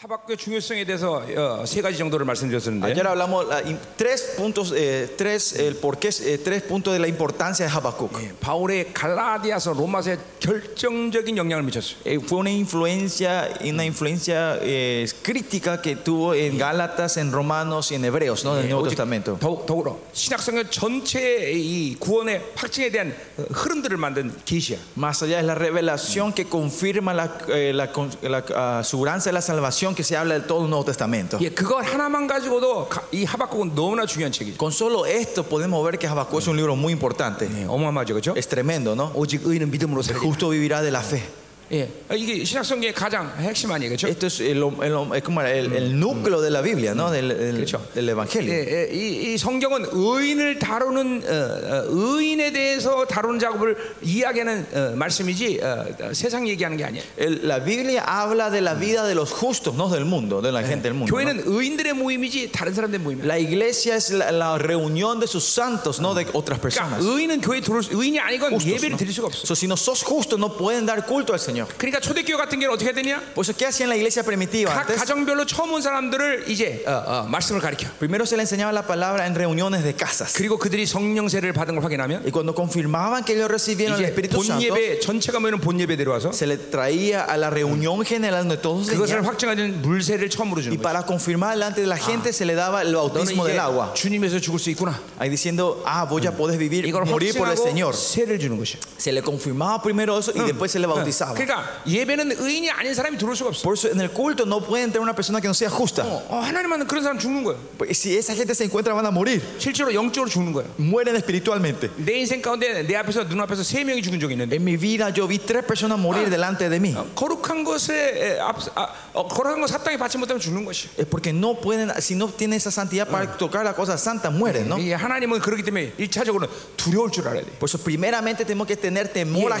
하박국의 중요성에 대해서 어, 세 가지 정도를 말씀드렸었는데 Ayer hablamos la im- tres puntos, eh, tres, el porqué, eh, tres puntos de la importancia de Habacuc. 바울의 갈라디아서 로마서에 결정적인 영향을 미쳤어요. Eh, fue una influencia, una influencia eh, crítica que tuvo en Gálatas, en Romanos y en Hebreos, ¿no? En el Nuevo 네, 오직 Testamento. 더욱 더불어 신약성경 전체의 이 구원의 확증에 대한 어, 흐름들을 만든 계시야. Más allá es la revelación que confirma la, eh, la, con- la ah, aseguranza de la salvación que se habla de todo el Nuevo Testamento. 예, 그걸 하나만 가지고도 가- 이 하박국은 너무나 중요한 책이죠. Con solo esto podemos ver que Habacuc es un libro muy importante. 예, 어마어마하죠, 그렇죠? Es tremendo, ¿no? 오직 의인은 믿음으로 살리. Justo vivirá de la fe. 예, 아, 이게 신약성경의 가장 핵심 아니에요, 그렇죠? Esto es el, el- es como el- el núcleo de la Biblia, ¿no? Del, del- Escucho. del 예, Evangelio. 예, 이, 이 성경은 의인을 다루는 어, 어, 의인에 대해서 다루는 작업을 이야기하는 어, 말씀이지 어, 어, 세상 얘기하는 게 아니에요. El- la Biblia habla de la vida de los justos, no del mundo, de la gente del 어, mundo. ¿no? 교회는 의인들의 모임이지 다른 사람들의 모임이 아니에요. La iglesia es la, la reunión de sus santos, no de otras 그러니까 personas. 의인은 교회 들어올 수, 의인이 아니건 예배를 드릴 수가 없어. 요 So, si no sos justo, no pueden dar culto al Señor. 그러니까 초대교회 같은 경우는 어떻게 해야 되냐? Por eso, ¿qué hacía en la iglesia primitiva 각 antes? 가정별로 처음 온 사람들을 이제 어, 어, 말씀을 가르쳐. Primero se le enseñaba la palabra en reuniones de casas. 그리고 그들이 성령세를 받은 걸 확인하면 Y cuando confirmaban que ellos recibieron el 이제 Espíritu 본 Santo, 예, 예배 전체가 모이는 본 예배 들어와서 se le traía a la reunión general donde todos 그것을 venían. 확증하는 물세를 처음으로 Y 주는 거예요. para confirmar delante de la gente, se le daba el 너는 bautismo del agua. 이제 주님에서 죽을 수 있구나. Ahí diciendo, ah, voy a poder vivir, 이걸 morir por el 확증하고 Señor. 세를 주는 것이야. Se le confirmaba primero eso y después se le bautizaba. 그러니까 예배는 의인이 아닌 사람이 들어올 수가 없어. Por eso en el culto no puede entrar una persona que no sea justa. 어, 하나님만은 그런 사람 죽는 거예요. Pues, Si esa gente se encuentra van a morir. 실제로 영적으로 죽는 거예요. Mueren espiritualmente. 내 인생 가운데 내 앞에서 눈앞에서 세 명이 죽은 적이 있는데 En mi vida yo vi tres personas morir delante de mí. Ah. 거룩한 것에 에, 앞, 아, 어, 거룩한 거 사탕에 받지 못하면 죽는 것이야. Es porque no pueden, si no tienen esa santidad para tocar la cosa santa, mueren, ¿no? 이 하나님은 그렇기 때문에 일차적으로는 두려울 줄 알아야 돼. Por eso primeramente tenemos que tener temor a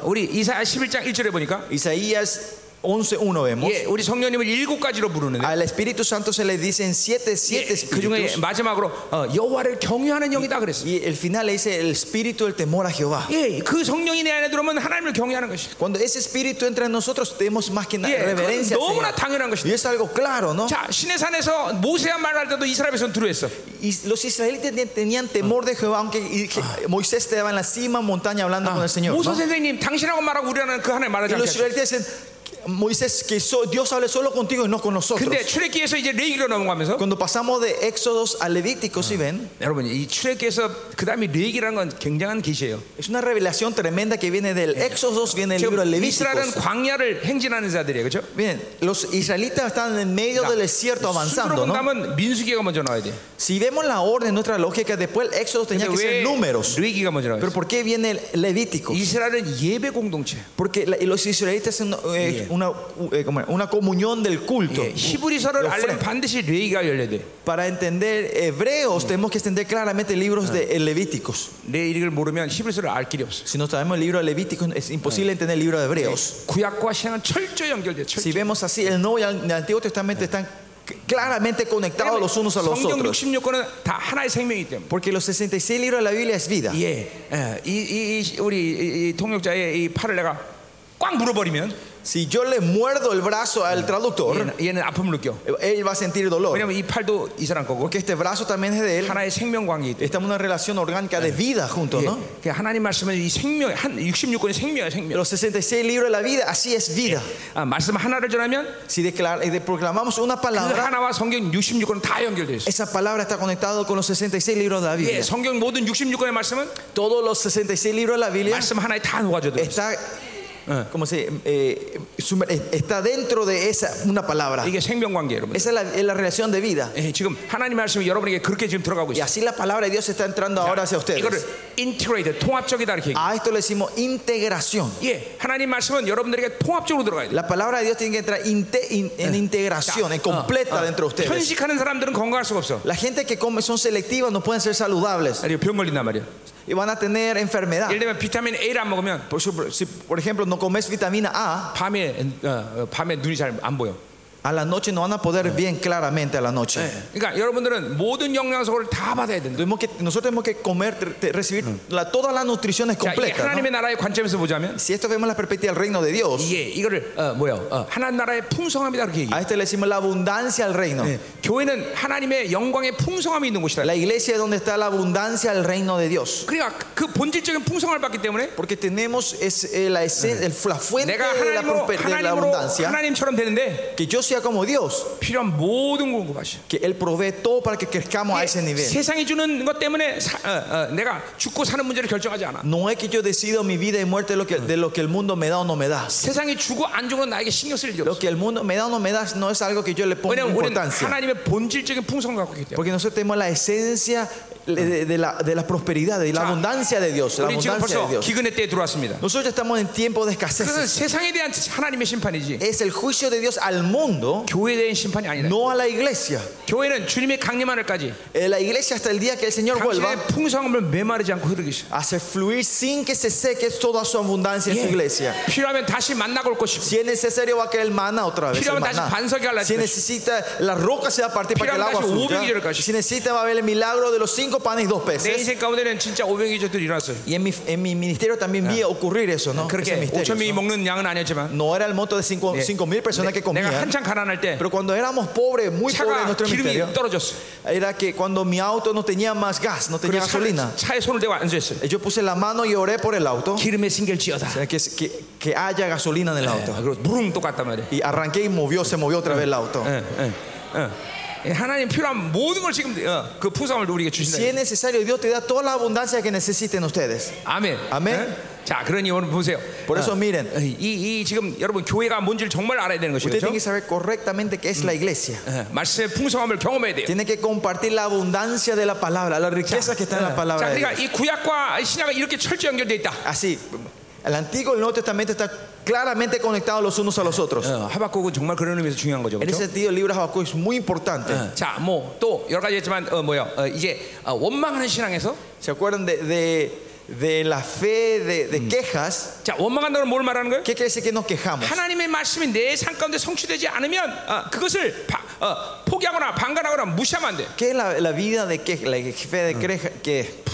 어, 우리 이사야 11장 1절에 보니까 Isaías 11.1 vemos. 예, 우리 성령님을 일곱 가지로 부르는데 Al Espíritu Santo se le dicen siete, siete 그 중에 espíritus. 마지막으로 어, 여호와를 경외하는 영이다 그랬어. Y el final le dice el espíritu del temor a Jehová. 예, 그 성령이 내 안에 들어오면 하나님을 경외하는 것이. Cuando ese espíritu entra en nosotros, tenemos más que nada 예, 그건 reverencia. al 너무나 Señor. 당연한 것이다. Y es algo claro, ¿no? 자, 신의 산에서 모세야 말할 때도 이스라엘에서는 두려했어. Y los israelitas ten- tenían temor de Jehová, aunque y- que- Moisés estaba en la cima montaña hablando con el Señor. 모세 ¿no? 선생님, 당신하고 말하고 우리는 그 하나님 Y 말하지 los 않겠어. israelitas dicen, Moisés, que so- Dios hable solo contigo y no con nosotros. 근데 출애기에서 이제 레이기로 넘어가면서 Cuando pasamos de Éxodos a Levíticos, si ven, 여러분 이 출애기에서 그다음에 레이기라는 건 굉장한 계시예요. es una revelación tremenda que viene del Éxodos, viene el libro de 지금 Levíticos. 이스라엘은 광야를 행진하는 자들이에요, 그렇죠? Bien, los israelitas están en medio del desierto 순으로 avanzando, ¿no? 본다면 민수기가 먼저 나와야 돼. Si vemos la orden, nuestra lógica, después el Éxodo tenía 근데 que 왜 ser números. 레이기가 먼저 나와요? Pero ¿por qué viene el Levítico? 이스라엘은 예배 공동체. Porque la- los israelitas son eh, Bien. una, eh, ¿cómo era? una comunión del culto. 예, 히브리서를 Lo ofre- 알려면 반드시 레이기가 열려야 돼. Para entender hebreos tenemos que entender claramente libros de eh, Levíticos. 레이기를 모르면 히브리서를 알 길이 없어. Si no sabemos el libro de Levíticos es imposible entender el libro de hebreos. 구약과 신앙은 철저히 연결돼. 철저. Si vemos así, el Nuevo y el Antiguo Testamento están c- claramente conectados los unos a los 성경 otros. 66권은 다 하나의 생명이기 때문에. Porque los 66 libros de la Biblia es vida. 예, 예, 이, 이, 이 우리 이, 이 통역자의 이 팔을 내가 꽉 물어버리면 Si yo le muerdo el brazo al traductor, 얘는, 얘는 아픔을 느껴. él va a sentir dolor. 왜냐면 이 팔도 이 사람 거고 Porque este brazo también es de él. 하나의 생명 관계이기 때문에. Estamos en una relación orgánica de vida juntos, ¿no? 예, 그 하나님 말씀은 이 생명, 한 66권의 생명이야 생명. Los 66 libros de la vida, así es vida. 아, 말씀 하나를 전하면 Si declar- eh, de- proclamamos una 그 palabra, 하나와 성경 66권은 다 연결돼 있어. esa palabra está conectada con los 66 libros de la 예, Biblia. 성경 모든 66권의 말씀은 Todos los 66 libros de la Biblia 말씀 하나에 다 녹아져 들어. está, como se, eh, sumer- eh, está dentro de esa una palabra. 이게 생명 관계 여러분. Esa es la, es la relación de vida. 예, 지금 하나님 말씀이 여러분에게 그렇게 지금 들어가고 Y 있어. así la palabra de Dios está entrando ahora hacia 이거를 ustedes. integrated 통합적이다 이렇게. 얘기해. A esto le decimos integración. 예, 하나님 말씀은 여러분들에게 통합적으로 들어가야 돼. La palabra de Dios tiene que entrar inte- in- en integración, en completa dentro de ustedes. 편식하는 사람들은 건강할 수가 없어. La gente que come son selectivas, no pueden ser saludables 아니 병 걸린단 말이야. y van a tener enfermedad. 예를 들면 비타민 A를 안 먹으면 Por, su- si, por ejemplo, no comes vitamina A, 밤에 어, 어, 밤에 눈이 잘 안 보여. A la noche no van a poder ver bien claramente a la noche. 그러니까 여러분들은 모든 영양소를 다 받아야 된다. Tenemos que, nosotros tenemos que comer, te- te- recibir la- todas las nutriciones 자, 이 completas. ¿no? 하나님의 나라의 관점에서 보자면 Si esto vemos la perspectiva del reino de Dios, 이게 이거를 어, 뭐요? 어, 하나님 나라의 풍성함이다 그렇게 얘기. a este le decimos la abundancia al reino. 네. 교회는 하나님의 영광의 풍성함이 있는 곳이다. La iglesia es donde está la abundancia al reino de Dios. 그러니까 그 본질적인 풍성함을 받기 때문에 Porque tenemos es, eh, la, esen- el- la fuente 내가 de 네, la, 하나님으로 뭐 prospe- de la 하나님으로 abundancia. 하나님처럼 되는데 Que yo sea como Dios, 필요한 모든 걸 공급하셔. que Él provee todo para que crezcamos a ese 네. nivel. 세상이 주는 것 때문에 사- 어, 어, 내가 죽고 사는 문제를 결정하지 않아. No es que yo decido mi vida y muerte de lo que, de lo que el mundo me da o no me da. 세상이 주고 안 주고 나에게 신경 쓸 일이 Lo 없어. que el mundo me da o no me da no es algo que yo le ponga 왜냐면 우리는 importancia. 하나님의 본질적인 풍성을 갖고 있기 때문에. Porque nosotros tenemos la esencia de, de- de la, de la prosperidad, de la abundancia de Dios. La 우리 지금 abundancia de 벌써 Dios. 기근의 때에 들어왔습니다. Nosotros ya estamos en tiempo de 그것은 escasez. 세상에 대한 하나님의 심판이지. Es el juicio de Dios al mundo, 교회에 대한 심판이 아니다. no a la iglesia. 교회는 주님의 강림하늘까지 Eh, La iglesia hasta el día que el Señor vuelva 당신의 풍성함을 메마르지 않고 흐르게 하시. hace fluir sin que se seque toda su abundancia en su iglesia. 필요하면 다시 만나고 올 것이고 Si es necesario va a caer el maná otra vez. el 필요하면 다시 maná. 반석이 갈라질 Si 것이고. necesita la roca se va a partir para que el 필요하면 agua 다시 fluya. 오병이어를 것이고. Si necesita va a haber el milagro de los cinco panes y dos 내 peces. 인생 가운데는 진짜 오병이조들이 일어났어요. Y en mi, en mi ministerio también Ah. vi ocurrir eso, ¿no? Ese 그렇게 음, misterio, 5천 명이 먹는 양은 아니었지만 No era el monto de 5 mil personas que 내가 comían. 한창 가난할 때 Pero cuando éramos pobres, muy pobres 차가 en nuestro ministerio, 기름이 떨어졌어. era que cuando mi auto no tenía más gas, no tenía 그래서 gasolina, 차, 차에 손을 대고 안수했어요. yo puse la mano y oré por el auto, 기름의 신결지어다. 예, para que, que, que haya gasolina en el auto. 그리고 무릉 똑같단 말이야. Y arranqué y movió, se movió otra vez el auto. 예, 예, 예. 하나님 필요한 모든 걸 지금 어, 그 풍성함을 우리에게 Si es 주신다. necesario, Dios te da toda la abundancia que necesiten ustedes. 아멘. 아멘. 예? 자, 그러니 오늘 보세요. Por eso miren, 이, 이 지금 여러분 교회가 뭔지를 정말 알아야 되는 ustedes 것이죠. tienen que saber correctamente qué es la iglesia. 예, 말씀의 풍성함을 경험해야 돼요. Tienen que compartir la abundancia de la palabra, la riqueza que está en la 자, palabra de 그러니까 Dios. 이 구약과 신약이 이렇게 철저히 연결돼 있다. Así, el Antiguo y el Nuevo Testamento están claramente conectados los unos a los otros. 어, 하박국은 정말 그런 의미에서 중요한 거죠. En 그렇죠? ese sentido, el libro de Habacuc es muy importante. 자, 뭐 또 여러 가지 했지만 어, 뭐요? 어, 이제 어, 원망하는 신앙에서 ¿Se acuerdan de, de- de la fe de, de quejas? 자, 원망한다는 뭘 말하는 거예요? ¿Qué quiere decir que nos quejamos? 하나님의 말씀이 내 삶 가운데 성취되지 않으면 어, 그것을 바- 어, 포기하거나 방관하거나 무시하면 안 돼. ¿Qué es la, la vida de quejas? La fe de queja, que,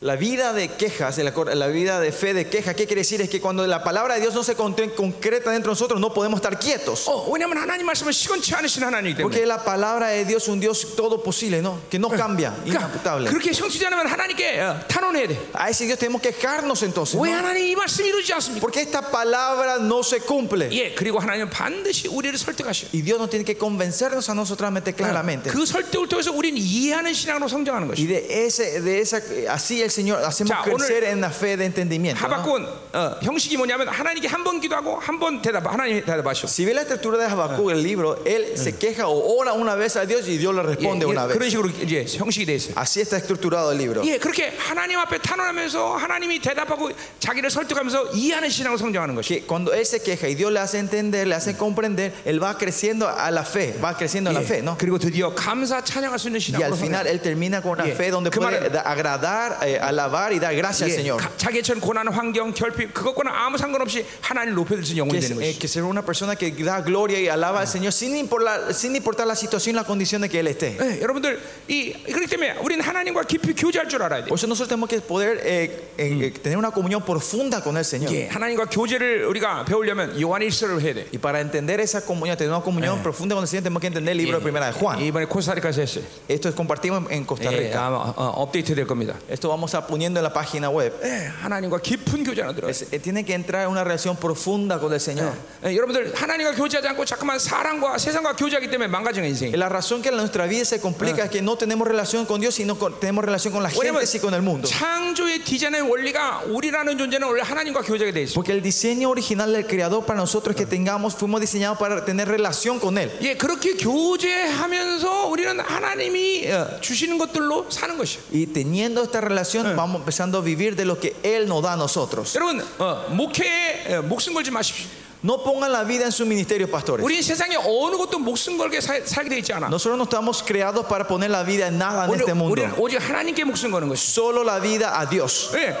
la vida de quejas, la, cor- la vida de fe de quejas, ¿qué quiere decir? Es que cuando la palabra de Dios no se concre- concreta dentro de nosotros, no podemos estar quietos. 어, 왜냐하면 하나님 말씀은 시건치 않으신 하나님이기 때문에. Porque la palabra de Dios es un Dios todo posible, ¿no? Que no cambia, 그러니까 inaputable. 그렇게 성취되지 않으면 하나님께 어, 탄원해야 돼. A ese Dios tenemos que quejarnos entonces. 왜 ¿no? 하나님 이 말씀이 이루지 않습니까? Porque esta palabra no se cumple. 예, 그리고 하나님은 반드시 우리를 설득하셔. Y Dios nos tiene que convencernos a nosotros mente claramente. 그 설득을 통해서 우리는 이해하는 신앙으로 성장하는 것이. Y de ese, de esa, así el Señor hacemos 자, crecer en la fe de entendimiento. ¿no? 하박국은 어, 형식이 뭐냐면 하나님께 한 번 기도하고 한 번 대답 하나님 대답하셔. Si ve la estructura de Habacuc, el libro, él se queja o ora una vez a Dios Ah. y Dios le 예, 예, responde una 그런 vez. 식으로 이제 형식이 돼 있어요. Así está estructurado el libro. 예, 그렇게 하나님 앞에 탄원하면서 하나님이 대답하고 자기를 설득하면서 이해하는 신앙으로 성장하는 것이. Que cuando él se queja y Dios le hace entender, le hace comprender, él va creciendo a la fe, va creciendo a la fe, ¿no? 그리고 드디어 감사 찬양할 수 있는 Y al 신앙으로 final 성장. él termina con una Yeah. fe donde 그 puede 말은- da- agradar, eh, alabar y dar gracias al 예, Señor. 가- 자기의 처한 고난, 환경, 결핍 그것과는 아무 상관없이 하나님을 높여들 수 있는 Que, 영혼이 es, 되는 eh, 것이. que ser una persona que da gloria y alaba al Señor sin importar, sin importar la situación, la condición de que él esté. 예, 여러분들 이 그렇기 때문에 우리는 하나님과 깊이 교제할 줄 알아야 돼. Por eso nosotros tenemos que poder eh, eh, eh, tener una comunión profunda con el Señor. 예, 하나님과 교제를 우리가 배우려면 요한일서를 해야 돼. Y para entender esa comunión, tener una comunión profunda con el Señor, tenemos que entender el libro de primera de Juan. 예, 이번에 코스타리카에서 했어요. Esto es compartimos en Costa 아. 예, Rica. 아마 어, 업데이트 될 겁니다. Esto vamos a poniendo en la página web. 예, 하나님과 깊은 교제 하나 들어. Es- eh, tiene que entrar en una relación profunda con el Señor. 예, 여러분들 하나님과 교제하지 않고 자꾸만 사람과 세상과 교제하기 때문에 망가지는 Y 인생이. La razón que nuestra vida se complica es que no tenemos relación con Dios, sino con- tenemos relación con la 왜냐면 gente y con el mundo. 창조의 디자인의 원리가 우리라는 존재는 원래 하나님과 교제가 돼 있어. Porque el diseño original del Creador para nosotros es que tengamos, fuimos diseñados para tener relación con Él. 예, 그렇게 교제하면서 우리는 하나님이 어, 주시는 것들로 사는 것이요. Y teniendo esta relación, vamos empezando a vivir de lo que Él nos da a nosotros. 여러분, 어, 목회에 어, 목숨 걸지 마십시오. No pongan la vida en su ministerio, pastores. 우리 세상에 어느 것도 목숨 걸게 살, 살게 돼 있지 않아. Nosotros no estamos creados para poner la vida en nada en 오히려 este mundo. 우리는 오직 하나님께 목숨 거는 것이. Solo la vida a Dios. 예.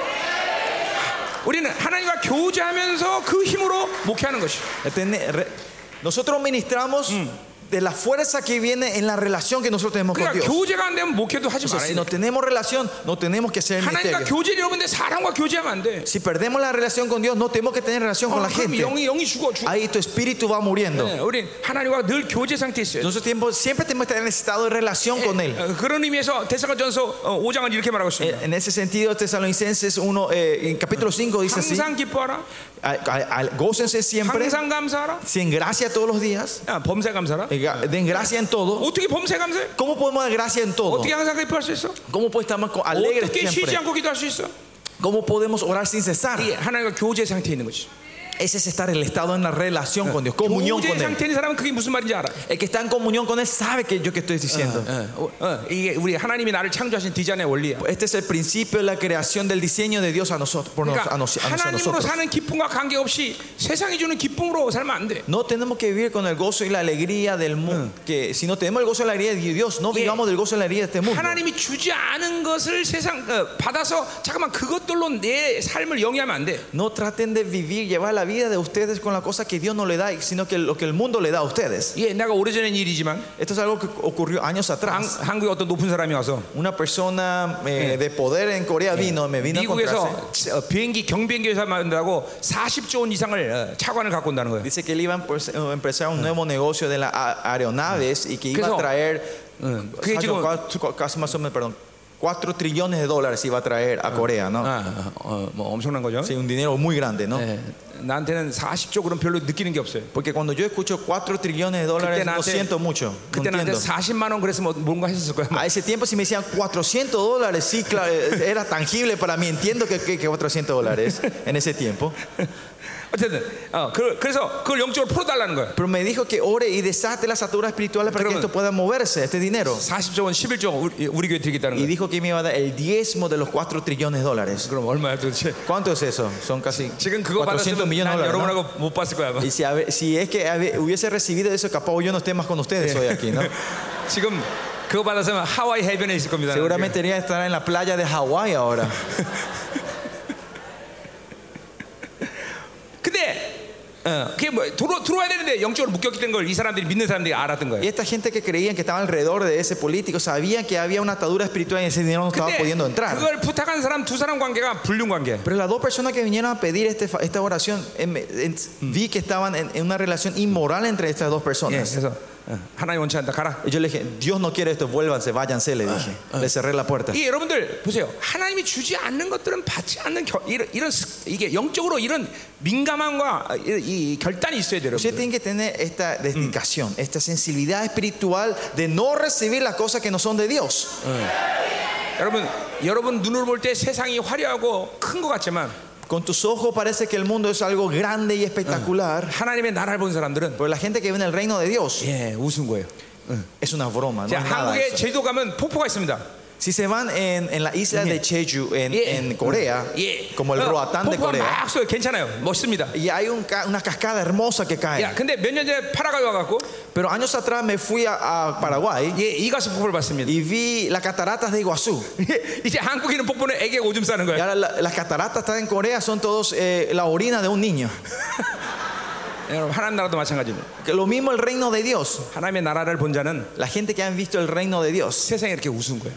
우리는 하나님과 교제하면서 그 힘으로 목회하는 것이. 어, Tener- re- Nosotros ministramos de la fuerza que viene en la relación que nosotros tenemos con 그러니까 Dios. 교제가 안 되면 목회도 하지 O sea, 말아야 si 돼. no tenemos relación, no tenemos que ser 하나님과 ministerio. 교제를 하는데 사람과 교제하면 안 돼. Si perdemos la relación con Dios, no tenemos que tener relación con 어, la 그럼 gente. 영이 영이 죽어 죽어. Ahí tu espíritu va muriendo. 네, 우리 하나님과 늘 교제 상태에 있어요. Entonces tiempo, siempre tenemos que estar en estado de relación con Él. Eh, 어, 그런 의미에서 대사가전서 5장은 이렇게 말하고 있습니다. En ese sentido, Tesalonicenses 1, eh, en capítulo 5 dice así, 항상 기뻐하라. a- a- a- gócense siempre, 항상 감사하라. den gracia todos los días, 야, 범사 감사라. eh, ga- den gracia en todo. 어떻게 범사 감사해? ¿Cómo podemos dar gracia en todo? 어떻게 항상 기뻐할 수 있어? ¿Cómo podemos estar más co- alegres 어떻게 쉬지 siempre? 않고 기도할 수 있어? ¿Cómo podemos orar sin cesar? 이 하나님과 교제 상태에 있는 거지. Ese es estar en el estado en la relación con Dios, comunión 교제 con Él. 상태에 있는 사람은 그게 무슨 말인지 알아. El que está en comunión con Él sabe que yo que estoy diciendo. 어, 어, 이게 우리 하나님이 나를 창조하신 디자인의 원리야. Este es el principio de la creación del diseño de Dios a nosotros, por nos- 그러니까 a nos- a 하나님으로 nosotros. 사는 기쁨과 관계없이 세상이 주는 기쁨으로 살면 안 돼. No tenemos que vivir con el gozo y la alegría del mundo. Que si no tenemos el gozo y la alegría de Dios, no vivamos del gozo y la alegría de este mundo. 하나님이 주지 않은 것을 세상 어, 받아서 잠깐만 그것들로 내 삶을 영위하면 안 돼. No traten de vivir, llevar la vida de ustedes con la cosa que Dios no le da, sino que lo que el mundo le da a ustedes. 예, 내가 오래전의 일이지만 Esto es algo que ocurrió años 한, atrás. 한국에 어떤 높은 사람이 와서 Una persona eh, de poder en Corea vino, me vino a encontrarse. 미국에서 어, 비행기 경비행기 회사 만든다고 40조 원 이상을 어, 차관을 갖고 온다는 거예요. Dice que él iba a empe- a empezar un nuevo negocio de las a- aeronaves y que iba a Eso. traer eh, 그게 지금 cuatro- casi más o menos, perdón, 4 trillones de dólares iba a traer a Corea, ¿no? 아, 어, 뭐 엄청난 거죠. Sí, un dinero muy grande, ¿no? 예, 나한테는 40조 그럼 별로 느끼는 게 없어요. Porque cuando yo escucho 4 trillones de dólares, no antes- siento mucho. No 그때 나한테 entiendo. 40만 원 그래서 뭐, 뭔가 했었을 거야. A ese tiempo, si me decían 400 dólares, sí, claro, eh, era tangible para mí. Entiendo que, que, que 400 dólares en ese tiempo. 어쨌든 어, 그, 그래서 그걸 영적으로 풀어달라는 거예요. Pero me dijo que ore y desate las ataduras espirituales para que Pero- esto pueda moverse, este dinero. 40조 원, 11조 원 우리, 우리 교회 드리겠다는 Y 거예요. dijo que me iba a dar el diezmo de los 4 trillones de dólares. 그럼 얼마야 도대체? ¿Cuánto es eso? Son casi 지금 그거 400 받았으면 난 millones de dólares. ¿no? 여러분하고 못 봤을 거야. 아마. Y si, habe- si es que habe- hubiese recibido eso, capaz hoy yo no esté más con ustedes hoy aquí, ¿no? 지금 그거 받았으면 하와이 해변에 있을 겁니다. Seguramente iría a estar en la playa de Hawái ahora. 근데 어, 그게 뭐 들어, 들어와야 되는데 영적으로 묶였던 걸 이 사람들이 믿는 사람들이 알았던 Y 거예요. esta gente que creían que estaba alrededor de ese político sabían que había una atadura espiritual y ese dinero no estaba 근데 pudiendo entrar. 그걸 부탁한 사람 두 사람 관계가 불륜 관계. Pero las dos personas que vinieron a pedir este fa- esta oración, em, em, vi que estaban en, en una relación inmoral entre estas dos 예, personas. 그래서 어, 하나님 원치 않다 가라. Y yo le dije, Dios no quiere esto, vuélvanse, váyanse, le dije. Le cerré la puerta. 이 여러분들 보세요. 하나님이 주지 않는 것들은 받지 않는 겨, 이런, 이런 습- 이게 영적으로 이런 민감함과 이, 이 결단이 있어야 돼요. Usted 여러분들. tiene que tener esta dedicación, esta sensibilidad espiritual de no recibir las cosas que no son de Dios. 여러분 여러분 눈으로 볼 때 세상이 화려하고 큰 것 같지만 Con tus ojos parece que el mundo es algo grande y espectacular, 하나님의 나라를 본 사람들은 pero la gente que viene al reino de Dios 예 웃은 거예요. es una broma. No 자, es nada 한국에 eso. 제주도 가면 폭포가 있습니다. Si se van en, en la isla de Jeju, en, 예. en Corea, 예. como el 어, Roatán de 폭포가 Corea, 막 쏘요. 괜찮아요. 멋있습니다. y hay un ca- una cascada hermosa que cae. 야, 근데 몇 년 전에 파라가 와갖고 Pero años atrás me fui a, a Paraguay 예, 이가수 폭포를 봤습니다. y vi las cataratas de Iguazú. 예, 이제 한국인은 폭포는 애기 오줌 싸는 Y 거예요. ahora la- las cataratas están en Corea, son todos eh, la orina de un niño. 여러분 하나님 나라도 마찬가지입니다. Que lo mismo el reino de Dios. 하나님의 나라를 본 자는 La gente que han visto el reino de Dios, 세상에 이렇게 웃은 거예요.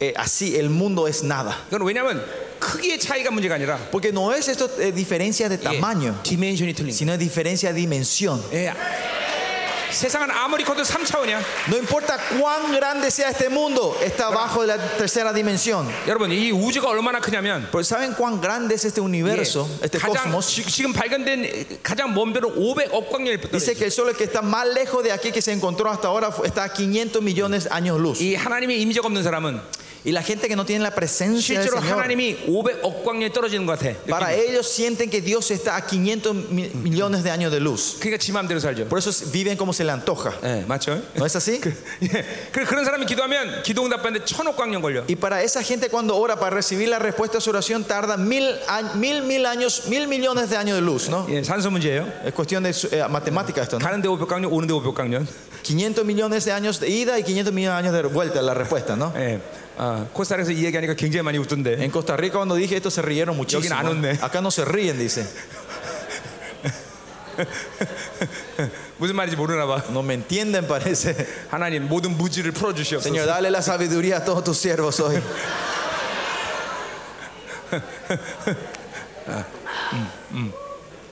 eh, así el mundo es nada. 그건 왜냐하면 크기의 차이가 문제가 아니라 Porque no es esto eh, diferencia de tamaño, 디멘션이 틀린 거예요. sino es diferencia de dimensión. 예. 세상은 아무리 커도 3차원이야. No importa cuán grande sea este mundo, está abajo de la tercera dimensión. 여러분 이 우주가 얼마나 크냐면 Pero ¿saben cuán grande es este 예, universo, este 가장 cosmos? 지, 지금 발견된 가장 먼 별은 500억 광년일 뿐. Dice que el sol el que está más lejos de aquí que se encontró hasta ahora fu- está a 500 millones de años luz. 이 하나님의 임재가 없는 사람은 Y la gente que no tiene la presencia del 실제로 Señor, 하나님이 500억 광년에 떨어지는 것 같아. para 느낌이. ellos sienten que Dios está a 500 mi- millones de años de luz. 그러니까 지 마음대로 살죠. Por eso s- viven como se le antoja. 예, 맞죠? ¿No es así? 예. 그래, 그런 사람이 기도하면 기도 응답받는데 천억 광년 걸려. Y para esa gente cuando ora para recibir la respuesta a su oración tarda mil, a- mil, mil años, mil millones de años de luz, ¿no? 예, 산소 문제예요. Es cuestión de su- eh, matemática esto, ¿no? 가는데 500 광년, 오는데 500 광년. 500 millones de años de ida y 500 millones de años de vuelta la respuesta, ¿no? 예. 아, 코스타에서 이 얘기하니까 굉장히 많이 웃던데. En Costa Rica cuando dije esto se rieron muchísimo. Yogi, no, no, no. Acá no se ríen, dice. 무슨 말인지 모르나 봐. No me entienden, parece. 하나님 모든 무지를 풀어주시옵소서. Señor, dale la sabiduría a todos tus siervos hoy.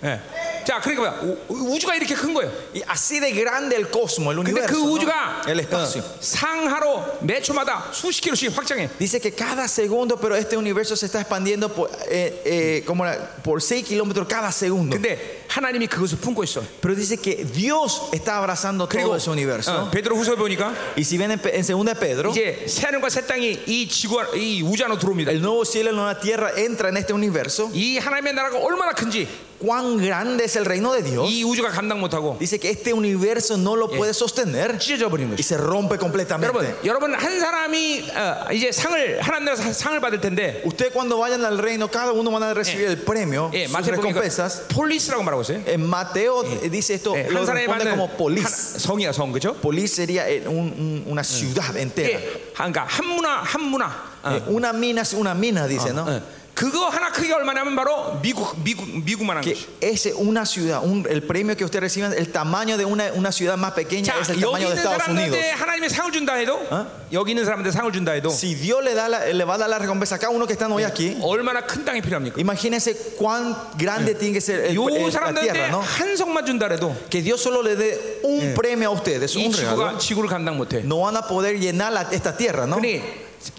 예. 자, 그러니까 뭐야. 우- 우주가 이렇게 큰 거예요. Y así de grande el cosmos, el 근데 그 universo, ¿no? 우주가 el espacio. 어, 상하로 매 초마다 수십 킬로씩 확장해. Dice que cada segundo, pero este universo se está expandiendo por, eh, eh, como era, por 6 kilómetros cada segundo. 근데 하나님이 그것을 품고 있어. Pero dice que Dios está abrazando 그리고 todo ese universo. 어, 베드로 후서 보니까 Y si ven en, Pe- en 2 de Pedro, 이제 새 하늘과 새 땅이 이 지구 안- 이 우주 안으로 들어옵니다. el nuevo cielo y la nueva tierra entra en este universo. 이 하나님의 나라가 얼마나 큰지 Cuán grande es el reino de Dios. 이 우주가 감당 못하고 Dice que este universo no lo puede sostener 찢어져 버린 y 거죠. se rompe completamente. 네. 여러분, 여러분 한 사람이 어, 이제 상을 하나님 나라에서 상을 받을 텐데, Usted cuando vayan al reino, cada uno van a recibir el premio, 예, sus 마태 보니까 recompensas. 폴리스라고 말하고 있어요. En Mateo eh, dice esto, 예, lo 한 사람이 responde 받는 como 하나- polis. 성이야 성 그죠? Polis sería eh, un- un- una ciudad entera. 예, 그러니까 한 문화 한 문화. 어, Eh, Una mina es una mina, dice, ¿no? 어. 그거 하나 크기가 얼마냐면 바로 미국 미국 미국만한 Que 거죠. ese una ciudad, un- el premio que usted reciba, el tamaño de una, una ciudad más pequeña 자 es el 여기 tamaño de 있는 Estados Unidos. 사람들한테 하나님의 상을 준다 해도 어? 여기 있는 사람한테 상을 준다 해도 Si Dios le, da la- le va a dar la recompensa a cada uno que están hoy aquí, 얼마나 큰 땅이 필요합니까? imagínense cuán grande tiene que ser el, 요 el- la 사람들한테 tierra, ¿no? 한 성만 준다 해도 Que Dios solo le dé un premio a ustedes, 이 un 지구가 regalo. 지구를 감당 못해. No van a poder llenar la- esta tierra, ¿no? 그러니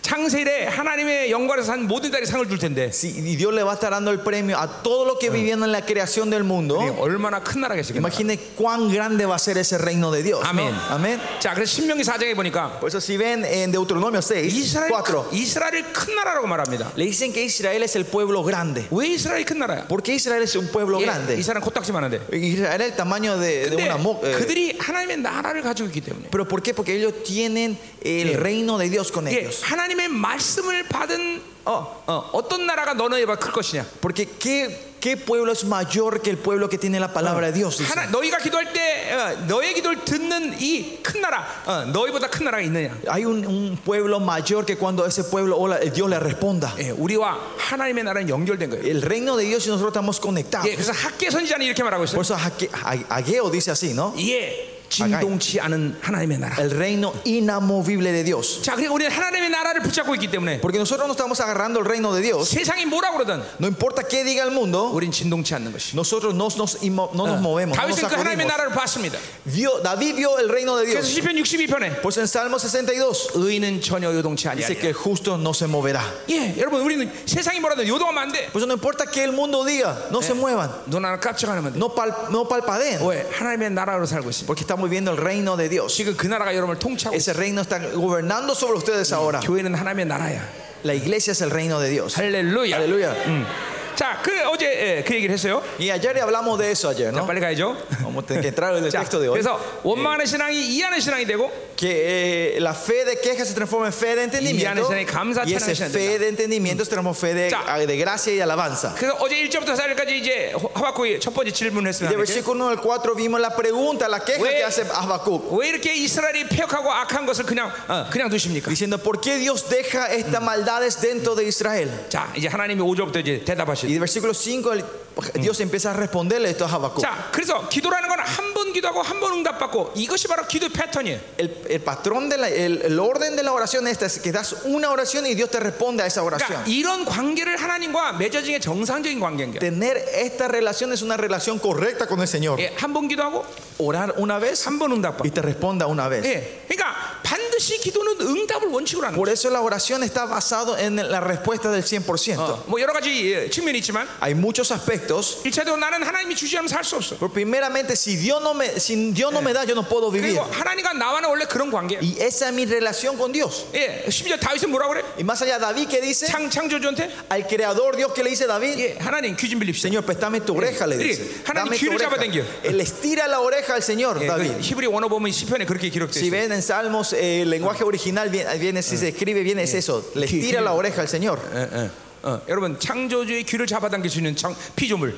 창세일에 하나님의 영광에서 산 모든 딸이 상을 줄 텐데 Si, y Dios le va a estar dando el premio a todo lo que vivían en la creación del mundo. 네, 얼마나 큰 나라겠습니까? Imagine cuán grande va a ser ese reino de Dios. ¿no? Amén. Amén. 자, 그래서 신명기 사장에 보니까 Por eso si ven en Deuteronomio 6, 이스라엘 4, 이스라엘을 큰 나라라고 말합니다. le dicen que Israel es el pueblo grande. 왜 이스라엘이 큰 나라야? ¿Por qué Israel es un pueblo 예, grande? 이스라엘은 코딱지만한데. Israel es el tamaño de, de 근데 una mo- eh, 그들이 하나님의 나라를 가지고 있기 때문에. ¿Pero por qué? Porque ellos tienen el reino de Dios con 예, ellos. 하나님의 말씀을 받은 어, 어, 어떤 나라가 너네에 봐클 것이냐? Porque ¿qué, ¿qué pueblo es mayor que el pueblo que tiene la palabra de Dios? Dice. 하나, 너희가 기도할 때 어, 너의 기도를 듣는 이 큰 나라, 어, 너희보다 큰 나라가 있느냐? Hay un, un pueblo mayor que cuando ese pueblo o la- Dios le responda. 예, 우리와 하나님의 나라는 연결된 거예요. El reino de Dios y nosotros estamos 예, conectados. 그래서 학계 선지자는 이렇게 말하고 있어요. Por eso Aque- A- Ageo dice así, ¿no? 예, 진동치 않은 하나님의 나라. el reino inamovible de Dios. 자, 그러니까 우리는 하나님의 나라를 붙잡고 있기 때문에 Porque nosotros no estamos agarrando el reino de Dios. 세상이 뭐라 그러든 No importa qué diga el mundo, 우린 진동치 않는 것이. nosotros no nos, inmo- no Ah. nos movemos. No nos 다윗은 그 하나님의 sacudimos. 나라를 봤습니다. Vio- David vio el reino de 그래서 Dios. 시편 62편에 Pues en Salmo 62 의인은 전혀 요동치 dice 아니하리라. que el justo no se moverá. 예, 여러분 우리는 세상이 뭐라든 요동하면 안 돼. Por eso no importa qué el mundo diga, no se muevan, 눈 하나 깜짝하면 안 돼. no, pal- no palpadeen. 왜? 하나님의 나라로 살고 있습니다. Porque estamos viviendo el reino de Dios. 지금 그 나라가 여러분을 통치하고 있어요. Ese reino está gobernando sobre ustedes ahora. 교회는 하나님의 나라야. La iglesia es el reino de Dios. 할렐루야. Aleluya. 음. 자, 그 어제 예, 그 얘기를 했어요. Y ayer hablamos de eso ayer, ¿no? 빨리 가야죠. Vamos a tener que entrar en el 자, texto de hoy. 그래서 원망하는 신앙이 이해하는 신앙이 되고 Que eh, la fe de queja se transforma en fe de entendimiento. Y 감사 Y esa 찬양이 fe de entendimiento se transforma en fe 자. de, de gracia y alabanza. 그래서 어제 1절부터 4절까지 이제 하박국의 첫 번째 질문을 Y del 했습니다. versículo 1 al 4 vimos la pregunta, la queja Güey. que hace Habacuc. 왜 이렇게 이스라엘이 폐역하고 악한 것을 그냥 어, 그냥 두십니까? Diciendo, ¿por qué Dios deja estas Mm. maldades dentro de Israel? 자, 이제 하나님이 5절부터 이제 Y 대답하시죠. del versículo 5 el- Mm. Dios empieza a responderle esto a Habacuc. 자, 그래서 기도라는 건 한 번 기도하고 한 번 응답받고 이것이 바로 기도 패턴이에요. El, el patrón, de la- el, el orden de la oración esta es que das una oración y Dios te responde a esa oración. 그러니까 이런 관계를 하나님과 맺어진 게 정상적인 관계인 거예요. Tener esta relación es una relación correcta con el Señor. 예, 한 번 기도하고 Orar una vez 한 번 응답받고. y te responda una vez. 예, 그러니까 반드시 기도는 응답을 원칙으로 하는 거예요. Por eso la oración está basada en la respuesta del 100%. 어, 뭐 여러 가지 예, 측면이 있지만 Hay muchos aspectos. 일차적으로 나는 하나님이 주지 않으면 살 수 없어. Pero primeramente, si Dios no me, si Dios no me da, yo no puedo vivir. 그리고 하나님과 나와는 원래 그런 관계. Y esa es mi relación con Dios. 예, 심지어 다윗은 뭐라 그래? Y más allá, David que dice 창 창조주한테 al creador Dios que le dice David, 예, 하나님 귀 좀 빌립시다. Señor, préstame tu oreja, le Eh. Sí. dice. 하나님 Dame tu 귀를 oreja. 잡아당겨. Él estira la oreja al Señor, 예, 그 David. 히브리 원어 보면 시편에 그렇게 기록돼 Si 있어요. ven en Salmos, eh, el lenguaje original viene, viene, si se escribe bien, es eso. Le Sí, estira sí. la oreja al Señor. 예, 예. 어, 여러분 창조주의 귀를 잡아당길 수 있는 창, 피조물.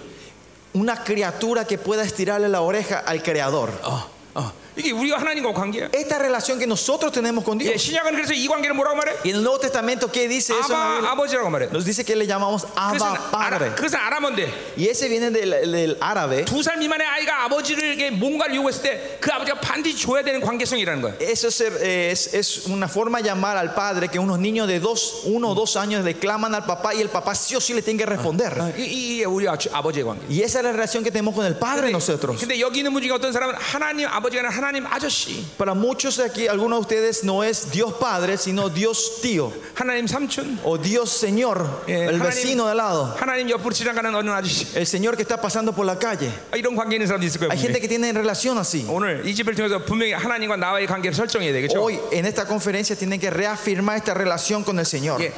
Una criatura que pueda estirarle la oreja al creador. 어, 어. 이게 우리가 하나님과 관계야. Esta relación que nosotros tenemos con 예, Dios. 신약은 그래서 이 관계를 뭐라고 말해? Y en el Nuevo Testamento, ¿qué dice eso? en la 아바 Biblia? 아버지라고 말해. Nos dice que le llamamos 그것은 Abba Padre. 아라, 그것은 아람어인데 Y ese viene del, del árabe. 두 살 미만의 아이가 아버지에게 뭔가를 요구했을 때 그 아버지가 반드시 줘야 되는 관계성이라는 거야. Eso es, eh, es- es una forma de llamar al padre que unos niños de dos, uno o dos años reclaman al papá y el papá sí o sí le tiene que responder. 아, 이- 이- 이게 우리 아주- 아버지의 관계. Y esa es la relación que tenemos con el padre nosotros. 근데 여기 있는 분 중에 어떤 사람은 하나님 아버지가 아니라 하나님 아저씨, Para muchos de aquí, algunos de ustedes no es Dios padre, sino Dios tío 하나님 삼촌, o Dios señor, Eh, el 하나님- vecino de al lado, 하나님 옆으로 지나가는 어느 아저씨. el señor que está pasando por la calle. 아, 이런 관계 있는 사람도 있을 거예요. Hay 분명히. gente que tiene relación así. 오늘 이 집을 통해서 분명히 하나님과 나와의 관계를 설정해야 되겠죠. Hoy en esta conferencia tienen que reafirmar esta relación con el señor. 예.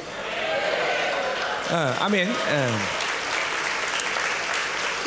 어, 아멘. 예.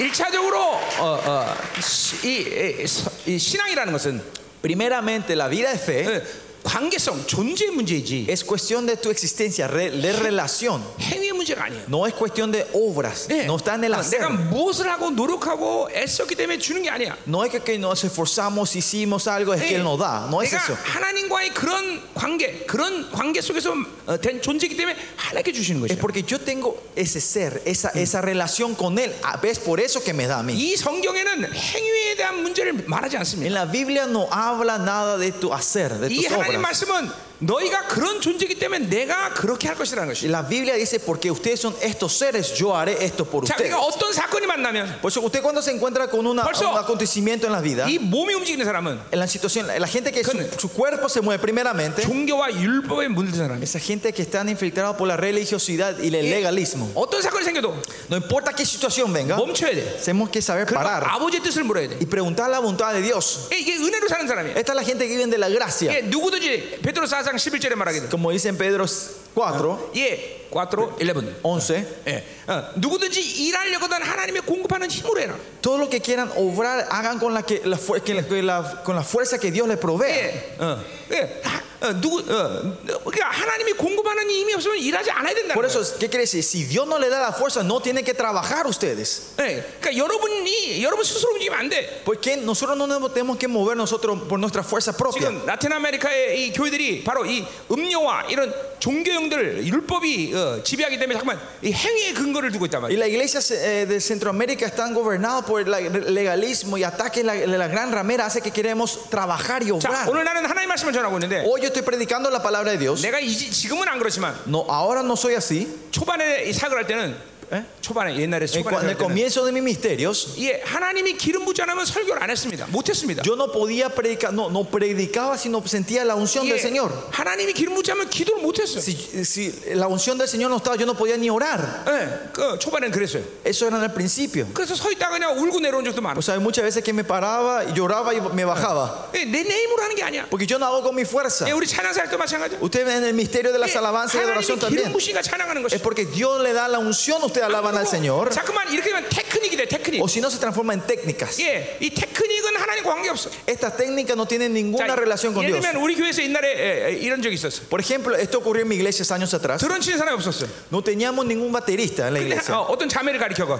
일차적으로 어, 어, 시- 이, 이- 서- 이 신앙이라는 것은 Primeramente, la vida de fe 어, 관계성, 존재 문제이지 es cuestión de tu existencia, re- de relación. 행위 문제가 아니에요. No es cuestión de obras, 예. no está en el 어, hacer. 내가 무엇을 하고 노력하고 애썼기 때문에 주는 게 아니야. No es que, que nos esforzamos, hicimos algo, es que 예. Él nos da. No es 내가 eso. 하나님과의 그런 관계, 그런 관계 속에서 어, 된 존재이기 때문에 하나님께 주시는 Es 것이야. porque yo tengo ese ser, esa, esa relación con Él. Ah, Es por eso que me da a mí. 이 성경에는 행위에 대한 문제를 말하지 않습니다. En la Biblia no habla nada de tu hacer, de 이 tus 하나님 obras. 말씀은 너희가 그런 존재이기 때문에 내가 그렇게 할 것이라는 것이. La Biblia dice, porque ustedes son estos seres, yo haré esto por 자, ustedes. 그러니까 어떤 사건이 만나면 Por eso usted cuando se encuentra con una- Por eso- un acontecimiento en la vida, 이 몸이 움직이는 사람은 en la situación, la gente que su, Con- su cuerpo se mueve primeramente, 종교와 율법에 물든 사람이. esa gente que están infiltrados por la religiosidad y el legalismo. 어떤 사건이 생겨도 No importa qué situación venga, 멈춰야 돼. tenemos que saber 그러니까 parar 아버지의 뜻을 물어야 돼. 예, y preguntar la voluntad de Dios. 이게 은혜로 사는 사람이야. Esta es la gente que vive de la gracia, 이게 예, 누구든지 베드로 사상 11절에 말하기도. como dice en Pedro 4, 예, 4, 11. 11. 예, 어, 누구든지 일하려거든 하나님의 공급하는 힘으로 해라. Todo lo que quieran obrar, hagan con la, que, la, fu- que la- que la- con la fuerza que Dios les provee. 예, 어, 예, 하- 어, 누구, 어, 그러니까 하나님이 공급하는 힘이 없으면 일하지 않아야 된다는 Por 거야. eso, ¿qué quiere decir? Si Dios no le da la fuerza, no tienen que trabajar ustedes. 예, 그러니까 여러분이 여러분 스스로 움직이면 안 돼. Porque nosotros no nos tenemos que mover nosotros por nuestra fuerza propia. 지금 라틴 아메리카의 이 교회들이 바로 이 음료와 이런 종교형들 율법이 어, 지배하기 때문에 잠깐만 이 행위의 근거를 두고 있단 Y 말이에요. las iglesias eh, de Centroamérica están gobernadas por el legalismo y ataques de la, de la gran ramera hace que queremos trabajar y 자, obrar. 오늘 나는 하나님 말씀을 전하고 있는데 Hoy yo estoy predicando la palabra de Dios. 내가 이제 지금은 안 그렇지만 No, ahora no soy así. 초반에 이 사역을 할 때는 예? 에? 초반에 옛날에 En, cu- en 초반에 사역할 el 때는 comienzo de mis ministerios, 예, 하나님이 기름 부지 않으면 설교를 안 했습니다. 못 했습니다. yo no podía predicar, no, no predicaba, sino sentía la unción 예, del Señor. 하나님이 기름 부지 않으면 기도를 못 했어요. Si, si la unción del Señor no estaba, yo no podía ni orar. 예, 그 초반엔 그랬어요. Eso era en el principio. 그래서 서 있다가 그냥 울고 내려온 적도 많아. O sea, hay muchas veces que me paraba, lloraba y me bajaba. 예, 내, 내 힘으로 하는 게 아니야. Porque yo no hago con mi fuerza. 예, 우리 찬양할 때 마찬가지야. Ustedes ven en el misterio de las 예, alabanzas y adoración 하나님이 기름 también. 부시가 찬양하는 것이. Es porque Dios le da la unción, ustedes alaban al Señor. 잠깐만 이렇게 되면 테크닉이 돼 테크닉. O si no, se transforma en técnicas. 예, 이 테크닉은 하나님과 관계 없어. Estas técnicas no tienen ninguna relación con 예를 Dios. 들면 우리 교회에서 옛날에 에, 에, 이런 적이 있었어. Por ejemplo, esto ocurrió en mi iglesia hace años atrás. 드론 치는 사람이 없었어. No teníamos ningún baterista en la 근데 iglesia. 어, 어떤 자매를 가리켜가.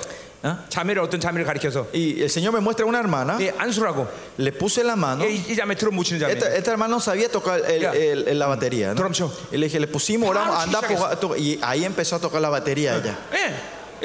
자매를 어떤 자매를 가리켜서 Y el Señor me muestra una hermana, 예, 안수라고. le puse la mano. 예, 이, 이 자매 드럼 못 치는 자매. Esta, esta hermana no sabía tocar el- Ya. el- el- la batería. ¿no? Drum show. Y le dije, le pusimos, oramos, Claro, anda, sí, poca- to- y ahí empezó a tocar la batería ella. 예,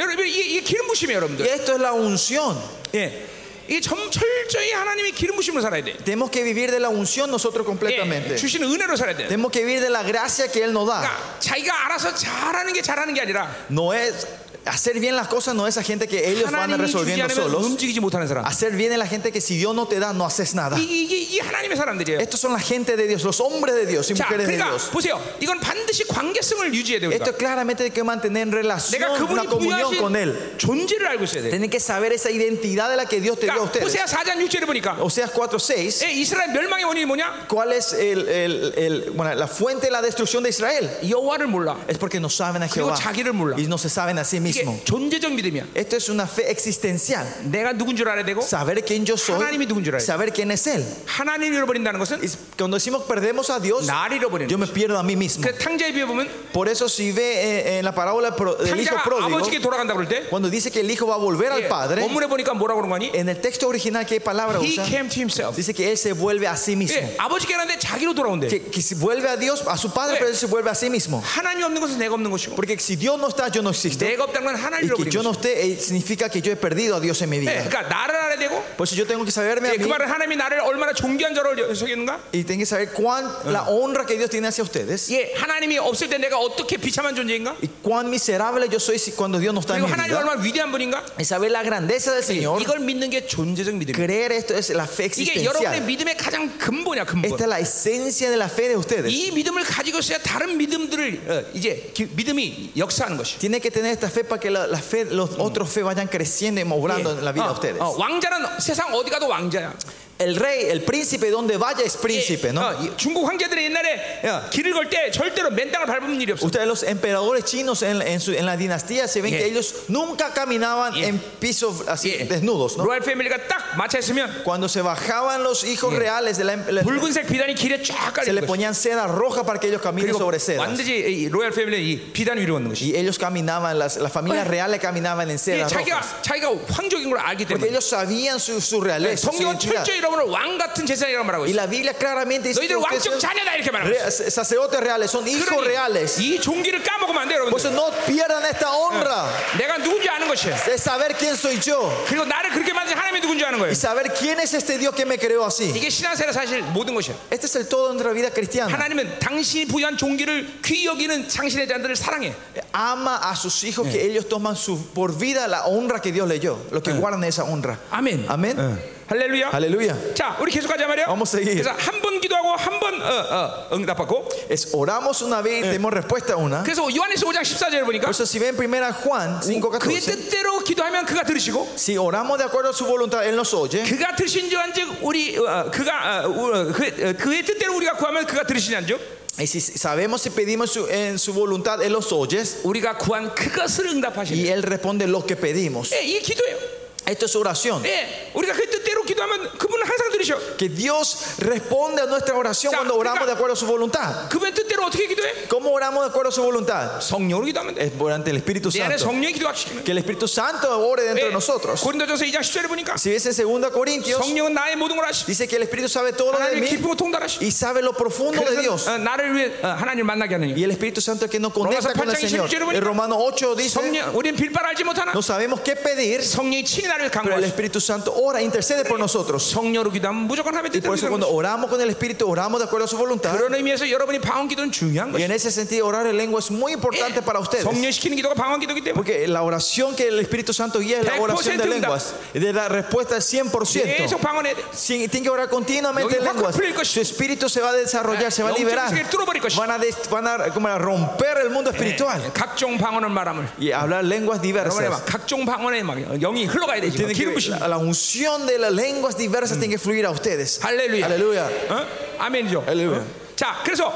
여러분 이게, 이게 기름 부심이에요, Y 여러분들. esto es la unción. 예, 이게 점 철저히 하나님의 기름 부심으로 살아야 돼. Tenemos que vivir de la unción 예, nosotros completamente. 주시는 은혜로 살아야 돼. Tenemos que vivir de la gracia que Él nos da. 그러니까 자기가 알아서 잘하는 게 잘하는 게 아니라 No es hacer bien las cosas, no es esa gente que ellos van 예, 그 하나님이 주지 resolviendo 않으면 solos. 움직이지 못하는 사람. Hacer bien es la gente que si Dios no te da, no haces nada. 이게, 이게, 이게 하나님의 사람들이에요. Estos son la gente de Dios, los hombres de Dios y 자, mujeres de 예, 그러니까 Dios. 보세요. 이건 반드시 관계성을 유지해야 돼요. Esto 우리가. claramente hay que mantener en relación, 내가 una 그분이 comunión con Él. 부여하신 존재를 알고 있어야 돼. Tienen que 사ber esa identidad de la que Dios te dio a 그러니까 ustedes. 호세아 4장 6절에 보니ca Oseas 4:6, 예, 이스라엘 멸망의 원인이 뭐냐? ¿cuál es el- el- el- bueno, la fuente de la destrucción de Israel? 여호와를 몰라. Es porque no saben a 그리고 Jehová 자기를 몰라. y no se saben a sí 이게 mismo. 존재적 믿음이야. Esto es una fe existencial. 내가 누군 줄 알아야 되고 Saber quién yo soy, 하나님이 누군 줄 알아요. saber quién es Él. 하나님을 잃어버린다는 것은 Es- Cuando decimos perdemos a Dios, 날 잃어버리는 yo me 거죠. pierdo a mí mismo. 그 탕자에 비해 보면 Por eso si ve eh, en la parábola pro- del hijo 탕자가 pródigo, 아버지께 돌아간다 그럴 때 cuando dice que el hijo va a volver 예, al padre, 원문에 보니까 뭐라고 그런 거 아니? en el texto original qué palabra He usa, came to himself. dice que él se vuelve a sí mismo. 예, 아버지께 가는데 자기로 돌아온대. Que, que se vuelve a Dios, a su padre, 예. pero él se vuelve a sí mismo. 하나님 없는 것은 내가 없는 것이고 Porque si Dios no está, yo no existo. 내가 없다는 건 하나님 Y que 잃어버린 yo no 것이고 esté eh, significa que yo he perdido a Dios en mi 예, vida. 그러니까 나를 알아야 되고 Por eso yo tengo que saberme a 예, 그 mí 말은 하나님이 나를 얼마나 존귀한 자로 여기는가? y tengo que saber cuán la honra que Dios tiene hacia ustedes 예, 하나님이 없을 때 내가 어떻게 비참한 존재인가? y cuán miserable yo soy si- cuando Dios no está en 그리고 mi 하나님 vida. 얼마나 위대한 분인가? Y saber la grandeza del Señor. 이걸 믿는 게 존재적 믿음이에요. Creer esto es la fe 이게 여러분의 existencial. 믿음의 가장 근본이야, 근본. Esta es la esencia de la fe de ustedes. 이 믿음을 가지고 있어야 다른 믿음들을 어, 이제 기- 믿음이 역사하는 것이. Tienen que tener esta fe para que la, la fe, los otros fe vayan creciendo y mobrando en la vida de 어, ustedes. 어, 왕자는 세상 어디 가도 왕자야. El rey, el príncipe, donde vaya es príncipe, ¿no? 어, 이- 중국 황제들이 옛날에 어, 길을 걸 때 절대로 맨 땅을 밟으면 일이 없어. Ustedes los emperadores chinos en, en su- en la dinastía se ven Yeah. que ellos nunca caminaban Yeah. en pisos así Yeah. desnudos, ¿no? 예. 로얄 패밀리가 딱 마차했으면 Cuando se bajaban los hijos reales de la, em, la- 붉은색 비단이 길에 쫙 se le 깔리는 것이. ponían seda roja para que ellos caminen 그리고 sobre seda. 완전히 이 로얄 패밀리 이 비단 위로 걷는 것이. Y ellos caminaban, las, las familias Oye. reales caminaban en 이게 seda roja. 자기가 자기가 황족인 걸 알기 Porque 때문에. 예, ellos sabían su, su realeza, su 성경은 identidad. 철저히 여러분을 왕 같은 제사장이라고 말하고 Y 있어. la Biblia claramente dice que 너희들 ustedes 왕적 son 자녀다 이렇게 말하고 있어. re- sacerdotes reales, son hijos reales. 이 종기를 까먹으면 안 돼요, 여러분들. Por eso no pierdan esta honra 내가 누군지 아는 것이에요. de 사ber quién soy yo 그리고 나를 그렇게 만든 하나님이 누군지 아는 거예요. y 사ber quién es este Dios que me creó así. 이게 신앙생활 사실 모든 것이에요. Este es el todo en nuestra vida cristiana. 하나님은 당신이 부여한 종기를 귀히 여기는 당신의 자들을 사랑해. Ama a sus hijos que ellos toman su, por vida la honra que Dios le dio, los que guardan esa honra. 아멘. Amén. Eh. 할렐루야. Aleluya. 자, 우리 계속 가자 말이야. Vamos a seguir. 그래서 한 번 기도하고 한 번 어, 응답하고. Es, oramos una vez y tenemos respuesta una. Por 그래서 요한에서 5장 14절을 보니까 eso si ven primera Juan 그의 5:14, 뜻대로 기도하면 그가 들으시고 si oramos de acuerdo a su voluntad, él nos oye. 그가 들으신 줄한즉 우리 어, 어, 그가 어, 우- 어, 그, 어, 그의 뜻대로 우리가 구하면 그가 들으시냐즉 Y si sabemos si pedimos su- en su voluntad, él los oye 우리가 구한 그것을 응답하시는 y él responde lo que pedimos. 예, 이 기도예요. Esto es oración. 예, 우리가 그 뜻대로 기도하면 그분은 항상 들으셔. Que Dios responde a nuestra oración Ya, cuando oramos ya. de acuerdo a su voluntad. 그분의 뜻대로 어떻게 기도해? ¿Cómo oramos de acuerdo a su voluntad? 성령으로 기도하면 돼. Es durante el Espíritu 내 안에 Santo. 성령이 기도하시면. 예. Que el Espíritu Santo ore dentro de nosotros. 고린도전서 2장 10절에 보니까 Si ves en 2 Corintios, 성령은 나의 모든 걸 아시. dice que el Espíritu sabe todo lo de 하나님 mí 깊고 통달하시. y sabe lo profundo de Dios. 그래서 어, 나를 위해 어, 하나님을 만나게 하느니. Y el Espíritu Santo es que nos Romanos conecta con el 8, Señor. 16, El Romano 8 dice, 성령, 우리는 빌발 알지 못하나? no sabemos qué pedir, 성령이 친히 나를 pero el 강구하시. Espíritu Santo ora, intercede por nosotros. 성령으로 기도하면 무조건 하면 Por 뜻대로 eso 기도하는 cuando oramos con el Espíritu, oramos de acuerdo a su voluntad. 그런 의미에서 여러분이 방언 기도는 중요한 Y 거예요. en ese sentido, orar en lengua es muy importante para ustedes. 성령 시키는 기도가 방언 기도기 때문에 Porque la oración que el Espíritu Santo guía es la 100% oración de 응답. lenguas. De la respuesta es 100%. 계속 방언해야 돼. Si- Tienen que orar continuamente en 여기 확 lenguas. 풀릴 것이다. Su espíritu se va a desarrollar, se va a 영적인 liberar. 세계를 뚫어버릴 것이다. Van a, des- van a- como a romper el mundo espiritual 각종 방언을 말함을 y hablar lenguas 여러분의 막 diversas. 각종 방언에 막 영이 흘러가야 되지. Tienen 기름 부신. que- la, la unción de las lenguas diversas tiene que fluir a ustedes. 할렐루야. Aleluya. 어? 아멘이죠. 할렐루야. 어? 자, 그래서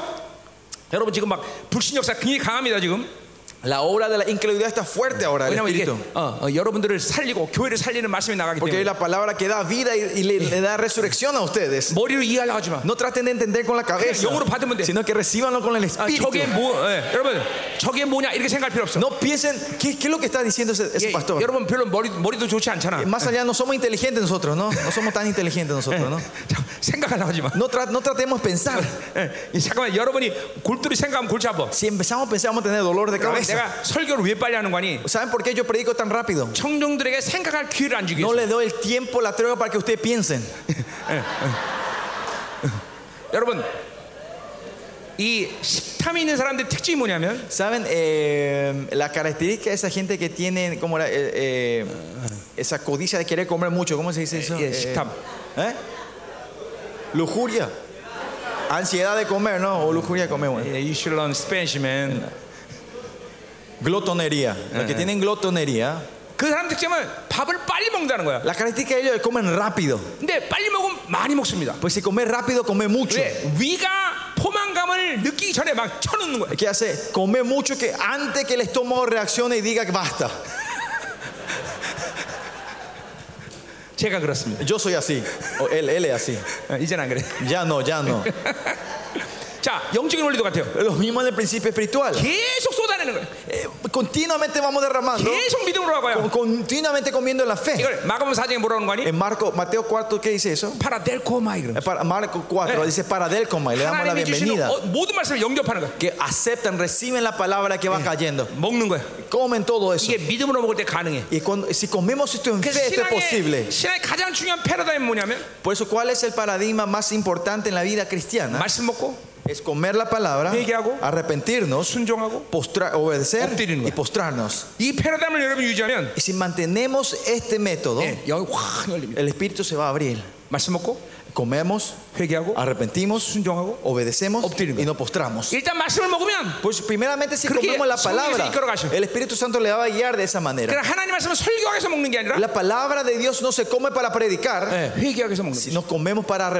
여러분 지금 막 불신 역사 굉장히 강합니다 지금. La obra de la incredulidad está fuerte ahora. El 왜냐면 이게 espíritu. 어, 어, 여러분들을 살리고 교회를 살리는 말씀이 나가기 Porque es 때문에 la palabra que da vida y, y le, le da resurrección a ustedes. 머리로 이해하려 하지 마. No traten de entender con la cabeza, 영으로 받으면 돼. sino que recibanlo con el 아, espíritu. 저게 뭐? 예, 여러분 저게 뭐냐 이렇게 생각할 필요 없어. No piensen, ¿qué, qué es lo que está diciendo ese, ese 예, pastor? 여러분 별로 머리 머리도 좋지 않잖아. Más allá, no somos inteligentes nosotros, ¿no? No somos tan inteligentes nosotros, ¿no? 자, 생각하려고 하지 마. No, tra- no tratemos de pensar. 예, 이 잠깐만 여러분이 골똘히 생각하면 골치 아파. Si empezamos a pensar, vamos a tener dolor de 여러분, cabeza. 내가 설교를 왜 빨리 하는 거니? ¿Saben por qué yo predico tan rápido? 청중들에게 생각할 기회를 안 주기 No 위해서. le doy el tiempo, la tregua para que ustedes piensen. 여러분 이 식탐이 있는 사람들 특징이 뭐냐면 ¿Saben? Eh, la característica de esa gente que tiene, como era, Eh, eh, esa codicia de querer comer mucho, ¿cómo se dice eso? 예, 식탐. ¿eh? Lujuria. Ansiedad de comer, ¿no? O lujuria de comer, bueno. 예, you should learn Spanish, man. Glotonería. Los que tienen glotonería. 그 사람 특징은 밥을 빨리 먹는다는 거야. La característica de ellos es que comen rápido. 근데 빨리 먹으면 많이 먹습니다. Pues si comer rápido, come mucho. 왜 위가 포만감을 포만감을 느끼기 전에 막 쳐놓는 거야. ¿Qué hace? Come mucho que antes que el estómago reaccione y diga que basta. 제가 그렇습니다. Yo soy así. O él, él es así. 어, 이젠 안 그래. Ya no, ya no. 자, 영적인 원리도 같아요. Lo mismo en el principio espiritual. 계속 쏟아내는 거야. Eh, continuamente vamos derramando. 계속 믿음으로 con- 가고요. Continuamente comiendo la fe. 이걸 마가복음 4장에 뭐라는 거 아니? En Marco, Mateo 4, ¿qué dice eso? 파라델코마 이런. Eh, para- Marco 4 dice para del coma y le damos la 하나님이 주시는 bienvenida. 어, 모든 말씀을 영접하는 거야. Que aceptan, reciben la palabra que va cayendo. 먹는 거야. Comen todo eso. 이게 믿음으로 먹을 때 가능해. Y cuando, si comemos esto en 그래서 fe, esto es posible. 신앙의, 신앙의 가장 중요한 패러다임은 뭐냐면 Por eso, ¿cuál es el paradigma más importante en la vida cristiana? 말씀 먹고 Es comer la palabra, Neg하고, arrepentirnos, 순종하고 postra- obedecer 엎드리는 y 거야. postrarnos. 이 패러다임을 여러분 유지하면 Y si mantenemos este método, 예, 영이 확 열립니다. el espíritu se va a abrir. 말씀 먹고 Comemos, 회개하고 arrepentimos, 순종하고 obedecemos 엎드리는 y nos postramos. 일단 말씀을 먹으면 Pues primeramente si 그렇게 comemos la 성령이 palabra, 이끌어가셔. el Espíritu Santo le va a guiar de esa manera. 그냥 하나님 말씀을 설교하기서 먹는 게 아니라 La palabra de Dios no se come para predicar, 예, 회개하기서 먹는 거예요. sino comemos para 예, 이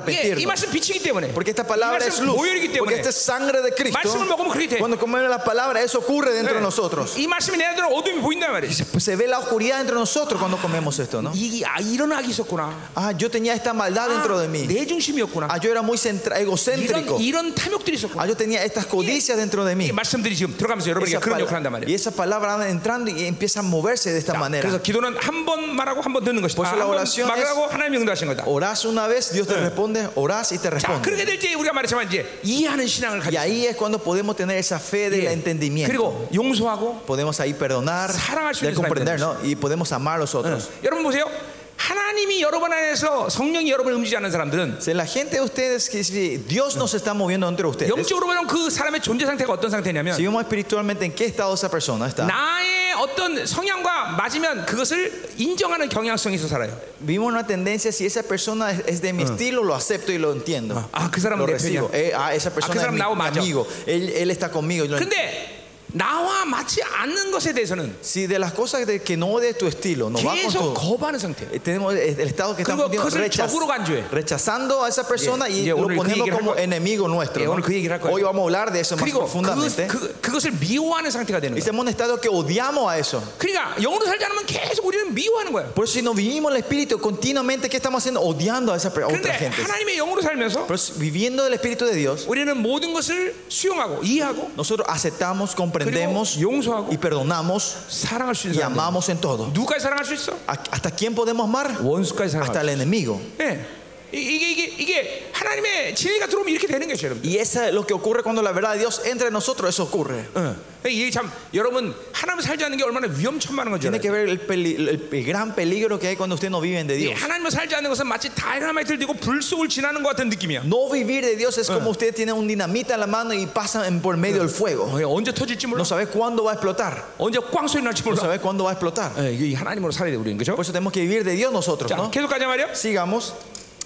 arrepentirnos. 말씀 빛이기 때문에 네, Porque esta 이 palabra 말씀은 es luz, 보혈이기 porque 때문에 esta es sangre de 말씀을 Cristo. 먹으면 그렇게 돼. Cuando comemos la palabra, eso ocurre dentro de 예. nosotros. 이 말씀이 내 안에 어둠이 보인단 말이지. Pues se ve la oscuridad dentro de nosotros cuando comemos esto, ¿no? 이게 아, 이런 악이 있었구나. 아, Ah, yo tenía esta maldad dentro de mí. 내 중심이었구나. Ah, yo era muy centra- egocéntrico. 이런 이런 탐욕들이 있었구나. Ah, yo tenía estas codicias dentro de 이 mí. 말씀들이 지금 들어가면서 여러분에게 Esa 그런 pala- 역할을 한단 말이에요. y esa palabra anda entrando y empieza a moverse de esta manera. 그래서 기도는 한 번 말하고 한 번 듣는 것이다. 벌써 한번 oraciones- 말하고 하나님 응답하신 거다. Orás una vez, Dios Eh. te responde, orás y te 자, responde. 그렇게 될 때 우리가 말했지만 이제 이해하는 신앙을 Y 가지고 ahí es cuando podemos tener esa fe del entendimiento. 그리고 용서하고 podemos ahí perdonar, 사랑할 수 de 있는 comprender, ¿no? Y podemos amar a los otros. 여러분 보세요. 하나님이 여러분 안에서 성령이 여러분을 움직이지 않는 사람들은 Si la gente de ustedes, que si Dios nos está moviendo entre ustedes, 영적으로 보면 그 사람의 존재 상태가 어떤 상태냐면 si vemos espiritualmente en qué estado esa persona está, 나의 어떤 성향과 맞으면 그것을 인정하는 경향성이 있어 살아요. vimos una tendencia, si esa persona es, es de mi estilo, lo acepto y lo entiendo. Ah, que saram lo de recibo. peña. Eh, ah, esa persona saram es mi nao macho. amigo, él, él está conmigo. yo lo 근데 나와 맞지 않는 것에 대해서는 Si de las cosas de que no de tu estilo, no va con 계속 todo. 거부하는 상태. Eh, Tenemos el el estado que estamos 그리고 그것을 적으로 간주해. rechazando a esa persona 예, y 이제 lo 오늘 그 ponemos 얘기를 할 como 거예요. enemigo nuestro. 예, ¿no? 오늘 그 얘기를 할 거예요. Hoy vamos a hablar de eso más 그리고 그, profundamente. 그, 그것을 미워하는 상태가 되는 거예요. Estamos en un estado que odiamos a eso. 그러니까 영으로 살지 않으면 계속 우리는 미워하는 거예요. Por eso, si nos vivimos el espíritu continuamente, ¿qué estamos haciendo? Odiando a esa per- a 그런데 otra gente. 하나님의 영으로 살면서 Pero si- viviendo del espíritu de Dios, 우리는 모든 것을 수용하고 이해하고 nosotros aceptamos, 그리고 comprendemos 용서하고 y perdonamos 사랑할 수 y 있는 사람. amamos en todo. 누구까지 사랑할 수 있어? ¿A- ¿Hasta quién podemos amar? 원수까지 사랑할 Hasta el 수 있어. enemigo. 예. 이- 이게 이게 이게 하나님의 진리가 들어오면 이렇게 되는 것이에요, 여러분. Y eso es lo que ocurre cuando la verdad de Dios entra en nosotros, eso ocurre. 예. 이게 참 여러분 하나님 살지 않는 게 얼마나 위험천만한 건지 Tiene 알아요. que ver el, peli- el- el gran peligro que hay cuando ustedes no viven de 이 Dios. 하나님을 살지 않는 것은 마치 다이너마이트를 들고 불 속을 지나는 것 같은 느낌이야. No vivir de Dios es como usted tiene un dinamita en la mano y pasa en por medio del fuego. 어, 예, 언제 터질지 몰라. No sabes cuándo va a explotar. 언제 꽝 소리 날지 No 몰라. sabes cuándo va a explotar. 예, 이게 하나님으로 살아야 돼 우리는 그죠? Por eso tenemos que vivir de Dios nosotros, 자, ¿no? 계속 가자 말이요. Sigamos.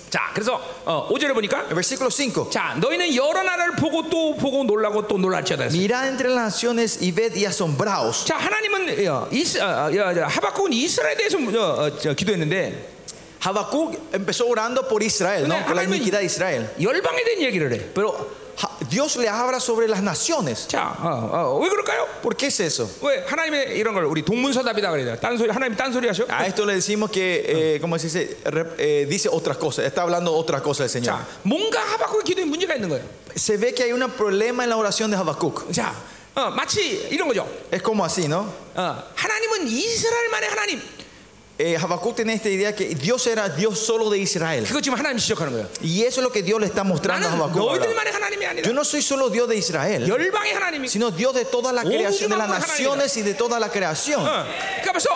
자, 그래서 어, 5절에 보니까 El versículo 5. 자, 너희는 여러 나라를 보고 또 보고 놀라고 또 놀랄지어다. 했어요. Mirad entre las naciones y ved y asombraos. 자, 하나님은 어, 이스, 어, 어, 어, 하박국은 이스라엘에 대해서 어, 어, 저, 기도했는데 Habacuc empezó orando por Israel, ¿no? Por la iniquidad de Israel. 열방에 대한 이야기를 해. Pero ja- Dios le habla sobre las naciones. 자, 어, 어, 왜 그럴까요? ¿Por qué es eso? 왜 하나님의 이런 걸 우리 동문서답이다 그래요. 딴소리 하나님 딴소리 하셔. A esto le decimos que, eh, como se dice, Rep- eh, dice otras cosas, está hablando otra cosa el Señor. 자, 뭔가 하박국의 기도에 문제가 있는 거예요. Se ve que hay un problema en la oración de Habacuc. 자, 어, 마치 이런 거죠. Es como así, ¿no? 어, 하나님은 이스라엘만의 하나님. Eh, Habacuc tiene esta idea que Dios era Dios solo de Israel. 그거 지금 하나님 지적하는 거예요. Y eso es lo que Dios le está mostrando a 나는 Habacuc. ahora. 너희들만의 하나님이 아니다. Yo no soy solo Dios de Israel, 열방의 하나님이. sino Dios de toda la creación, de Ah, las naciones y de toda la 어, creación. 그러니까 벌써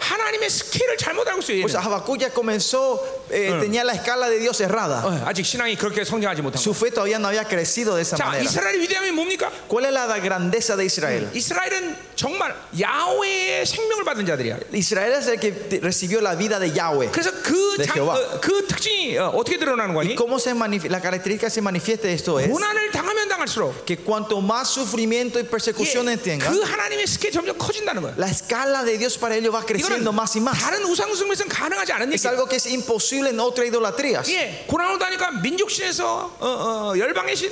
하나님의 스케일을 잘못 알고 있어요. Pues 얘는. Habacuc ya comenzó, eh, tenía la escala de Dios 어, errada. 아직 신앙이 그렇게 성장하지 못한 거. Su fe todavía no había crecido de esa 자, manera. 이스라엘의 위대함이 뭡니까? ¿Cuál es la grandeza de Israel? 이스라엘은 정말 야훼의 생명을 받은 자들이야. Israel es el que te- recibió la vida de Yahweh. 그래서 그, 네, 장, 여호와. 어, 그 특징이 어, 떻게 드러나는 거니? 예. ¿Cómo se manif- la característica que se manifiesta de esto es 고난을 당하면 당할수록 que cuanto más sufrimiento y 이게 persecuciones tenga, 그 하나님의 스케일이 점점 커진다는 거야. la escala de Dios para ellos va 이거는 예, creciendo más y más. 다른 우상 숭배에서는 가능하지 않은 예, Es 얘기야. algo que es imposible en otras idolatrías. 예, 고난을 당하니까 민족 신에서 어, 어, 열방의 신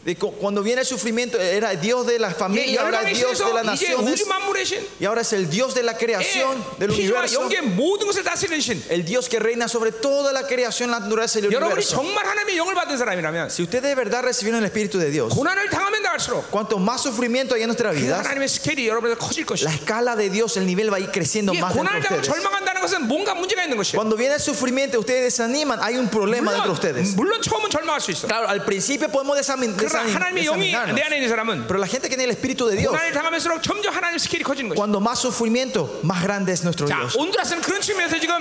de cu- cuando viene el sufrimiento, era el Dios de la 예, familia, ahora 열방의 es Dios de las 신에서 이제 naciones, 우주 만물의 신, y ahora es el Dios de la creación, 예, del 피조와 universo, 영계 모든 것을 다스리는 신. el Dios que reina sobre toda la creación, la naturaleza y el 여러분이 universo. 정말 하나님의 영을 받은 사람이라면 Si ustedes de verdad recibieron el Espíritu de Dios, 고난을 당하면 당할수록 cuanto más sufrimiento hay en nuestra 그 vida, 하나님의 스케일이 여러분에게 커질 la 것이다. escala de Dios, el nivel va a ir creciendo 이게 más dentro de 고난을 당하고 ustedes. 절망한다는 것은 뭔가 문제가 있는 것이에요. Cuando viene el sufrimiento, ustedes desaniman, hay un problema dentro de ustedes. 물론, 물론 처음은 절망할 수 있어. Claro, al principio podemos desamin- 그러나 desamin- 하나님의 영이 내 desaminarnos. 안에 있는 사람은 Pero la gente que tiene el Espíritu de Dios, 고난을 당하면서록 점점 하나님의 스케일이 커지는 것이야. cuando más sufrimiento, más grande es nuestro 자, Dios. 온두라스는 그런 측면에서 지금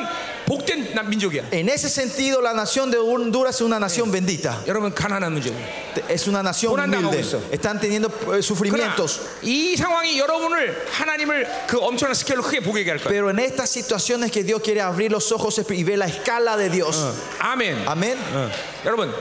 복된 나- 민족이야. En ese sentido, la nación de Honduras es una nación bendita. 여러분 가난한 문제예요. Es una nación Orando humilde. con eso. Están teniendo eh, 그러나 sufrimientos. 이 상황이 여러분을 하나님을 그 엄청난 스케일로 크게 보게 할 거예요. Pero en estas situaciones que Dios quiere abrir los ojos y ver la escala de Dios. 아멘. Amén. 어. 여러분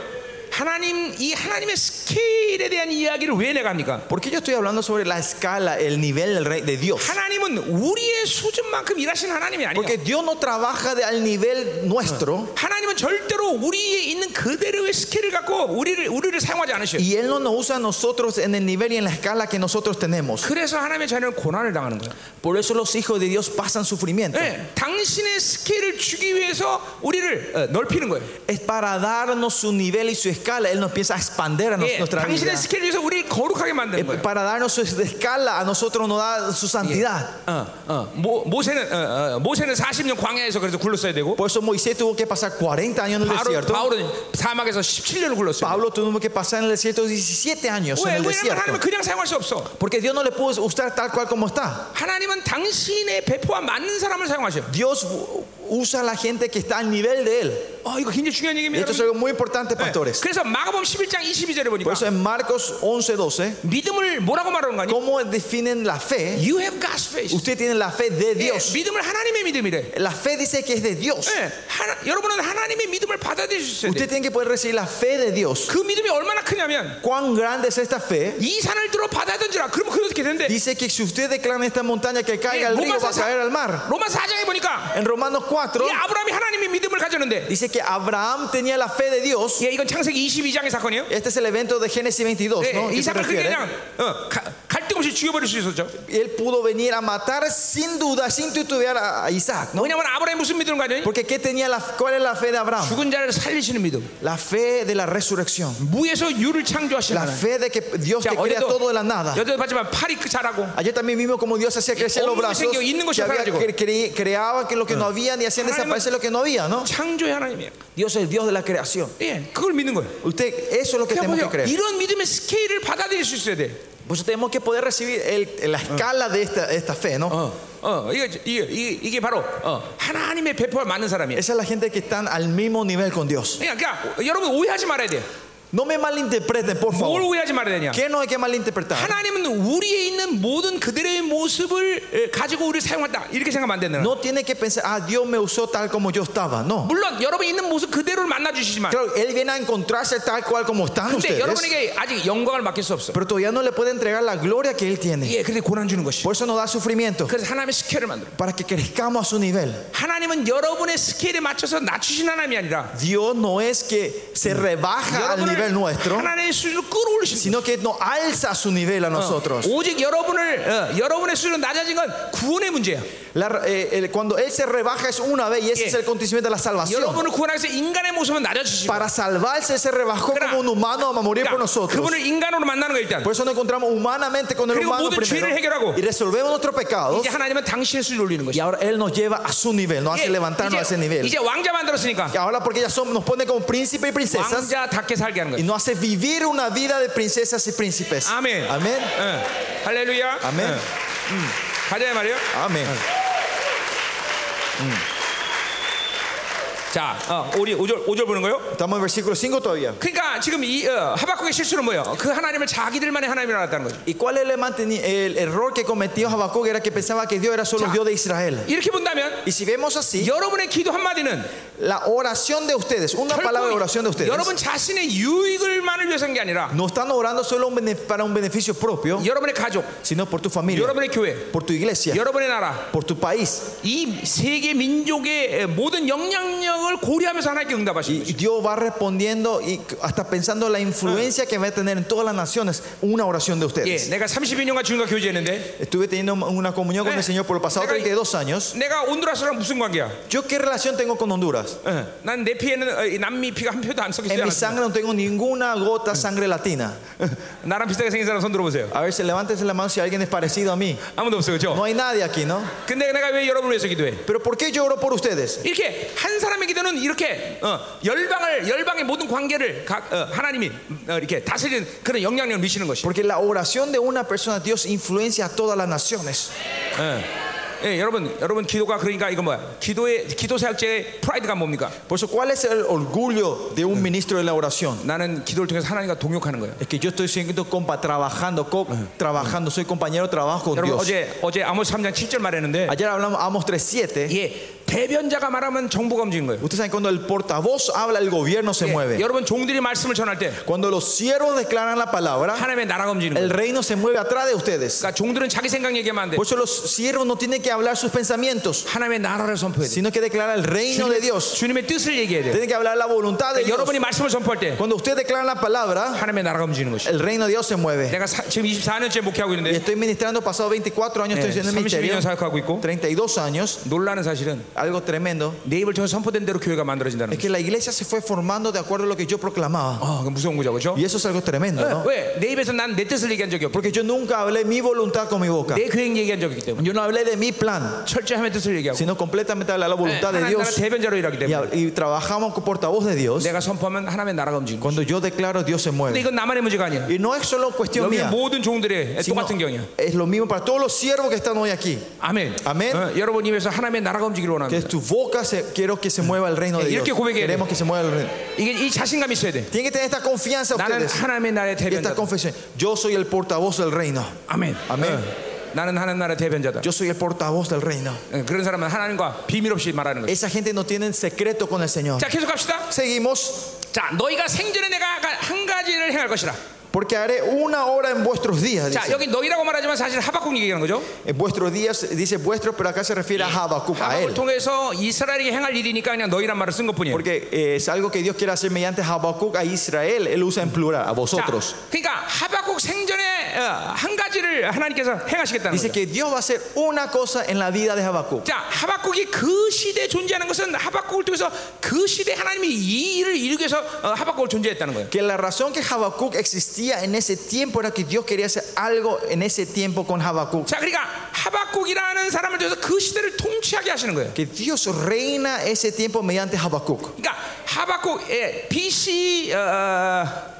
하나님 이 하나님의 스케일에 대한 이야기를 왜 내가 합니까? ¿Por qué yo estoy hablando sobre la escala, el nivel del rey de Dios? 하나님은 우리의 수준만큼 일하시는 하나님이 아니에요. Porque Dios no trabaja de- al nivel nuestro 하나님은 절대로 우리에 있는 그대로의 스킬을 갖고 우리를 우리를 사용하지 않으셔요. y Él no nos usa a nosotros en el nivel y en la escala que nosotros tenemos. 그래서 하나님의 자녀는 고난을 당하는 거예요. Por eso los hijos de Dios pasan sufrimiento. 네, 당신의 스킬을 주기 위해서 우리를 어, 넓히는 거예요. Es para darnos su nivel y su escala. Él nos empieza a expandir a nos- 예, nuestra vida. 당신의 스킬을 위해서 우리 거룩하게 Eh, 만드는 거예요. Para darnos su escala, a nosotros nos da su santidad. 어, 어, 모, 모세는 어, 어, 모세는 40년 광야에서 그래서 굴렀어야 되고 Por eso Moisés tuvo que pasar 40 años en el 바로 desierto. 바울은 사막에서 17년을 굴렀어요. Pablo tuvo que pasar en el desierto 17 años en 왜? el 왜냐면 하나님은 desierto. 그냥 사용할 수 없어. Porque Dios no le pudo usar tal cual como está. 하나님은 당신의 배포와 맞는 사람을 사용하셔. Dios u- usa a la gente que está al nivel de Él. 어, 이거 굉장히 중요한 Y 얘기입니다. esto es 여러분. algo muy importante, pastores. 그래서 마가복음 11장 22절에 보니까 Por eso en Marcos 11, 12, 믿음을 뭐라고 말하는 거 아니야? ¿cómo definen la fe? You have God's faith. Usted tiene la fe de 예, Dios. 믿음을 하나님의 믿음이래. La fe dice que es de Dios. 예, 하나, 여러분은 하나님의 믿음을 받아들일 수 있어야 Usted 돼. tiene que poder recibir la fe de Dios. 그 믿음이 얼마나 크냐면 ¿Cuán grande es esta fe? 이 산을 들어 바다에 던지라. 그러면 그렇게 된대. Dice que si usted declara en esta montaña que caiga al río, va a caer al mar. 로마 4장에 보니까 En Romanos 이4 아브라함이 하나님의 믿음을 가졌는데 dice que Abraham tenía la fe de Dios. 예, 이건 창세기 22장의 사건이에요. Este es el evento de Génesis 22, 예, ¿no? 이 Que se 사람을 그렇게 refiere. 그냥 어, 가- 갈등 없이 죽여버릴 수 있었죠. Él pudo venir a matar sin duda, sin titubear a a Isaac, ¿no? 왜냐면 아브라함이 무슨 믿음을 가졌니? Porque ¿qué tenía la, ¿cuál es la fe de Abraham? 죽은 자를 살리시는 믿음. La fe de la resurrección. 무에서 유를 창조하시는 La 하나님. fe de que Dios 자, que crea 어제도 todo de la nada. 여도 봤지만 팔이 크- 자라고 Ayer también vimos como Dios hacía crecer los 없는 것이 brazos, 생겨, 있는 것이 que había- 사라지고. cre- cre- creaba que lo que no había y hacían 하나님은- desaparecer lo que no había, ¿no? 창조의 하나님이에요. Dios es el Dios de la creación. 예, 그걸 믿는 거예요. Usted, eso es lo que 그러니까 tenemos que 보세요. creer. 이런 믿음의 스케일을 받아들일 수 있어야 돼. Por eso tenemos que poder recibir el- la escala de esta, esta fe, ¿no? 어, 어, 이게 이게 이게, 이게 바로 어, 하나님의 배포가 맞는 사람이에요. Esa es la gente que están al mismo nivel con Dios. 그러니까, 그러니까 여러분 오해하지 말아야 돼. No me malinterpreten, por 뭘 favor. 오해하지 말아야 되냐? ¿Qué no hay que malinterpretar? 하나님은 우리에 있는 모든 그들의 모습을 에, 가지고 우리를 사용한다 이렇게 생각하면 안 된다. No tiene que pensar, ah, Dios me usó tal como yo estaba. No. 물론 여러분 있는 모습 그대로를 만나 주시지만, Claro, Él viene a encontrarse tal cual como están 근데 ustedes. 여러분에게 아직 영광을 맡길 수 없어. Pero todavía no le puede entregar la gloria que Él tiene. 예, 근데 고난 주는 것이. Por eso nos da sufrimiento. 그래서 하나님의 스케일을 만들어. Para que crezcamos a su nivel. 하나님은 여러분의 스케일에 맞춰서 낮추신 하나님이 아니라 Dios no es que se rebaja al nivel 여러분을 nuestro, 하나님의 수준으로 끌어올리신 sino que nos alza a su nivel a 거예요. nosotros. 오직 여러분을 어, 여러분의 수준 낮아진 건 구원의 문제야. La- eh, el- cuando Él se rebaja es una vez y ese Yeah. es el acontecimiento de la salvación. 여러분을 구원하기 위해서 인간의 모습은 낮아지시고 Para salvarse se rebajó Claro. como un humano a morir por 그러니까 nosotros. 그분을 인간으로 만나는 거 일단. Por eso nos encontramos humanamente con el 그리고 humano 모든 죄를 primero 해결하고 y resolvemos nuestros pecados. 이제 하나님은 당신의 수준 올리는 Y 것이야. ahora Él nos lleva a su nivel, nos hace levantarnos a ese 이제, nivel. 이제 왕자 만들었으니까 Y ahora porque ya somos, nos pone como príncipe y princesas 왕자답게 살게 하는 y 거야. nos hace vivir una vida de princesas y príncipes. 아멘. Amén. 예. 할렐루야. 아멘. 예. 음. 가자 말이요. Amén. 자, 어, 우리 5절 5절 보는 거요. Estamos en versículo 5 todavía. 그러니까 지금 이 어, 하박국의 실수는 뭐예요? 그 하나님을 자기들만의 하나님이라 했다는 거죠. ¿Y cuál es el, manteni- el error que cometió Habacuc? Era que pensaba que Dios era solo Ya. Dios de Israel. 이렇게 본다면 Y si vemos así, 여러분의 기도 한마디는 la oración de ustedes, una palabra de oración de 결코 ustedes, 여러분 자신의 유익을만을 위해서 한 게 아니라 no están orando solo un bene- para un beneficio propio, 여러분의 가족, sino por tu familia, 여러분의 교회, por tu iglesia, 여러분의 나라, por tu país. 이 세계 민족의 모든 영향력을 작용을 고려하면서 하나님께 응답하시는 Y 거죠. Dios va respondiendo y hasta pensando la influencia que va a tener en todas las naciones una oración de 예, ustedes. 내가 32년간 주님과 교제했는데 Estuve teniendo una comunión con Eh. el Señor por los pasados Deja- 32 años. 내가 온두라스랑 무슨 관계야? ¿Yo qué relación tengo con Honduras? 난 내 피에는 어, 이 남미 피가 한 표도 안 섞이지 En mi 않았어. sangre no tengo ninguna gota sangre latina. 나랑 비슷하게 생긴 사람 손 들어보세요. A ver, se levántese la mano si alguien es parecido a mí. 아무도 없어요, No 그렇죠? hay nadie aquí, ¿no? 근데 내가 왜 여러분을 위해서 기도해? Pero ¿por qué yo oro por ustedes? 이렇게 한 사람의 기도는 이렇게 어, 열방을 열방의 모든 관계를 각, 어, 하나님이 어, 이렇게 다스리는 그런 영향력을 미치는 것이. Porque la oración de una persona, Dios influencia a todas las naciones. 예, 예, 여러분, 여러분 기도가 그러니까 이거 뭐야? 기도의 기도 사역자의 프라이드가 뭡니까? Por eso, ¿cuál es el orgullo de un ministro de la oración? 나는 기도를 통해서 하나님과 동역하는 거예요. Es que yo estoy siendo compa trabajando, co- trabajando, soy compañero de trabajo con 여러분 Dios. 어제 어제 아모스 3장 7절 말했는데 Ayer hablamos Amos 3.7. 예, 대변자가 말하면 정부가 움직인 거예요. Ustedes saben, cuando el portavoz habla, el gobierno se 예, mueve. 여러분 종들이 말씀을 전할 때 Cuando los siervos declaran la palabra, 하나님의 나라가 뭐- 움직이는 거예요. el reino se mueve atrás de ustedes. 그러니까 종들은 자기 생각 얘기하면 안 돼. Por eso los siervos no tienen que hablar sus pensamientos, 하나님의 나라를 선포해야 돼. sino que declaran el reino de Dios. 주님의 뜻을 얘기해야 돼. Tienen que hablar la voluntad de 그러니까 Dios. 여러분이 말씀을 선포할 때 Cuando ustedes declaran la palabra, 하나님의 나라가 움직이는 것이. el reino de Dios se mueve. 내가 사- 지금 24년째 목회하고 Y 있는데 estoy ministrando, pasado 24 años 예, estoy en el ministerio, 32년 사역하고 있고 32 años, 놀라는 사실은 algo tremendo. 내 입을 통해 선포된 대로 교회가 만들어진다는 Es 거. que la iglesia se fue formando de acuerdo a lo que yo proclamaba. 아, 그거 무서운 거죠, 그렇죠? Y eso es algo tremendo, ¿no? 왜? 내 입에서 난 내 뜻을 얘기한 적이 없고 Porque yo nunca hablé mi voluntad con mi boca. 내 계획 얘기한 적이 없기 때문에 Yo no hablé de mi plan, 철저히 하나님의 뜻을 얘기하고 네. sino completamente hablé la voluntad de 하나님 나라 Dios. 대변자로 일하기 Y, 때문에 hab- y trabajamos con portavoz de Dios. 내가 선포하면 하나님의 나라가 움직이고 Cuando yo declaro, Dios se 근데 mueve. 이건 나만의 문제가 아니야 Y no es solo cuestión 여기 mía. 모든 종들의 sino 똑같은 경우야 es lo mismo para todos los siervos que están hoy aquí. 아멘. 아멘. 어, 여러분 입에서 하나님의 나라가 움직이길 Que 원합니다. tu boca se, quiero que se mueva el reino de Eh, Dios. 이렇게 고백해야 Queremos que se mueva el reino. 이게 이 자신감이 있어야 돼. Tienen que tener esta confianza 나는 ustedes. 하나님의 나라의 Y esta 대변자다. confesión. Yo soy el portavoz del reino. 아멘. 아멘. 어, 나는 하나님 나라의 대변자다. Yo soy el portavoz del reino. 어, 그런 사람은 하나님과 비밀 없이 말하는 거야. Esa gente no tiene secreto con el Señor. 자, 계속 갑시다. Seguimos. 자, 너희가 생전에 내가 아까 한 가지를 행할 것이라. Porque haré una hora en vuestros días. 자, dice. 여기 너희라고 말하지만 사실 하박국 얘기하는 거죠. En vuestros días dice vuestros, pero acá se refiere a Habacuc, a 하박국을 él. 통해서 이스라엘에게 행할 일이니까 그냥 너희란 말을 쓴 것뿐이에요. Porque eh, es algo que Dios quiere hacer mediante Habacuc a Israel. Él usa en plural, a 자, vosotros. 그러니까 하박국 생전에 어, 한 가지를 하나님께서 행하시겠다는 Dice 거죠. que Dios va a hacer una cosa en la vida de Habacuc. 자, 하박국이 그 시대에 존재하는 것은 하박국을 통해서 그 시대 하나님이 이 일을 이루기 위해서 어, 하박국을 존재했다는 거예요. Que la razón que Habacuc existía en ese tiempo era que Dios quería hacer algo en ese tiempo con Habacuc. 자, 그러니까 하박국이라는 사람을 통해서 그 시대를 통치하게 하시는 거예요. Que Dios reina ese tiempo mediante Habacuc. 그러니까 하박국 예, BC 어, 어,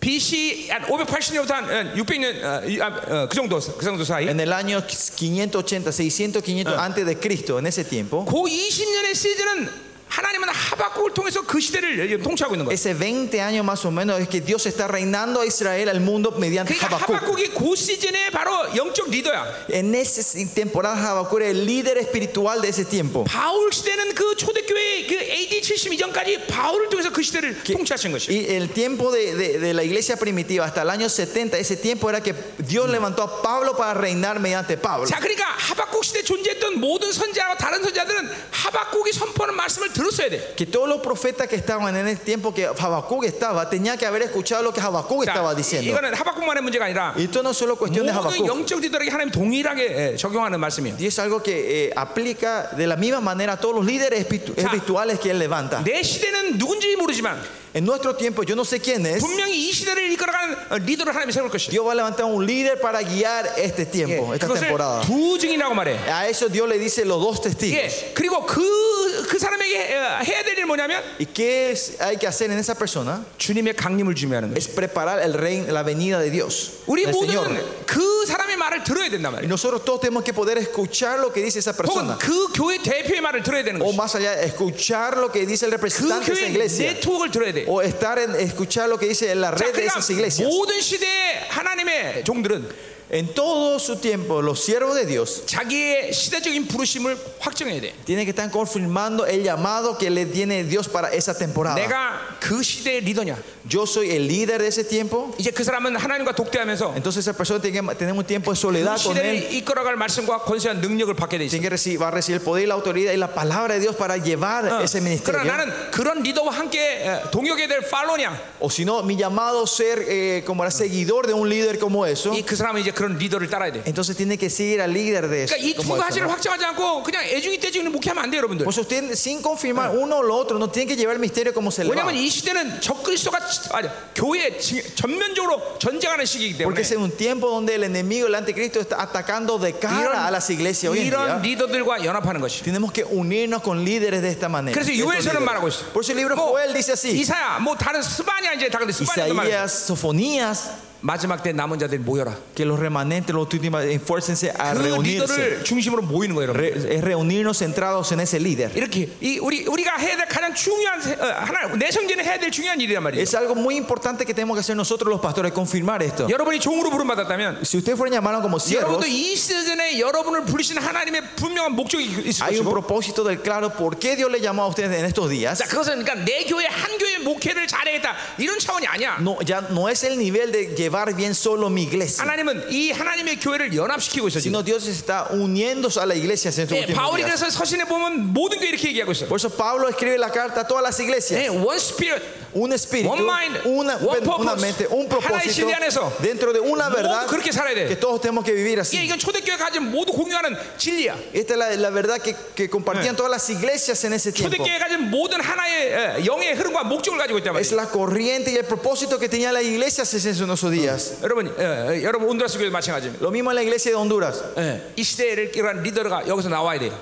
BC 한 580년부터 한 600년 어, 이, 아, 어, 그 정도 그 정도 사이. En el año 580, 600, 500 antes de Cristo, en ese tiempo. 고 20년의 시즌은 하나님은 하박국을 통해서 그 시대를 통치하고 있는 거예요. Ese 20 años más o menos es que Dios está reinando a Israel, al mundo, mediante 그러니까 Habacuc. 하박국이 그 시즌에 바로 영적 리더야. En esa temporada Habacuc era el líder espiritual de ese tiempo. 바울 시대는 그 초대교회 그 AD 70 이전까지 바울을 통해서 그 시대를 통치하신 것이. Y el tiempo de, de- de la iglesia primitiva hasta el año 70, ese tiempo era que Dios levantó a Pablo para reinar mediante Pablo. 자, 그러니까 하박국 시대 에 존재했던 모든 선지자와 다른 선지자들은 하박국이 선포하는 말씀을 들었어야 돼. Que todos los profetas que estaban en el tiempo que Habacuc estaba, tenía que haber escuchado lo que Habacuc 자, estaba diciendo. 이거는 하박국만의 문제가 아니라 Y esto no es solo cuestión de 모든 Habacuc. 영적 리더에게 하나님 동일하게 예, 적용하는 말씀이에요. Y es algo que eh, aplica de la misma manera a todos los líderes espiritu- espirituales que él levanta. 내 시대는 누군지 모르지만 En nuestro tiempo, yo no sé quién es. 분명히 이 시대를 이끌어가는 어, 리더를 하나님이 세울 것이다. Dios va a levantar un líder para guiar este tiempo, 예, esta 그것을 temporada. 두 증이라고 말해. A eso Dios le dice los dos testigos. 예, 그리고 그, 그 사람에게 어, 해야 될 일은 뭐냐면 ¿Y qué es- hay que hacer en esa persona? 주님의 강림을 준비하는 거예요. Es preparar el rein- la venida de Dios, 우리 del Señor. 모두는 그 사람의 말을 들어야 된단 말이에요. Y nosotros todos tenemos que poder escuchar lo que dice esa 혹은 persona. 그 교회 대표의 말을 들어야 되는 O 것이. más allá, escuchar lo que dice el 그 representante de 교회 esa iglesia. 네트워크를 들어야 돼. O estar en escuchar lo que dice la 자, red de 그러니까 esas iglesias. 모든 시대의 하나님의 종들은 En todo su tiempo, los siervos de Dios 자기의 시대적인 부르심을 확정해야 돼. tienen que estar confirmando el llamado que le tiene Dios para esa temporada. 내가 그 시대의 리더냐. Yo soy el líder de ese tiempo. 이제 그 사람은 하나님과 독대하면서 Entonces esa persona tiene que tener un tiempo de 그 soledad con él. 시대를 이끌어갈 말씀과 권세와 능력을 받게 돼 있어. Tiene que recibir, va a recibir el poder y la autoridad y la palabra de Dios para llevar Ah. 어. ese 그러나 ministerio. 나는 그런 리더와 함께 에, 동역해야 될 팔로냐. O si no, mi llamado ser eh, como era seguidor de un líder como eso. 이 그 사람은 이제 그런 리더를 따라야 돼. Entonces tiene que seguir al líder de eso. 그러니까 이 como 두 eso, 가지를 ¿no? 확정하지 않고 그냥 애중이 때중이 목회하면 안 돼요, 여러분들. Por eso usted sin confirmar uno o lo otro, no tiene que llevar el misterio como se le va. 왜냐하면 이 시대는 적그리스도가 지- 아니 교회 지- 전면적으로 전쟁하는 시기이기 때문에 Porque es en un tiempo donde el enemigo, el anticristo, está atacando de cara a las iglesias hoy en 아, 이런 네, día. 리더들과 연합하는 것이. Tenemos que unirnos con líderes de esta manera. 그래서 Estos 요엘서는 líderes. 말하고 있어. Por eso el libro 뭐, Joel dice así: 이사야, 뭐 다른 스바냐 이제 다 근데 스바냐도 말해. Isaías, Sofonías, 마지막 때 남은 자들 모여라. que los remanentes, los últimos, esfuércense a 그 reunirse. 리더를 중심으로 모이는 거예요, 여러분. Re- es reunirnos centrados en ese líder. 이렇게 이 우리 우리가 해야 될 가장 중요한 세- 어, 하나 내성전에 해야 될 중요한 일이란 말이에요. Es algo muy importante que tenemos que hacer nosotros los pastores, confirmar esto. 여러분이 종으로 부름받았다면 Si ustedes fueron llamados como siervos, 여러분도 이 시즌에 여러분을 부르신 하나님의 분명한 목적이 있을 hay un 것이고 propósito del claro por qué Dios le llamó a ustedes en estos días. 자, 그것은 그러니까 내 교회 한 교회 목회를 잘해야겠다 이런 차원이 아니야. No, ya no es el nivel de llevar bien solo mi iglesia, 하나님은 이 ha나님의 교회를 연합시키고 있어 지금. sino Dios está uniéndose a la iglesia en estos 네, últimos 바울이 días. 그래서 서신에 보면 모든 교회 이렇게 얘기하고 있어. Por eso Pablo escribe la carta a todas las iglesias. 네, one spirit. un espíritu, One mind, una, one una purpose. mente, un 하나의 propósito 진리 안에서 dentro de una verdad 모두 그렇게 살아야 que 돼. todos tenemos que vivir 예, 이게 así. 이건 초대교회 가진 모두 공유하는 진리야. Esta es la, la verdad que, que Eh. compartían todas las iglesias en ese tiempo. 초대교회 가진 모든 하나의 에, 영의 흐름과 목적을 가지고 있단 Es 말이야. la corriente y el propósito que tenían las iglesias en esos días. 여러분, 에, 에, 여러분 온드라스 교회 마찬가지입니다. Lo mismo en la iglesia de Honduras. 예, 이 시대를 이런 리더가 여기서 나와야 돼요.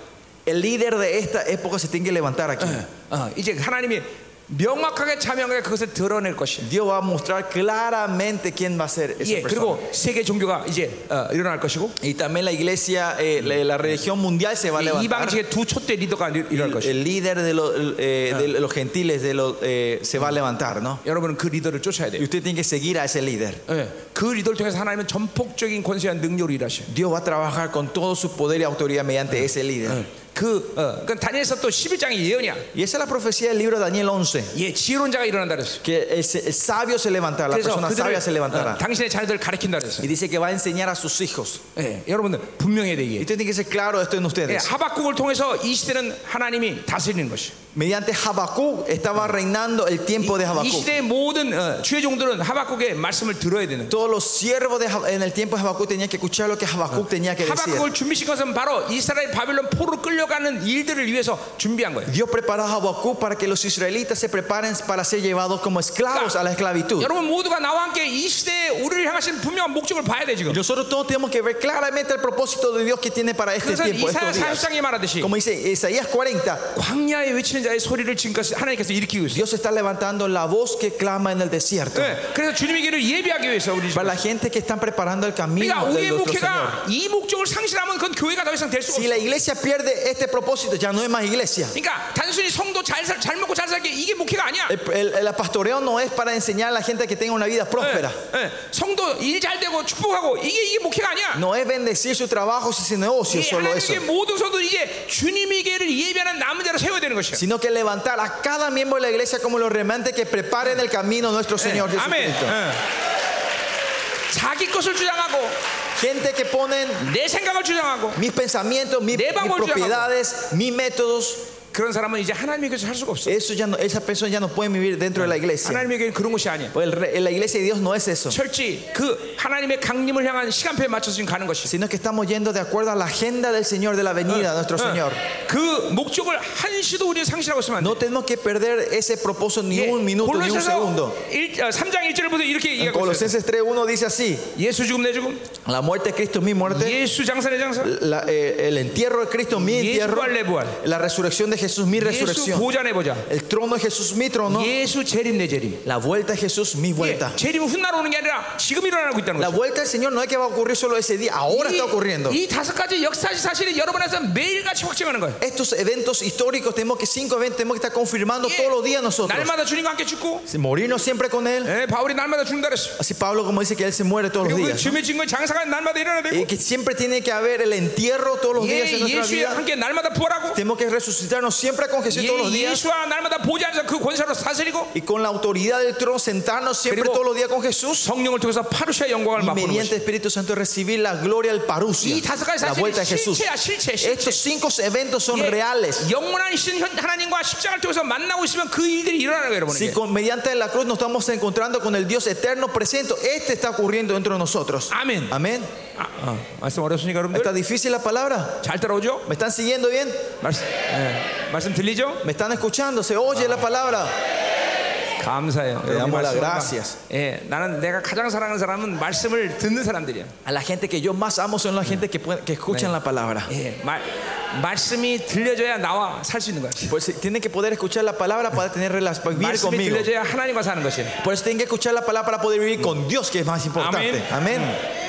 El líder de esta época se tiene que levantar aquí. 어, 이제 하나님이 명확하게 자명하게 그것을 드러낼 것이. Dios va a mostrar claramente quién va a ser esa 예, persona. 그리고 세계 종교가 이제 어, 일어날 것이고 Y también la iglesia, eh, la, la religión mundial se va a 이 levantar. 이방지의 두 초대 리더가 일- 일어날 것이. El líder de los, eh, de los gentiles de los, eh, se va a levantar, ¿no? 여러분은 그 리더를 쫓아야 Y 돼요. usted tiene que seguir a ese líder. 예, 그 리더를 통해서 하나님은 전폭적인 권세와 능력으로 일하셔. Dios va a trabajar con todo su poder y autoridad mediante ese líder. 그 어, 그러니까 다니엘서 또 11장의 예언이야. Y esa es la profecía del libro de Daniel 11. 예, 지혜론자가 일어난다 그랬어. Que el, el sabio se levantará, la 그래서 persona 그들을 sabia se 어, levantará. 당신의 자녀들을 가르친다 그랬어. Y dice que va a enseñar a sus hijos. 예, 여러분들 분명해야 돼 Y 이게. usted tiene que ser claro esto 예, en ustedes. 하박국을 통해서 이 시대는 하나님이 다스리는 것이. Mediante Habacuc estaba reinando el tiempo de 이 Habacuc. 시대의 모든 어, 주의 종들은 하박국의 말씀을 들어야 되는. Todos los siervos de Hab- en el tiempo de Habacuc tenían que escuchar lo que Habacuc 예, tenía que decir. 하박국을 준비신 것은 바로 이스라엘 바빌론 포로 끌려가는 일들을 위해서 준비한 거예요. Dios preparó a Habacuc para que los israelitas se preparen para ser llevados como esclavos a la esclavitud. 여러분 모두가 나와 함께 이 시대에 우리를 향하신 분명한 목적을 봐야 돼 지금. Nosotros todos tenemos que ver claramente el propósito de Dios que tiene para este 그것은 tiempo, 이사야 estos días. 40장에 말하듯이 Como dice Isaías 40, 광야에 외치는 자의 소리를 지금까지 하나님께서 일으키고 있어요. Dios está levantando la voz que clama en el desierto. 네, 그래서 주님의 길을 예비하기 위해서 우리 지금. Para la gente que están preparando el 그러니까 camino de 우리의 nuestro Señor. 목회가 이 목적을 상실하면 그건 교회가 더 이상 될 수가 Si 없어요. la iglesia pierde este propósito, ya no es más iglesia. 그러니까 단순히 성도 잘, 살, 잘 먹고 잘 살게 이게 목회가 아니야. El, el- el pastoreo no es para enseñar a la gente que tenga una vida próspera. 예, 예. 성도 일 잘 되고 축복하고 이게 이게 목회가 아니야. No es bendecir sus trabajos y sus negocios 이 solo eso. 하나님께 모든 성도 이제 주님의 길을 예비하는 남은 자로 세워야 되는 것이야. Sino que levantar a cada miembro de la iglesia como los remantes que preparen el camino a nuestro Señor 예, 아멘. Jesucristo. 예. 자기 것을 주장하고 Gente que ponen 내 생각을 주장하고 mis pensamientos, mi- 내 mis 방법을 propiedades, mis métodos. 그런 사람은 이제 하나님의 교회에서 할 수가 없어. Eso ya no, esas personas ya no pueden vivir dentro de la iglesia. 하나님의 교회는 그런 것이 아니야. Pues el re- la iglesia de Dios no es eso, 철저히 그 하나님의 강림을 향한 시간표에 맞춰서 지금 가는 것이. sino que estamos yendo de acuerdo a la agenda del Señor, de la venida de Eh. nuestro Señor. 예. 그 목적을 한시도 우리는 상실하고 있으면 안 돼. No tenemos que perder ese propósito ni un minuto, ni un segundo. 어, 3장 1절부터 이렇게 En 얘기하고 있어요. Colosenses 3.1 dice así, 예수 죽음 내 죽음, la muerte de Cristo es mi muerte, 예수 장사 내 장사, la- eh, el entierro de Cristo es mi 예수 entierro, 부활 내 부활. la resurrección de Jesús mi 예수 resurrección. 보좌내 보자. El trono de Jesús mi trono. 예수 재림 내 재림. La vuelta de Jesús mi 예, vuelta. 재림은 훗날 오는 게 아니라 지금 일어나고 있다는 La 거죠. vuelta del Señor no es que va a ocurrir solo ese día, ahora está ocurriendo. 이, 이 다섯 가지 역사적 사실이 여러분 안에서 매일같이 확증하는 거예요. Estos eventos históricos tenemos que cinco eventos tenemos que estar confirmando 예, todos los días nosotros. 날마다 주님과 함께 죽고 Si Morirnos siempre con él. 예, 바울이 날마다 죽는다 그랬어. Así Pablo como dice que él se muere todos los 그리고 그 días. 주의 증거 장사가 날마다 일어나야 되고 Y que siempre tiene que haber el entierro todos los 예, días en nuestra 예수와 vida. 함께 날마다 부활하고 Tenemos que resucitarnos siempre con Jesús todos los 예, días. 예수와 날마다 보좌 앉아서 그 권세로 사슬이고 Y con la autoridad del trono sentarnos siempre Pero- todos los días con Jesús. 성령을 통해서 파루시아 영광을 Y 맛보는 mediante 것이 el Espíritu Santo recibir la gloria al 이 parusia. 다섯 가지 La vuelta 사실이 de Jesús. 실체야 실체 실체 Estos cinco eventos son 예, reales. 영원한 신 현- 하나님과 십자가를 통해서 만나고 있으면 그 일들이 일어나는 거예요 여러분 Si con- mediante la cruz nos estamos encontrando con el Dios eterno presente, este está ocurriendo dentro de nosotros. 아멘 Amén. 아, 어, 말씀 어렵습니까 여러분들? ¿Está difícil la palabra? 잘 따라오죠? ¿Me están siguiendo bien? 말씀, 예, 말씀 들리죠? ¿Me están escuchando? ¿Se oye la palabra? 감사해요 예, 여러분, damos las 말씀을 gracias. 봐. 예, 나는 내가 가장 사랑하는 사람은 말씀을 듣는 사람들이야 A la gente que yo más amo son la gente que, puede- que escuchan la palabra. 예, 말, 말씀이 들려줘야 나와 살 수 있는 거야 Por eso Pues, tienen que poder escuchar la palabra para tener relación, para vivir 말씀이 conmigo. 들려줘야 하나님과 사는 것이에요 Por eso tienen que escuchar la palabra para poder vivir con Dios, que es más importante. Amén. Amén.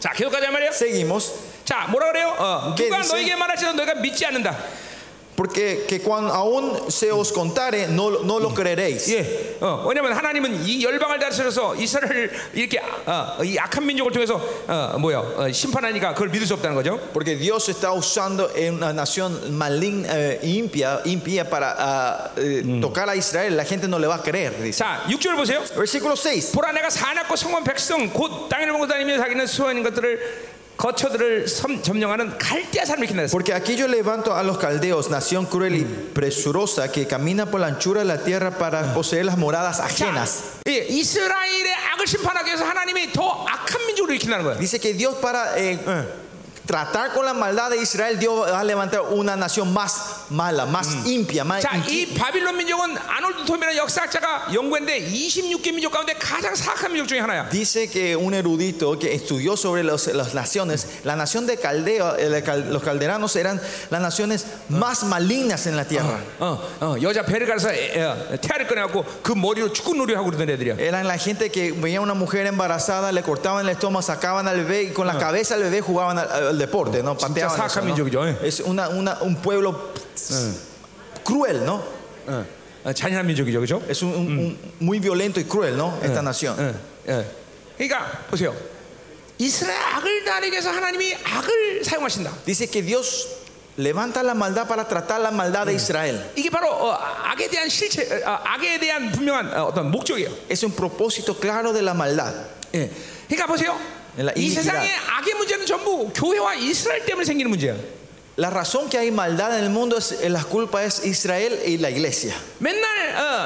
자 계속 가자 말이에요 Seguimos. 자 뭐라 그래요? 어, 네, 누가 믿습니다. 너에게 말할지도 너희가 믿지 않는다 Porque que cuando aún se os contare, no, lo- no lo creeréis. 예, 어, 왜냐면 하나님은 이 열방을 다스려서 이스라엘을 이렇게 어, 이 악한 민족을 통해서 어, 뭐야 어, 심판하니까 그걸 믿을 수 없다는 거죠. Porque Dios está usando en una nación maligna, eh, impía, impía para ah, eh, tocar a Israel. La gente no le va a creer, dice. 자, 6절 보세요. Versículo 6. 보라 내가 사납고 성원 백성 곧 땅을 보고 다니며 자기는 수호하는 것들을 거처들을 섬- 점령하는 갈대아 사람을 일으킨다 했어. Porque aquí yo levanto a los caldeos, nación cruel y presurosa, que camina por la anchura de la tierra para poseer las moradas 자, ajenas. 예, 이스라엘의 악을 심판하기 위해서 하나님이 더 악한 민족을 일으킨다는 거야. Dice que Dios para eh, tratar con la maldad de Israel, Dios va a levantar una nación más mala, más impía, más 자, inqui- 이 바빌론 민족은 아놀드 토미라 역사학자가 연구했는데 26개 민족 가운데 가장 사악한 민족 중에 하나야. Dice que un erudito que estudió sobre los- las naciones, la nación de Caldeo, eh, la cal- los calderanos eran las naciones más malignas en la Ah. tierra. 어, 어, 여자 배를 가서 애- 애- 태아를 꺼내갖고 그 머리로 축구 놀이 하고 그러던 애들이야. Eran la gente que veía a una mujer embarazada, le cortaban el estómago, sacaban al bebé y con la cabeza del bebé jugaban al, al deporte, ¿no? Pateaban. eso, sacan ¿no? 민족이죠, eh. Es una- una- un pueblo cruel, ¿no? 어, 잔인한 민족이죠, 그죠? Es un, un- un- muy violento y cruel, ¿no? Esta nación. 예, 예. 그러니까 보세요. 이스라엘 악을 다리기 위해서 하나님이 악을 사용하신다. Dice que Dios levanta la maldad para tratar la maldad de Israel. 이게 바로 어, 악에 대한 실체, 어, 악에 대한 분명한 어, 어떤 목적이에요. Es un propósito claro de la maldad. 예. 그러니까 보세요. 엘라, 이 이 세상의 악의 문제는 전부 교회와 이스라엘 때문에 생기는 문제야. La razón que hay maldad en el mundo es eh, la culpa es Israel y la iglesia. 맨날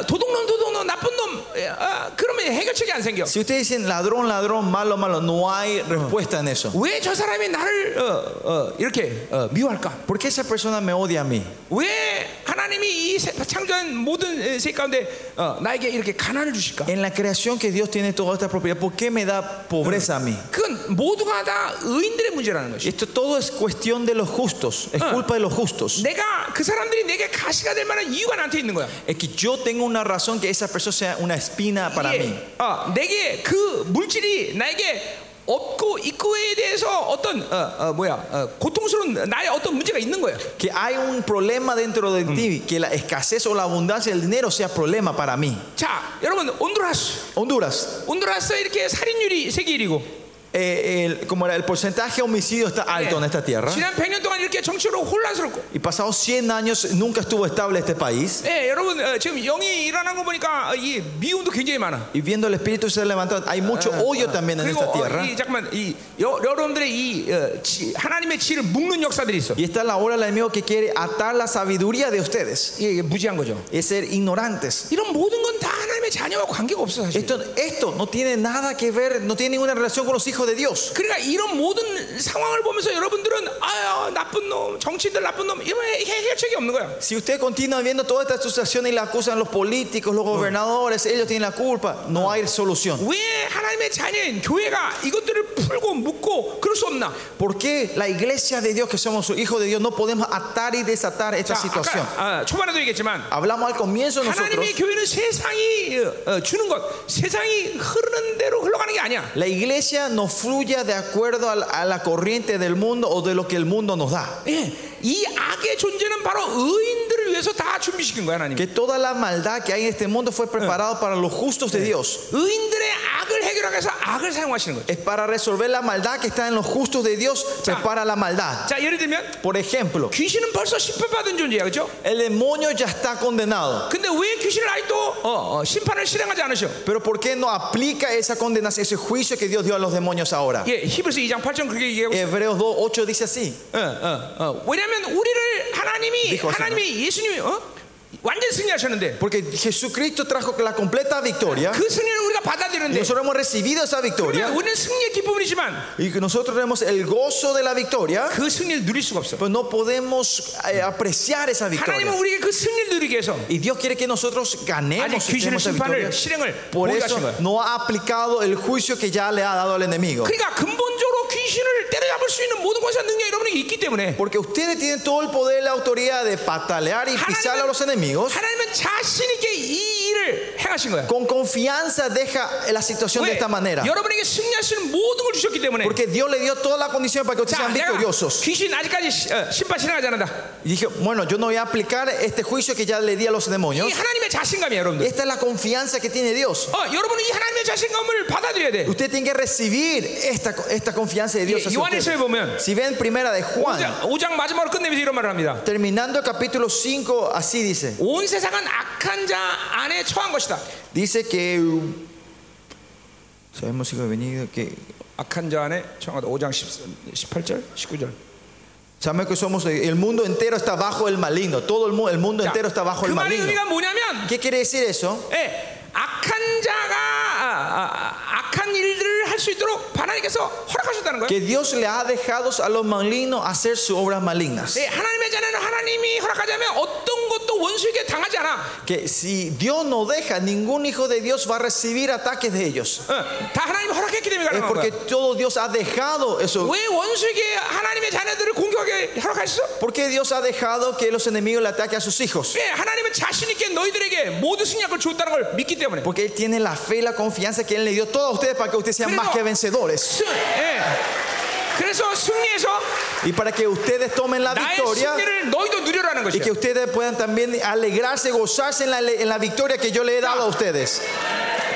어, 도둑놈, 도둑놈, 나쁜 놈, 예, 어, 그러면 해결책이 안 생겨. Si ustedes dicen ladrón, ladrón, malo, malo, no hay respuesta en eso. 왜 저 사람이 나를 어, 어, 이렇게 어, 미워할까? ¿Por qué esa persona me odia a mí? 왜 하나님이 이 세- 창조한 모든 에, 세계 가운데 어, 나에게 이렇게 가난을 주실까? En la creación que Dios tiene toda esta propiedad, ¿por qué me da pobreza a Mm. mí? 그건 모두가 다 의인들의 문제라는 것이. Esto todo es cuestión de los justos, es culpa de los justos. 내가 그 사람들이 내게 가시가 될 만한 이유가 나한테 있는 거야. Es que yo tengo una razón que esa persona sea una espina para mí. 이게, 어, 내게 그 물질이 나에게 없고 있고에 대해서 어떤 어, 어, 뭐야 어, 고통스러운 나의 어떤 문제가 있는 거야. Que hay un problema dentro de ti, que la escasez o la abundancia del dinero sea problema para mí. 자, 여러분 온두라스, Honduras, 온두라스 이렇게 살인율이 세계 1위고. eh, el- como era el porcentaje de homicidio está alto en esta tierra. 지난 100년 동안 이렇게 정치로 혼란스럽고. Y pasados 100 años nunca estuvo estable este país. 예, 여러분 어, 지금 영이 일어난 거 보니까 어, 이 미움도 굉장히 많아. Y viendo el espíritu se levantó, hay mucho odio también en 그리고 esta 어, tierra. 이 잠깐만 이 여, 여러분들의 이 어, 지, 하나님의 지를 묶는 역사들이 있어. Y está la hora del enemigo que quiere atar la sabiduría de ustedes. 예, 예, 무지한 거죠. Es ser ignorantes. 이런 모든 건 다 하나님의 자녀와 관계가 없어 사실. 예. Esto, esto no tiene nada que ver, no tiene ninguna relación con los hijos hijo de Dios. 그러니까 이런 모든 상황을 보면서 여러분들은 아유 나쁜 놈, 정치인들 나쁜 놈 이런 해- 해- 해결책이 없는 거야. Si usted continúa viendo todas estas situaciones y la acusan los políticos, los gobernadores, ellos tienen la culpa, no hay solución. 왜 하나님의 자녀인 교회가 이것들을 풀고 묶고 그럴 수 없나? ¿Por qué la iglesia de Dios, que somos su hijo de Dios, no podemos atar y desatar esta 자, situación? 아까 아, 초반에도 얘기했지만 Hablamos al comienzo nosotros. 하나님의 교회는 세상이 어, 어, 주는 것, 세상이 흐르는 대로 흘러가는 게 아니야. La iglesia no fluya de acuerdo al- a la corriente del mundo o de lo que el mundo nos da. 예, 이 악의 존재는 바로 의인들을 위해서 다 준비시킨 거야 하나님. Que toda la maldad que hay en este mundo fue preparado para los justos de Dios. 의인들의 악을 해결하기 위해서 악을 사용하시는 거예요. Es para resolver la maldad que está en los justos de Dios, prepara la maldad. 자, 예를 들면 Por ejemplo, 귀신은 벌써 심판받은 존재야, 그렇죠? el demonio ya está condenado. 근데 왜 귀신을 아직도 어, 어, 심판을 실행하지 않으셔? Pero ¿por qué no aplica esa condenación, ese juicio que Dios dio a los demonios ahora? 예, 히브리서 2장 8절 그렇게 얘기하고 Hebreos 2.8 dice así. 어, 어, 어. 왜냐하면 우리를 하나님이 믿고 하나님이 예수님이 어? 완전 승리하셨는데 Porque Jesucristo trajo la completa victoria. 그 승리를 우리가 받아들였는데 Nosotros hemos recibido esa victoria. 우리는 승리의 기쁨이지만 Y que nosotros tenemos el gozo de la victoria. 그 승리를 누릴 수가 없어. Pero no podemos eh, apreciar esa victoria. 하나님은 우리에게 그 승리를 누리기 위해서 Y Dios quiere que nosotros 아니 ganemos 귀신의 tenemos esa victoria. 심판을 실행을 Por 그 보게 eso 하신 거야. no ha aplicado el juicio que ya le ha dado al enemigo. 그러니까 근본적으로 귀신을 때려잡을 수 있는 모든 권세 능력이 여러분에게 있기 때문에 Porque ustedes tienen todo el poder y la autoridad de patalear y pisar a los 뭐 enemigos. 하나님은 자신 있게 이 일을 행하신 거야. Con confianza deja la situación de 왜? esta manera. 여러분에게 승리할 수 있는 모든 걸 주셨기 때문에. Porque Dios le dio toda la condición para que ustedes 자, sean 내가 victoriosos. 귀신 아직까지 시- 어, 심판 신앙하지 않는다. Y dije, bueno, yo no voy a aplicar este juicio que ya le di a los 이 demonios. 하나님의 자신감이야, 여러분들. Esta es la confianza que tiene Dios. 어, 여러분은 이 하나님의 자신감을 받아들여야 돼. Usted tiene que recibir esta, esta confianza de Dios. 예, hacia 요한에서에 ustedes. 보면 Si ven primera de Juan, 5장, 5장 마지막으로 끝내면서 이런 말을 합니다. terminando el capítulo 5, así dice. 온 세상은 악한 자 안에 처한 것이다. Dice que... Sabemos si venido que... 악한 자 안에 처한 것이다. 5장 10, 18절, 19절. Sabemos que somos... El mundo entero está bajo el maligno. Todo el mundo, el mundo entero está bajo 그 el 말의 maligno. 의미가 뭐냐면, ¿Qué quiere decir eso? 예, 악한 자가 아, 아, 아, 악한 일들을 할 수 있도록 하나님께서 허락하셨다는 거예요. Que Dios le ha dejado a los malignos hacer sus obras malignas. 네, 하나님의 자녀는 하나님이 허락하자면 어떤 것도 원수에게 당하지 않아. Que si Dios no deja, ningún hijo de Dios va a recibir ataques de ellos. 어, 다 하나님이 허락했기 때문에 Es 가능한 예, porque 거야. todo Dios ha dejado eso. 왜 원수에게 하나님의 자녀들을 공격하게 허락하셨어? ¿Por qué Dios ha dejado que los enemigos le ataquen a sus hijos? 왜 예, 하나님은 자신 있게 너희들에게 모든 승리약을 주었다는 걸 믿기 때문에. Porque Él tiene la fe y la confianza que Él le dio toda a ustedes para que ustedes sean más que vencedores. 승, 예. 그래서 승리에서 Y para que ustedes tomen la 나의 victoria 승리를 너희도 누려라는 y 것이야. que ustedes puedan también alegrarse, gozarse en la, en la victoria que yo le he dado a ustedes.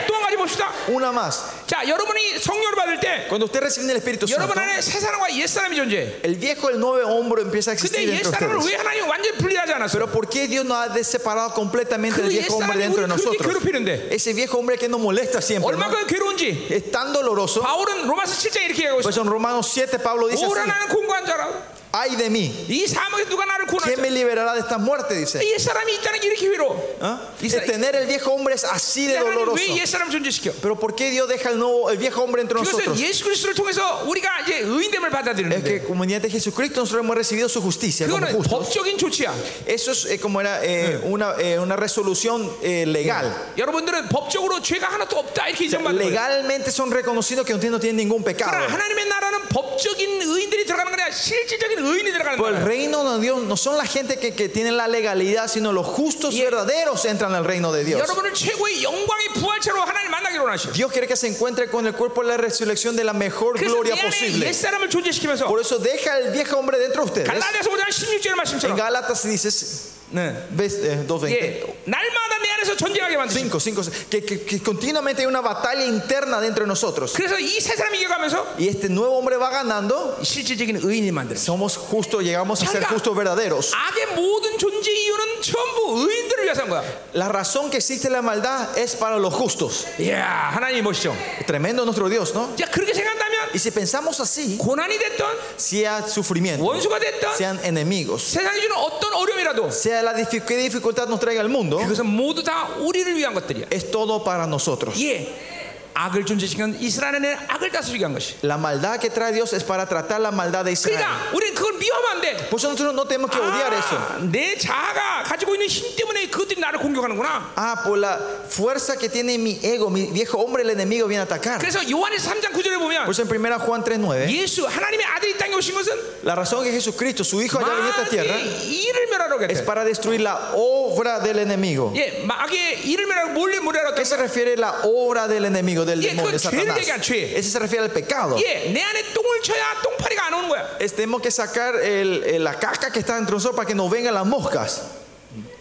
또 한 가지 봅시다. Una más. 자, 여러분이 성령을 받을 때 Cuando usted recibe el Espíritu Santo, 여러분 안에 새 사람과 옛 사람이 존재해. el viejo, el nuevo hombre empieza a existir 근데 옛 entre 사람을 ustedes. 왜 하나님이 완전히 분리하지 않았어? Pero ¿por qué Dios nos ha separado completamente del 그 viejo hombre 옛사람이 음. dentro de 우리를 그렇게 nosotros? 괴롭히는데 Ese viejo hombre que nos molesta siempre. ¿no? 얼마나 괴로운지 Es tan doloroso. 바울은 로마서 7장 이렇게 얘기하고 있어. Pues en Romanos 7 Pablo dice 오라 así, 나는 공고한 자라고. ay de mí, 이 사막에 누가 나를 구원하지 ¿quién me liberará de esta muerte? Dice. 옛 사람이 있다는 게 이렇게 괴로워. ¿Ah? Y- El tener el viejo hombre es así de 하나님 doloroso. 왜옛 사람 존재시켜? Pero ¿por qué Dios deja el, nuevo, el viejo hombre entre 그것은 nosotros? 예수 그리스도를 통해서 우리가 이제 의인됨을 Es 받아들이는데 que como mediante Jesucristo nosotros hemos recibido su justicia como 그거는 justos. 법적인 조치야. Eso es eh, como era eh, una, eh, una resolución eh, legal. 여러분들은 법적으로 죄가 하나도 없다 이렇게 인정받는 거예요. Legalmente son reconocidos que ustedes no tienen ningún pecado. 그러나 하나님의 나라는 법적인 의인들이 들어가는 거냐 실질적인 의인이 들어가는 Pero el 거야. reino de Dios no son la gente que, que tiene la legalidad, sino los justos verdaderos entran al reino de Dios. 여러분을 최고의 영광의 부활체로 하나님 만나기로 원하셔. Dios quiere que se encuentre con el cuerpo de la resurrección de la mejor 그래서 내 gloria 안에 옛 posible. 사람을 존재시키면서 Por eso deja el viejo hombre dentro de ustedes. 갈라디아서 5장16절의 En 말씀처럼 Gálatas dices, 네. ves, eh, 2.20, 예, 날마다 내 안에서 전쟁하게 만드신 5, 5, que, que- que continuamente hay una batalla interna dentro de nosotros. 그래서 이 세 사람이 이겨가면서 Y este nuevo hombre va ganando. 실질적인 의인이 만드는 Somos justos, llegamos a ser Salga. justos verdaderos. 악의 모든 존재 이유는 전부 의인들을 위해서 한 거야 La razón que existe la maldad es para los justos. 이야 하나님 멋있죠 Tremendo nuestro Dios, ¿no? 자 그렇게 생각한다면 Y si pensamos así, 고난이 됐던 sea sufrimiento, 원수가 됐던 sean enemigos, 세상이 주는 어떤 어려움이라도 sea la dific- que dificultad nos traiga el mundo, 그것은 모두 다 우리를 위한 것들이야 es todo para nosotros. 예 악을 존재시킨 이스라엘에는 악을 다스리게 한 것이. La maldad que trae Dios es para tratar la maldad de Israel. 그러니까 우리는 그걸 미워하면 안 돼. Por eso nosotros no tenemos que odiar eso. 아, 내 자아가 가지고 있는 힘 때문에 그것들이 나를 공격하는구나. Ah, por la fuerza que tiene mi ego, mi viejo hombre, el enemigo viene a atacar. 그래서 요한에서 3장 9절에 보면 Por eso en 1 Juan 3.9, 예수 하나님의 아들이 땅에 오신 것은 la razón que Jesucristo, su Hijo allá en esta tierra, 마귀의 일을 멸하러 es 갔대. para destruir la obra del enemigo. 예, 마귀의 일을 멸하고 몰래 몰래하러 ¿Qué 갔대. se refiere a la obra del enemigo, del Yeah, demonio, de 그건 Satanás? 죄를 얘기한 죄. Ese se refiere al pecado. 예, 내 안에 똥을 쳐야 똥파리가 안 오는 거야. Es, tenemos que sacar el- el- la caca que está dentro de nosotros para que no vengan las moscas.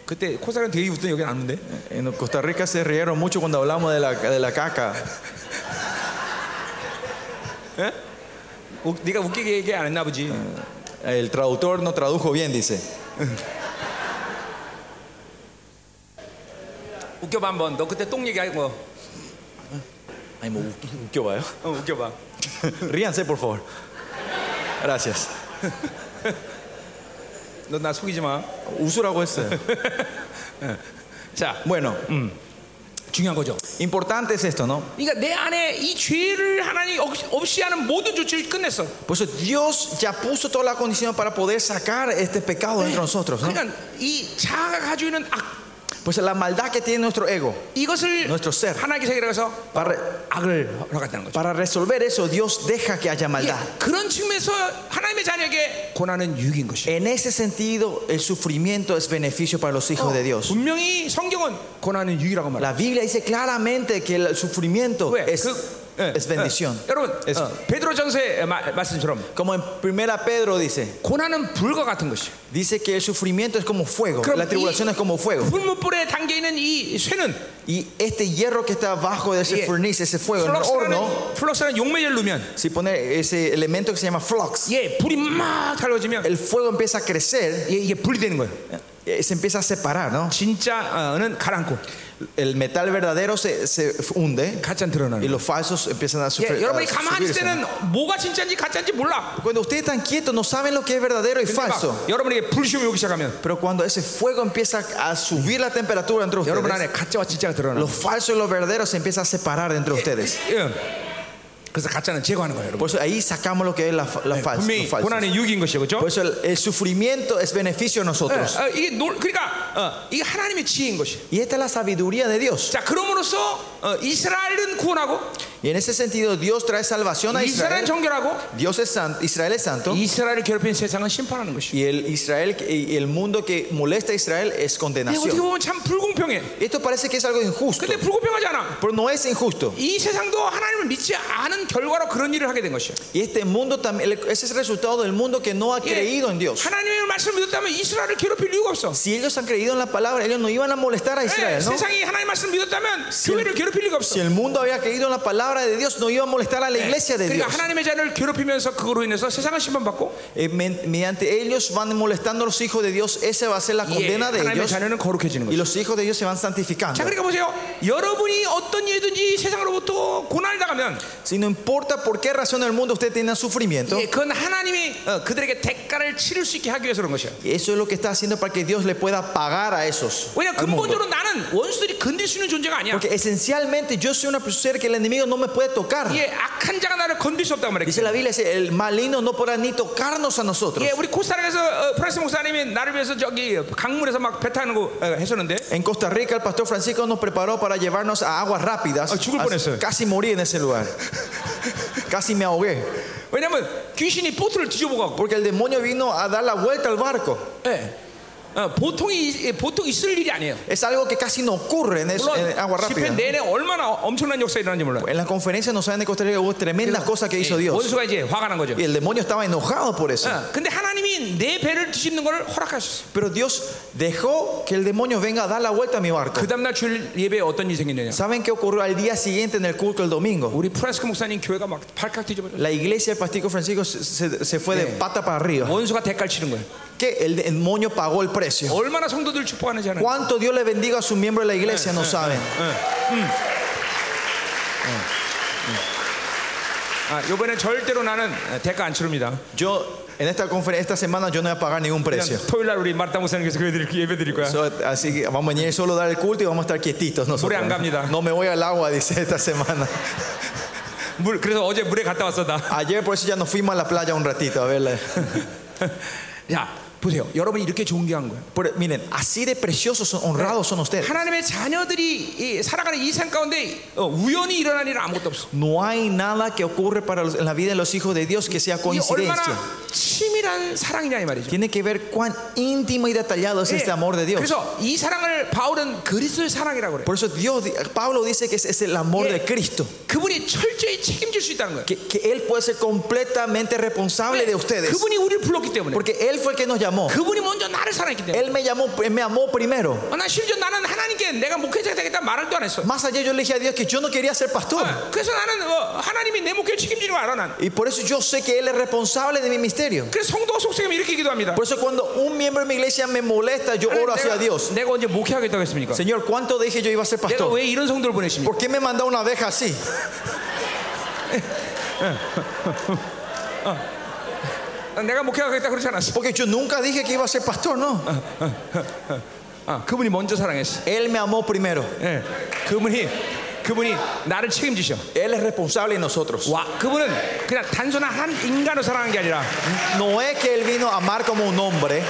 그때 코사가 되게 웃더니 여기 안 오는데. En Costa Rica se rieron mucho cuando hablamos de la, de la caca. 우- 어, 네가 웃기게 얘기 안 했나 보지. El traductor no tradujo bien, dice. 웃겨봐 한번. 너 그때 똥 얘기하고 Ay, me bu- ¿Qué va, eh? 어, 웃겨봐. Ríanse, por favor. Gracias. 너 나 속이지 마. Usurago ese. 자, Bueno, 중요한 거죠. importante es esto, ¿no? 그러니까 내 안에 이 죄를 하나님 없- 없이 하는 모든 조치를 끝냈어. Por eso Dios ya puso toda la condición para poder sacar este pecado dentro de nosotros, ¿no? 그러니까 이 자아가 가지고 있는 악 Pues la maldad que tiene nuestro ego. 이것을 Nuestro ser. 하나님께 세계라서 Para, 악을 허락다는 거죠. para resolver eso, Dios deja que haya maldad. 예, 그런 측면에서 하나님의 자녀에게 고난은 유익인 것이. En ese sentido, el sufrimiento es beneficio para los hijos de Dios. 분명히 성경은 고난은 유익이라고 말해. La Biblia dice claramente que el sufrimiento 왜? es, 그- 예, es bendición. 예. 여러분, Es- 어, 베드로전서의 마- 말씀처럼 Como en 1 Pedro dice, 고난은 불과 같은 것이. dice que el sufrimiento es como fuego, Claro, la tribulación y- es como fuego. 풀무불에 담겨 있는 이 쇠는 Y este hierro que está abajo de ese Yeah. furnace, ese 어, fuego, en el horno, 플럭스라는 플럭스라는 용매를 넣으면 si pone ese elemento que se llama flux, 예 불이 막 달궈지면 el fuego empieza a crecer, 예, 이게 불이 되는 거예요. eh, se empieza a separar, ¿no? 진짜는 가라앉고 El metal verdadero se, se hunde 가짜는 y 드러나는. 거예요. los falsos empiezan a 예, sufrir. 여러분이 가만히 있을 때는 뭐가 진짜인지 가짜인지 몰라. Cuando ustedes están quietos, no saben lo que es verdadero y 근데 막 falso. 여러분에게 불시험이 오기 시작하면 Pero cuando ese fuego empieza a subir la temperatura entre 여러분 ustedes, 안에 가짜와 진짜가 드러나. lo falso y lo verdadero se empieza a separar entre ustedes. 예. 그래서 가짜는 제거하는 거예요, 여러분. Por eso ahí sacamos lo que es la, fa- la falsa. 분명히 lo falso. 고난의 유익인 것이죠, 그렇죠? Por eso el, el sufrimiento es beneficio a nosotros. 어, 이게 놀, 그러니까 어, 이게 하나님의 지혜인 것이. Y esta es la sabiduría de Dios. 자, 그럼으로써 어, 이스라엘은 구원하고 Y en ese sentido, Dios trae salvación a 이스라엘은 Israel. 정결하고 Dios es santo, Israel es santo. 이스라엘을 괴롭히는 세상은 심판하는 것이. Y el, Israel, y el mundo que molesta a Israel es 근데 어떻게 condenación. 보면 참 불공평해. Esto parece que es algo injusto, 근데 불공평하지 않아. pero no es injusto. 이 세상도 하나님을 믿지 않은 결과로 그런 일을 하게 된 것이야. Y este mundo también, ese es el resultado del mundo que no ha 예, creído en Dios. 하나님의 말씀을 믿었다면 이스라엘을 괴롭힐 이유가 없어. Si ellos han creído en la palabra, ellos no iban a molestar a 예, Israel, ¿no? 세상이 하나님 말씀 믿었다면 교회를 괴롭힐 이유가 Si 없어. el mundo había creído en la palabra de Dios, no iba a molestar Eh, a la iglesia de 그러니까 Dios. 하나님의 자녀를 괴롭히면서 그거로 인해서 세상은 심판받고 Eh, men- Mediante ellos van molestando a los hijos de Dios, esa va a ser la 예, condena de 하나님의 ellos. 자녀는 거룩해지는 Y 거죠. los hijos de ellos se van santificando. 자, 그러니까 보세요. 여러분이 어떤 일든지 세상으로부터 고난을 당하면 Si no importa por qué razón en el mundo usted tiene sufrimiento, 예, 그건 하나님이 어, 그들에게 대가를 치를 수 있게 하기 위해서 그런 것이야. eso es lo que está haciendo para que Dios le pueda pagar a esos. 왜냐 면 al mundo. 근본적으로 나는 원수들이 건들 수 있는 존재가 아니야. Porque esencialmente yo soy una persona que el enemigo no me puede tocar. 예, 악한 자가 나를 건들 수 없단 Dice 말이야. la Biblia, dice, el maligno no podrá ni tocarnos a nosotros. 예, 우리 코스타리카에서 어, 프랑스 목사님이 나를 위해서 저기 강물에서 막 배 타는 거 어, 했었는데 En Costa Rica el pastor Francisco nos preparó para llevarnos a aguas rápidas. Ah, 죽을 뻔했어요. Casi morí en ese lugar. Casi me ahogué. 왜냐면 귀신이 보트를 뒤져보고 Porque el demonio vino a dar la vuelta al barco. 예. 어, 보통이 예, 보통 있을 일이 아니에요. Es algo que casi no ocurre en, eso- 물론 en agua 집회 rápida. 내내 얼마나 엄청난 역사가 일어난지 몰라요. 예, En la conferencia nos saben de Costa Rica hubo tremendas cosas que hizo Dios. 원수가 뭐 이제 화가 난 거죠. Y el demonio estaba enojado por eso. 어, 근데 하나님이 내 배를 뒤집는 걸 허락하셨어요. Pero Dios dejó que el demonio venga a dar la vuelta a mi barco. 그 다음날 주일 예배에 어떤 일이 생겼느냐? ¿Saben qué ocurrió al día siguiente en el culto el domingo? 우리 프란스코 목사님 교회가 막 발칵 뒤집어졌어요. La iglesia del Pastico Francisco se, se- se fue de Sí. pata para arriba. 원수가 대가를 치는 거예요. Que el demonio pagó el precio. 얼마나 성도들 축복하는지 하는. ¿Cuánto Dios le bendiga a su miembro de la iglesia? No saben. 아, 이번엔 절대로 나는 어, 대가 안 치릅니다. Yo, en esta conferencia, esta semana, yo no voy a pagar ningún precio. 토요일 날 우리 마르타 목사님께서 교회 드릴, 예배 드릴 거야. So, así que vamos a venir solo a dar el culto y vamos a estar quietitos nosotros. Pura angamiedad. No me voy al agua, dice esta semana. 물, 그래서 어제 물에 갔다 왔어 나. Ayer por eso ya nos fuimos a la playa un ratito a verla. 야 보세요. 여러분 이렇게 좋은 게 한 거야. Pero, miren, así de preciosos, son, honrados son ustedes. 하나님의 자녀들이 이 살아가는 이 생 가운데 어, 우연히 일어난 일은 아무것도 없어. No hay nada que ocurre para los- en la vida de los hijos de Dios que sea 이 얼마나 coincidencia. 치밀한 사랑이냐 이 말이죠. Tiene que ver cuán íntimo y detallado es 예, este amor de Dios. 그래서 이 사랑을 바울은 그리스도의 사랑이라고 그래. Por eso Dios, di- Pablo dice que es, es el amor Yeah. de Cristo, 그분이 철저히 책임질 수 있다는 거야. que, que Él puede ser completamente responsable de ustedes, 그분이 우리를 불렀기 때문에. porque Él fue el que nos llamó. 그분이 먼저 나를 사랑했기 때문에. Él me llamó, Él me amó primero. 어, 나 심지어 나는 하나님께 내가 목회자가 되겠다 말을 또 안 했어. Más allá yo le dije a Dios que yo no quería ser pastor. 어, 그래서 나는 어, 하나님이 내 목회를 책임지는 걸 알아 난. Y por eso yo sé que Él es responsable de mi misterio. 그래서 성도가 속삭이면 이렇게 기도합니다. Por eso cuando un miembro de mi iglesia me molesta, yo oro hacia Dios. 내가, 내가 언제 목회하겠다고 했습니까? Señor, ¿cuánto dije yo iba a ser 내가 pastor? 왜 이런 성도를 보내십니까? ¿Por qué me mandó una abeja así? 어, 내가 목회하겠다 그러지 않았어. Porque yo nunca dije que iba a ser pastor, no. 아, 그분이 먼저 사랑했어. Él me amó primero. 예. 그분이 그분이 나를 책임지셔. Él es responsable de nosotros. 와, 그분은 그냥 단순한 한 인간으로 사랑한 게 아니라 No es que Él vino a amar como un hombre.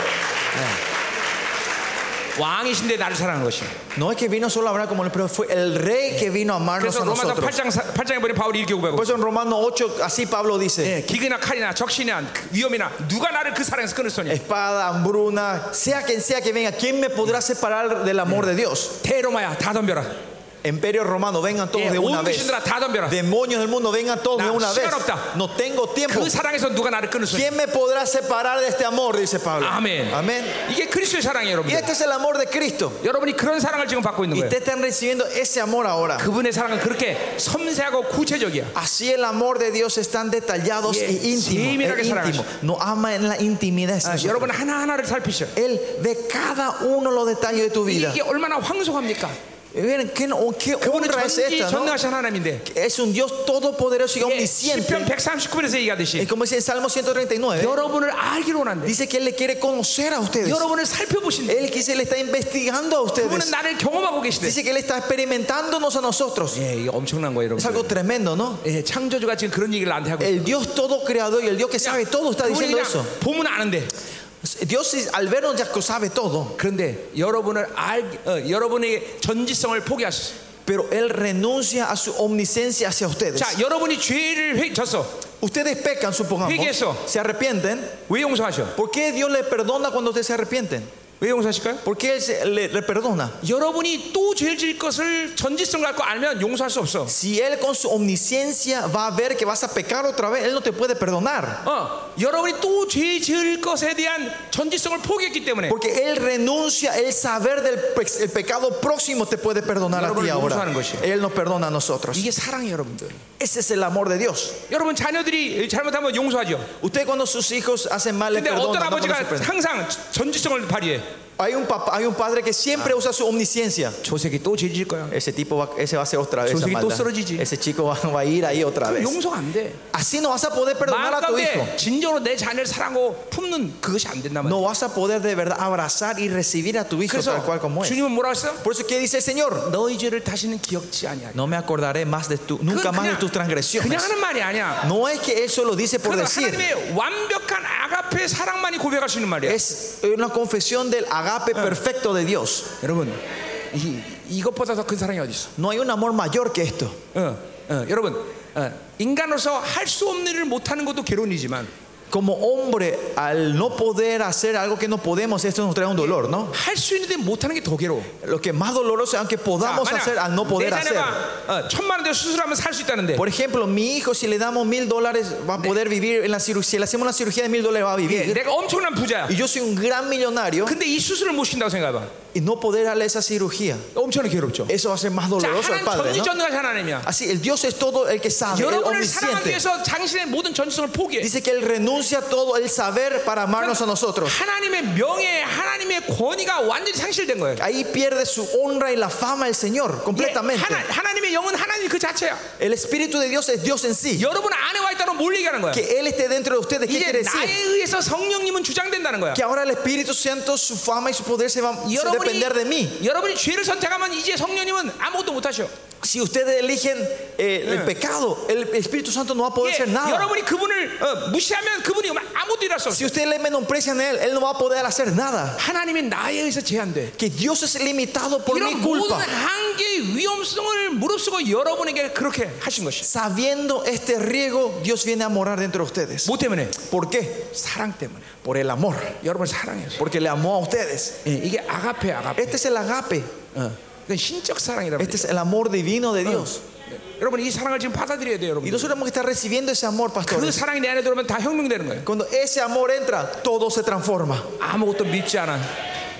왕이신데 나를 사랑한 것이야. No es que vino solo a amar como un hombre, pero fue el rey que vino a amarnos 그래서 a 로마서 nosotros. 8장 8장에 보니 바울이 이렇게 고백하고 Por eso en Romanos 8, así Pablo dice, 예, 기근이나 칼이나 적신이나 그 위험이나 누가 나를 그 사랑에서 끊을 소냐 espada, hambruna, sea quien sea que venga, ¿quién me podrá separar del amor de Dios? 대로마야 다 덤벼라 Imperio romano, vengan todos 예, de una 온 vez. 귀신들아 다 덤벼라 Demonios del mundo, vengan todos de Nah, una vez. shut up, da. No tengo tiempo. 그 사랑에서 누가 나를 끊을 소냐 ¿Quién me podrá separar de este amor? Dice Pablo. 아멘. Amén. 이게 그리스도의 사랑이에요 Y 여러분 este es el amor de Cristo. 예. 여러분이 그런 사랑을 지금 받고 있는 Y 거예요 ustedes están recibiendo ese amor ahora. 그분의 사랑은 그렇게 섬세하고 구체적이야 Así el amor de Dios es tan detallado Yeah. y íntimo, Sí, mira es que Ah, íntimo. No ama en la intimidad. es 아, nosotros. 여러분 하나하나를 살피셔 Él ve cada uno los detalles de tu vida. 이게 얼마나 황송합니까 Miren, ¿Qué, qué 그분은 honra es esta? no? 전지전능하신 하나님인데 Es un Dios todopoderoso y 예, 시편 omnisciente. 139편에서 Y 얘기하듯이 como dice en Salmo 139, 여러분을 알기로 원한대 dice que Él le quiere conocer a ustedes. 여러분을 살펴보신대 Él quise le está investigando a 그분은 ustedes. 나를 경험하고 계시대 Dice que Él está experimentándonos a nosotros. 예, 이게 엄청난 거예요 Es 여러분 algo tremendo, ¿no? 예, 창조주가 지금 그런 얘기를 나한테 하고 있어요. El Dios todo creador y el Dios que sabe todo está 그분이 diciendo 그냥 eso. 보면 아는데 Dios al vernos ya sabe todo, 그런데 여러분을 알 어, 여러분의 전지성을 포기하셨어요. pero Él renuncia a su omnisencia hacia ustedes. 자, 여러분이 죄를 회, 졌어. Ustedes pecan, supongamos, Fíjese eso. se arrepienten. 왜 용서하셔? ¿Por qué Dios le perdona cuando ustedes se arrepienten? 왜 용서하실까요? ¿Por qué Él se- le, le perdona? 여러분이 또 죄를 질 것을 전지성 갖고 알면 용서할 수 없어. Si Él con su omnisciencia va a ver que vas a pecar otra vez, Él no te puede perdonar. 어, 여러분이 또 죄 지을 것에 대한 전지성을 포기했기 때문에 Porque Él renuncia, el saber del pe- el pecado próximo te puede perdonar a ti 여러분을 ahora. 용서하는 것이에요. Él nos perdona a nosotros. 이게 사랑이에요, 여러분들. Ese es el amor de Dios. 여러분 자녀들이 잘못하면 용서하죠. Usted cuando sus hijos hacen mal, le 근데 어떤 perdona. no cuando 아버지가 se prende. 항상 전지성을 발휘해. Hay un, papá, hay un padre que siempre usa su omnisciencia. 저 새끼 또 죄 질 거야. Ese tipo va, ese va a hacer otra vez. esa Entonces, maldad. todo 쓰러지지. Ese chico va, va a ir ahí otra vez. 용서 안 돼. Así no vas a poder perdonar a tu hijo. 마음가운데 진정으로 내 자녀를 사랑하고 품는 그것이 안 된다면 No vas a poder de verdad abrazar y recibir a tu hijo tal cual como 그래서 es. 주님은 뭐라고 했어? Por eso que dice el Señor, 너희 죄를 다시는 기억지 아니하리 no me acordaré más de tu, 그건 nunca más de tus 그냥 transgresiones. 하는 말이 아니야 No es que él solo dice por 그건 decir. 하나님의 완벽한 아가페 사랑만이 고백할 수 있는 말이야 Es una confesión del agape perfecto de Dios. 여러분 이, 이것보다 더 큰 사랑이 어디 있어 No hay un amor mayor que esto. 어, 어, 여러분 어, 인간으로서 할 수 없는 일을 못하는 것도 괴로운이지만 Como hombre, al no poder hacer algo que no podemos, esto nos trae un dolor, ¿no? 할 수 있는데 못하는 게 더 괴로워 Lo que más doloroso es aunque podamos 자, hacer al no 내 poder hacer. 자녀가 어, 천만 원대 수술하면 살 수 있다는데 Por ejemplo, mi hijo, si le damos mil dólares, va a poder vivir en la cirugía. Si le hacemos una cirugía de mil dólares, va a 예, vivir. 내가 엄청난 부자야 Y yo soy un gran millonario 근데 이 수술을 못 신다고 생각해봐 y no poder darle esa cirugía. 엄청나게 괴롭죠 Eso va a ser más 자, doloroso al 하나님 아, padre. ¿no? 전지전능하신 하나님이야. Así, el Dios es todo el que sabe, el 여러분을 사랑하기 omnisciente. 위해서 당신의 모든 전지성을 포기해. Dice que él renuncia a todo el saber para amarnos a nosotros. 하나님의 명예, 하나님의 권위가 완전히 상실된 거예요. Ahí pierde su honra y la fama el Señor 예, completamente. 하나, 하나님의 영은 하나님 그 자체야. El Espíritu de Dios es Dios en sí. 여러분 안에 와 있다는 뭘 얘기하는 거야? Que Él esté dentro de ustedes, ¿qué 이제 quiere decir? 나에 의해서 성령님은 주장된다는 거야. Que ahora el Espíritu Santo, su fama y su poder se van a 여러분이 depender de mí. 여러분이 죄를 선택하면 이제 성령님은 아무것도 못 하셔. Si ustedes eligen eh, el pecado, el Espíritu Santo no va a poder 예, hacer nada. 여러분이 그분을 어, 무시하면 그분이 아무것도 일할 수 없어. Si ustedes le menosprecian a Él, Él no va a poder hacer nada. 하나님이 나에 의해서 제한돼. Que Dios es limitado por mi 이런 모든 culpa. 한계의 위험성을 무릅쓰고 여러분에게 그렇게 하신 것이. Sabiendo este riesgo, Dios viene a morar dentro de ustedes. 뭐 때문에? ¿Por qué? 사랑 때문에. Por el amor. 여러분 사랑해서. Porque le amó a ustedes. 예, 이게 아가페 아가페. Este es el agape. 어, 이건 신적 사랑이다. Este es el amor divino de Dios. 여러분 이 사랑을 지금 받아들여야 돼요, Y 여러분. nosotros tenemos que estar recibiendo ese amor, 그 pastores. 사랑이 내 안에 들어오면 다 혁명되는 거예요. Cuando ese amor entra, todo se transforma. 아무것도 믿지 않아.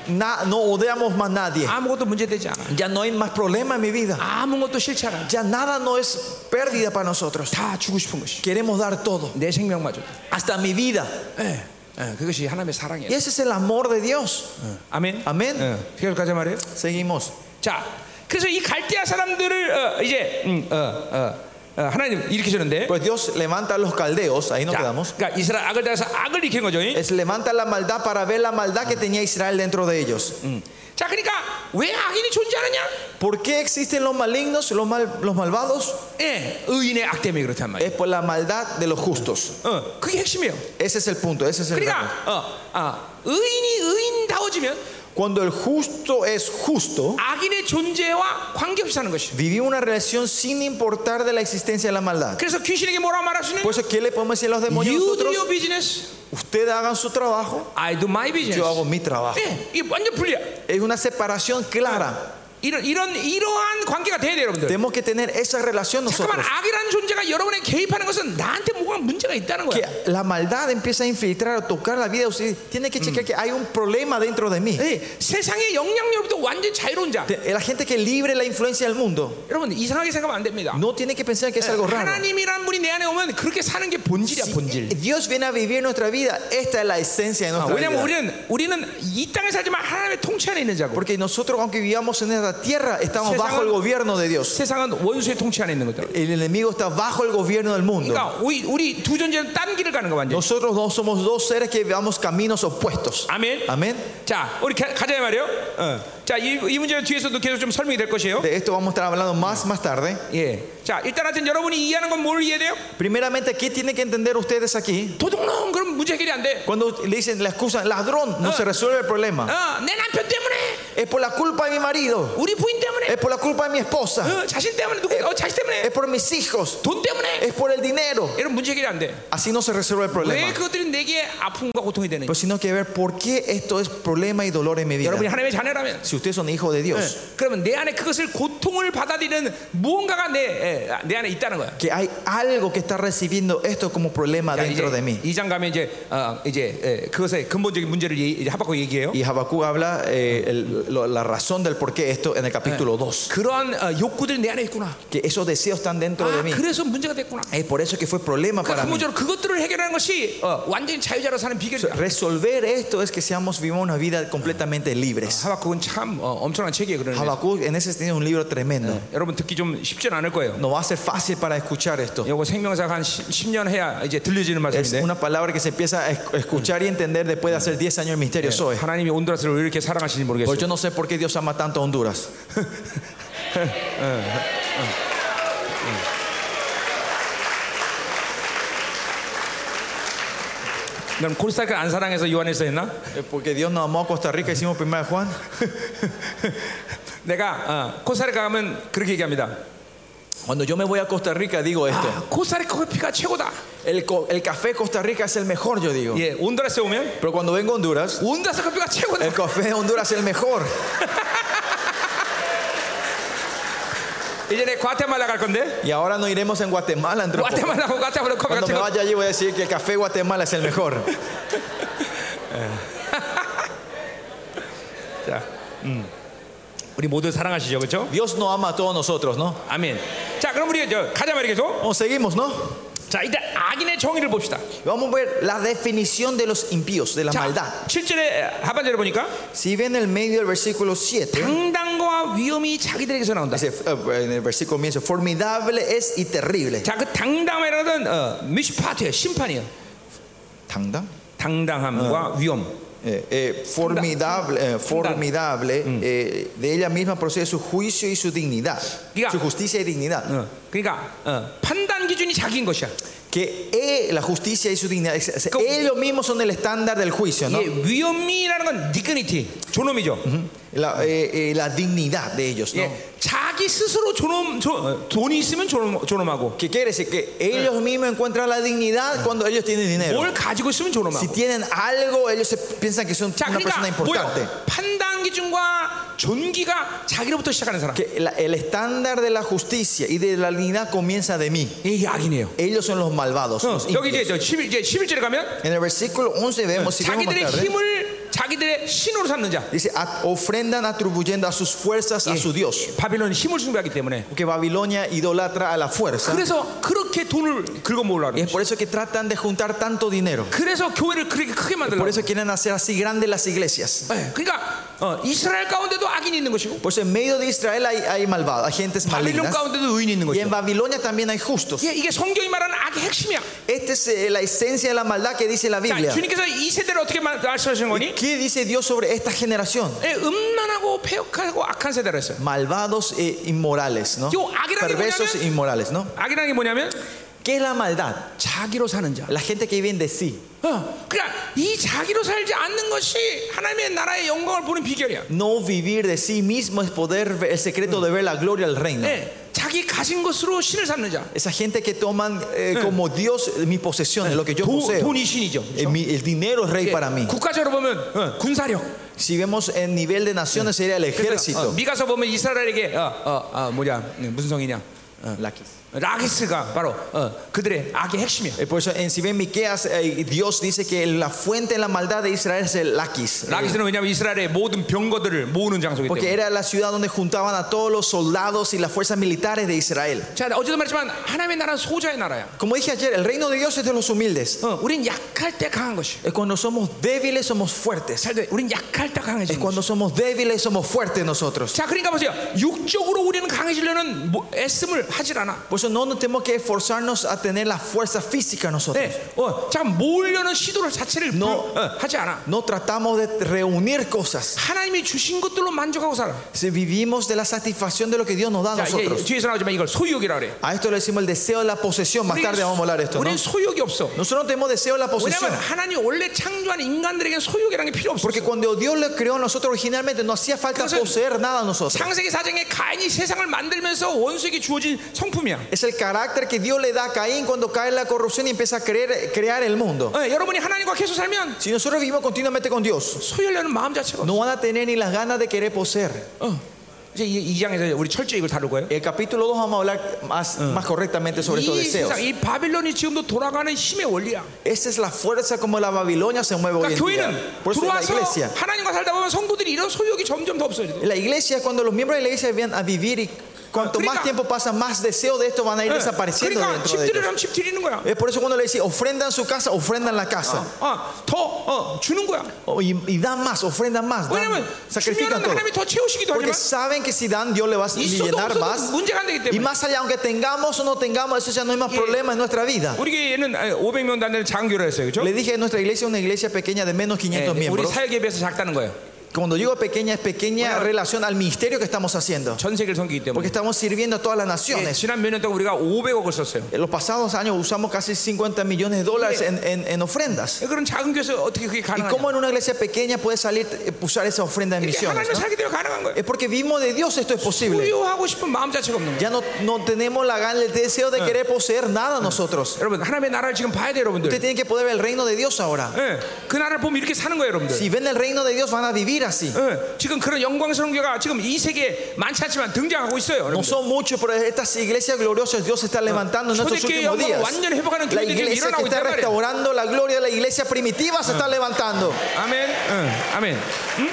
Na- no odiamos más a nadie. 예. 아무것도 문제되지 않아. Ya no hay más problema en mi vida. 아무것도 싫지 않아. Ya nada no es pérdida para nosotros. 다 주고 싶은 것이. Queremos dar todo, 내 생명마저도. hasta mi vida. 예, 예, 그것이 하나님의 사랑이에요. Y ese es el amor de Dios. 아멘. 아멘. 예, 계속 가자 말이에요. Seguimos. 자, 그래서 이 갈대아 사람들을 어, 이제 음, 어, 어, 어, 하나님 일으키셨는데. Pues Dios levanta a los caldeos, ahí nos 자, quedamos. Eh. 그러니까 이스라엘 악을 따라서 악을 일으킨 거죠. 이? Es levanta la maldad para ver la maldad que tenía Israel dentro de ellos. 음. 자, 그러니까 왜 악인이 존재하느냐? ¿Por qué existen los malignos, los, mal- los malvados? 예, 의인의 악 때문에 그렇단 말이에요. Es por la maldad de los justos. 어, 그게 핵심이에요. Ese es el punto, ese es el drama. 그러니까 어, 아, 의인이 의인다워지면 Cuando el justo es justo, 악인의 존재와 관계없이 사는 것이. vivir una relación sin importar de la existencia de la maldad. 그래서 귀신에게 뭐라 말할 수 있는? Por eso, ¿qué le podemos decir a los demonios You do nosotros? your business, Ustedes hagan su trabajo, I do my yo business. hago mi trabajo. 예, 이게 완전 분리야. Es una separación clara. 이런 이런 이러한 관계가 돼야 돼요, 여러분들. Tenemos que tener esa relación 잠깐만 nosotros. 악이라는 존재가 여러분에 개입하는 것은 나한테 뭐가 문제가 있다는 Que 거야. la maldad empieza a infiltrar, a tocar la vida de usted. Tiene que chequear que hay un problema dentro de mí. 예, 세상의 영향력부터 완전 자유로운 자. Te- La gente que libre la influencia del mundo 여러분 이상하게 생각하면 안 됩니다. no tiene que pensar que es algo raro. 하나님이란 분이 내 안에 오면 그렇게 사는 게 본질이야, 본질. Si Dios viene a vivir nuestra vida. Esta es la esencia de 아, nuestra 왜냐면 vida. 우리는 우리는 이 땅에 살지만 하나님의 통치 안에 있는 자고. Porque nosotros, aunque vivamos en esta tierra, estamos bajo el gobierno de Dios. 세상은 원수의 통치 안에 있는 거다. El enemigo está bajo el gobierno del mundo. 그러니까 우리, 우리 두 존재는 딴 길을 가는 거 완전. Nosotros dos somos dos seres que vamos caminos opuestos. 아멘. Amén. 자, 우리 가- 가자 말이요. 어. 자, 이, 이 문제는 뒤에서도 계속 좀 설명이 될 것이에요. De esto vamos a estar hablando más más tarde. 예. 자, 일단 하여튼 여러분이 이해하는 건 뭘 이해돼요? Primeramente, ¿qué tienen que entender ustedes aquí? 도둑놈 그럼 문제 해결이 안 돼. Cuando le dicen la excusa, ladrón, no se resuelve el problema. 어, 내 남편 때문에, Es por la culpa de mi marido. 우리 부인 때문에, Es por la culpa de mi esposa. 어, 자신 때문에, 누구, 어, 자식 때문에, Es por mis hijos. 돈 때문에. Es por el dinero. 이런 문제 해결이 안 돼. Así no se resuelve el 왜 problema. 그것들이 내게 아픔과 고통이 되는지. Pero sino que ver por qué esto es problema y dolor en mi vida. 여러분이 하나님의 자녀라면. Si ustedes son hijos de Dios, 예, 그러면 내 안에 그것을 고통을 받아들이는 무언가가 내, 예, 아, 내 안에 있다는 거야. que hay algo que está recibiendo esto como problema 자, dentro de mí. 이제 이장 가면 이제 어, 이제 예, 그것의 근본적인 문제를 예- 이제 하박국 얘기해요. Y Habacuc habla eh, el- lo- la razón del por qué esto en el capítulo 2. 그런 어, 욕구들이 내 안에 있구나. Que esos deseos están dentro 아, de mí. 그래서 문제가 됐구나. Es por eso que fue problema 그러니까 para mí. 근본적으로 그것들을 해결하는 것이 어, 완전히 자유자로 사는 비결이야. Resolver esto es que seamos vivamos una vida completamente libres. 하박국은 참 어, 엄청난 책이에요. 그러면 Habacuc en ese sentido es un libro tremendo. 여러분 듣기 좀 쉽지는 않을 거예요. No va a ser fácil para escuchar esto. 이거 생명사가 한 10, 년 해야 이제 들려지는 Es 말씀인데 una palabra que se empieza a esc- escuchar y entender después de hacer 10 años de misterio soy. 하나님이 온두라스를 왜 이렇게 사랑하시는지 Pues 모르겠어요. yo no sé por qué Dios ama tanto a Honduras. 그럼 코스타리카 안 사랑해서 요한에서 했나? Eh, Porque Dios nos amó a Costa Rica, hicimos primera de Juan. 내가 어, 코스타리카 가면 그렇게 얘기합니다. Cuando yo me voy a Costa Rica digo esto. 아, 코스타리카 커피가 최고다. El, co- el café de Costa Rica es el mejor, yo digo. 예, 온두라스에 오면 Pero cuando vengo a Honduras, 온두라스 커피가 최고다. el café de Honduras es el mejor. 이전에 과테말라 갈 건데 Y ahora no iremos en Guatemala. Entre poco. 과테말라 고 과테말라 커피가 Cuando me 최고. vaya allí voy a decir que el café de Guatemala es el mejor. 자, 음. 우리 모두 사랑하시죠, 그렇죠? Dios nos ama a todos nosotros, ¿no? 아멘. 자, 그럼 우리 저 가자 말이겠죠 Vamos, seguimos, ¿no? 자, 일단 악인의 정의를 봅시다. Vamos a ver la definición de los impíos, de la 자, maldad. 7절의 하반절을 보니까 예? Si ven el medio del versículo 7, 당당과 고난과 위험이 자기들에게서 나온다. Dice, eh, en el versículo comienza, formidable es y terrible. 자, 그 당당함이라는 어, 미시파트예요. 심판이에요. Tanda. 당당함과 위험. Eh, eh, formidable, eh, formidable, eh, de ella misma procede su juicio y su dignidad, Diga. su justicia y dignidad. 어, 그러니까 어, 판단 기준이 자기인 것이야. Que eh, la justicia y su dignidad, es- es- ¿Cómo? ellos mismos son el estándar del juicio, ¿no? 예, 위험이라는 건 디그니티, 존엄이죠. La, eh, eh, la dignidad de ellos, ¿no? 예, 자기 스스로 존엄, 존- 어, 돈이 있으면 존엄, 존엄하고 Que quiere decir que ellos mismos encuentran la dignidad cuando ellos tienen dinero. 뭘 가지고 있으면 Si 존엄하고. tienen algo, ellos se piensan que son 자, una persona 그러니까 importante. 뭐요? 판단 기준과 존귀가 자기로부터 시작하는 사람. Que la- el estándar de la justicia y de la dignidad comienza de mí. 예, 이게 악인이에요. Ellos son los malvados. 어, los 여기 impíos. 이제 저 11, 이제 11절에 가면 En el versículo 11 vemos, si vemos más 자기들의 tarde, 힘을 자기들의 신으로 삼는 자. dice, "A- ofrendan atribuyendo a sus fuerzas a su Dios. 바빌론은 힘을 숭배하기 때문에. Porque Babilonia idolatra a la fuerza. 그래서 그렇게 돈을 긁어 모으려고 Y es 그러지. por eso que tratan de juntar tanto dinero. 그래서 교회를 그렇게 크게 만들려고 Por eso quieren hacer así grandes las iglesias. 예, 그러니까 어, 이스라엘 가운데도 악인이 있는 것이고 Por eso en medio de Israel hay, hay malvados, hay gentes 바빌론 malignas. 가운데도 의인이 있는 Y en 것이고 Babilonia también hay justos. 예, 이게 성경이 말하는 악의 핵심이야 Esta es eh, la esencia de la maldad que dice la 자, Biblia. 주님께서 이 세대를 어떻게 말- 말씀하신 거니? ¿Qué dice Dios sobre esta generación? 예, 음란하고 폐역하고 악한 세대라 했어요 Malvados e inmorales, ¿no? Yo, ¿agran- Perversos e inmorales, ¿no? 악이라는 게 뭐냐면 ¿Qué es la maldad? 자기로 사는 자 La gente que vive de sí. 어, 그러니까 이 자기로 살지 않는 것이 하나님의 나라의 영광을 보는 비결이야 No vivir de sí mismo es poder ver- el secreto de ver la gloria del reino. 예, 자기 가진 것으로 신을 삼는 자 Esa gente que toman eh, como Dios eh, mi posesión, lo que yo 돈, poseo. 돈이 신이죠 그렇죠? Eh, mi- el dinero es rey 예, para mí. 국가적으로 보면 어, 군사력 Si vemos el nivel de naciones, sería el 어, ejército. 미가서 보면 이스라엘에게 어, 어, 어, 뭐냐 음, 무슨 성이냐 어, Ah, La quis- 라기스가 바로 어, 그들의 악의 핵심이야. Eh, Por eso, en, si ven Miqueas, eh, Dios dice que la fuente de la maldad de Israel es el Laquis. eh, 라기스는 왜냐하면 이스라엘의 모든 병거들을 모으는 장소이기 Porque 때문에. era la ciudad donde juntaban a todos los soldados y las fuerzas militares de Israel. 자, 어제도 말했지만 하나님의 나라는 소자의 나라야. Como dije ayer, el reino de Dios es de los humildes. 어, 우린 약할 때 강한 것이. Es cuando somos débiles, somos fuertes. 살때 우린 약할 때 Es 강해지는 것이. cuando somos débiles, somos fuertes nosotros. 자, 그러니까 보세요. 육적으로 우리는 강해지려는 뭐- 애씀을 하질 않아. Por eso no nos tenemos que esforzarnos a tener la fuerza física nosotros. 네, 어, 잠깐 모으려는 시도를 자체를 불- No. 어, 하지 않아. No tratamos de reunir cosas. 하나님이 주신 것들로 만족하고 살아. Si vivimos de la satisfacción de lo que Dios nos da a 자, 이제 nosotros. 뒤에서 나오지만 이걸 소유욕이라 그래. A esto le decimos el deseo de la posesión. Más tarde vamos a hablar de esto. ¿no? 우린 소유욕이 없어. Nosotros no tenemos deseo de la posesión. 왜냐면 하나님 원래 창조한 인간들에게는 소유욕이라는 게 필요 없어. Porque cuando Dios le creó a nosotros originalmente, no hacía falta Entonces, poseer nada a nosotros. 창세기 사장에 가인이 세상을 만들면서 원수에게 주어진 성품이야. Es el carácter que Dios le da a Caín cuando cae en la corrupción y empieza a creer- crear el mundo. 예, 여러분이 하나님과 계속 살면 Si nosotros vivimos continuamente con Dios, 소유하려는 마음 자체가 없어. no van a tener ni las ganas de querer poseer. 어. 이제 이, 이 장에서 우리 철저히 이걸 다룰 거예요. El capítulo 2 vamos a hablar más, más correctamente sobre estos 이 deseos. 세상, 이 바빌론이 지금도 돌아가는 힘의 원리야. Esa es la fuerza como la Babilonia se mueve 그러니까 hoy en día. 교회는 Por eso en la 들어와서 iglesia. 하나님과 살다 보면 성도들이 이런 소유욕이 점점 더 없어져. En La iglesia, cuando los miembros de la iglesia vienen a vivir y cuanto Crica. más tiempo pasa, más deseos de esto van Eh, a ir desapareciendo 그러니까 집 dentro de ellos. 들이라면 집 들이는 거야. Es por eso cuando le dice ofrendan su casa, ofrendan la casa. 어, 더 어, 주는 거야. O- Y, y dan más, ofrendan más, dan- 왜냐면 주면 sacrifican todo. 하나님이 더 채우시기도 Porque 하지만 saben que si dan, Dios le va a 있어도 llenar 없어도 más. 문제가 안 되기 Y 때문에. más allá, aunque tengamos o no tengamos, eso ya no es más Y- problema en nuestra vida. 우리 교회는 500명 단위를 장교를 했어요. 그렇죠? Le dije que nuestra iglesia es una iglesia pequeña Eh, de menos 예, 500 우리 miembros. 사역에 비해서 작다는 거예요. Cuando digo pequeña, es pequeña en relación al ministerio que estamos haciendo. 전 세계를 섬기기 Porque 때문에. estamos sirviendo a todas las 예, naciones. 지난 몇 년 동안 우리가 500억을 썼어요. En los pasados años usamos casi 50 millones de dólares en, en- en ofrendas. 예, 그런 작은 교회에서 어떻게 그게 ¿Y 가능하냐? cómo en una iglesia pequeña puede salir, eh, usar esa ofrenda en 이게 misiones? 하나님을 no? 살기 때문에 가능한 거예요. Es porque vimos de Dios esto es posible. 소유하고 싶은 마음 자체가 없는 예. 거예요. Ya no, no tenemos la gana, el deseo de querer poseer nada nosotros. 여러분 하나님의 나라를 지금 봐야 돼요, Usted 여러분들. tiene que poder ver el reino de Dios ahora. 예, 그 나라를 보면 이렇게 사는 거예요, 여러분들. Si ven el reino de Dios van a vivir así. 예, 지금 그런 영광스러운 교회가 지금 이 세계에 많지 않지만 등장하고 있어요. No 여러분들. son muchos, pero estas iglesias gloriosas Dios está levantando en estos 초대교회 últimos 영광을 días. 완전히 회복하는 La 교회들이 iglesia que 일어나고 está 있단 말이에요. restaurando la gloria de la iglesia primitiva se está levantando. 아멘. 응, 아멘. 응?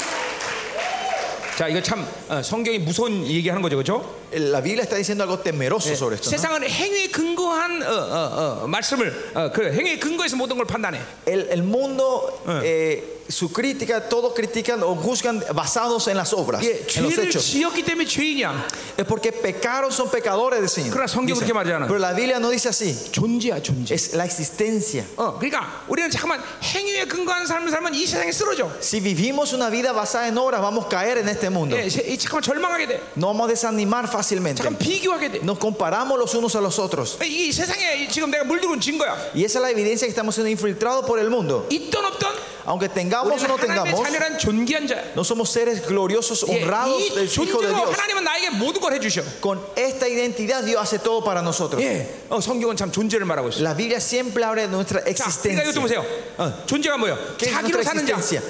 자, 이거 참 어, 성경이 무서운 얘기하는 거죠, 그렇죠? La Biblia está diciendo algo temeroso sobre esto. ¿no? 세상은 행위에 근거한 어, 어, 어, 말씀을 어, 그 행위에 근거해서 모든 걸 판단해. El, el mundo eh, su crítica, todos critican o juzgan basados en las obras, 예, en los 죄를 hechos. 지었기 때문에 죄이냐? Es porque pecaron son pecadores, decimos. 그러나 성경은 Dicen. 그렇게 말하지 않아요. Pero la Biblia no dice así, 존재야 존재. es la existencia. 어, 그러니까 우리는 잠깐만 행위에 근거한 삶을 살면 이 세상에 쓰러져. Si vivimos una vida basada en obras, vamos a caer en este mundo. 예, 세- 이 잠깐만 절망하게 돼. No vamos a desanimar fácilmente. 잠깐 비교하게 돼. Nos comparamos los unos a los otros. 이 세상에 이- 지금 내가 물들은 증거야. Y esa es la evidencia que estamos siendo infiltrados por el mundo. 있던 없던 Aunque tengamos o 우리는 no 하나님의 tengamos, 자녀란 존귀한 자야. no somos seres gloriosos, 예, honrados 이 del Hijo de 존재로 Dios. 하나님은 나에게 모든 걸 해주셔. Con esta identidad Dios hace todo para nosotros. 예, 어, 성경은 참 존재를 말하고 있어. La Biblia siempre habla de nuestra 자, 그러니까 existencia. 이것도 보세요. 어, 존재가 뭐예요? ¿Qué es 자기로 nuestra 사는 자, existencia?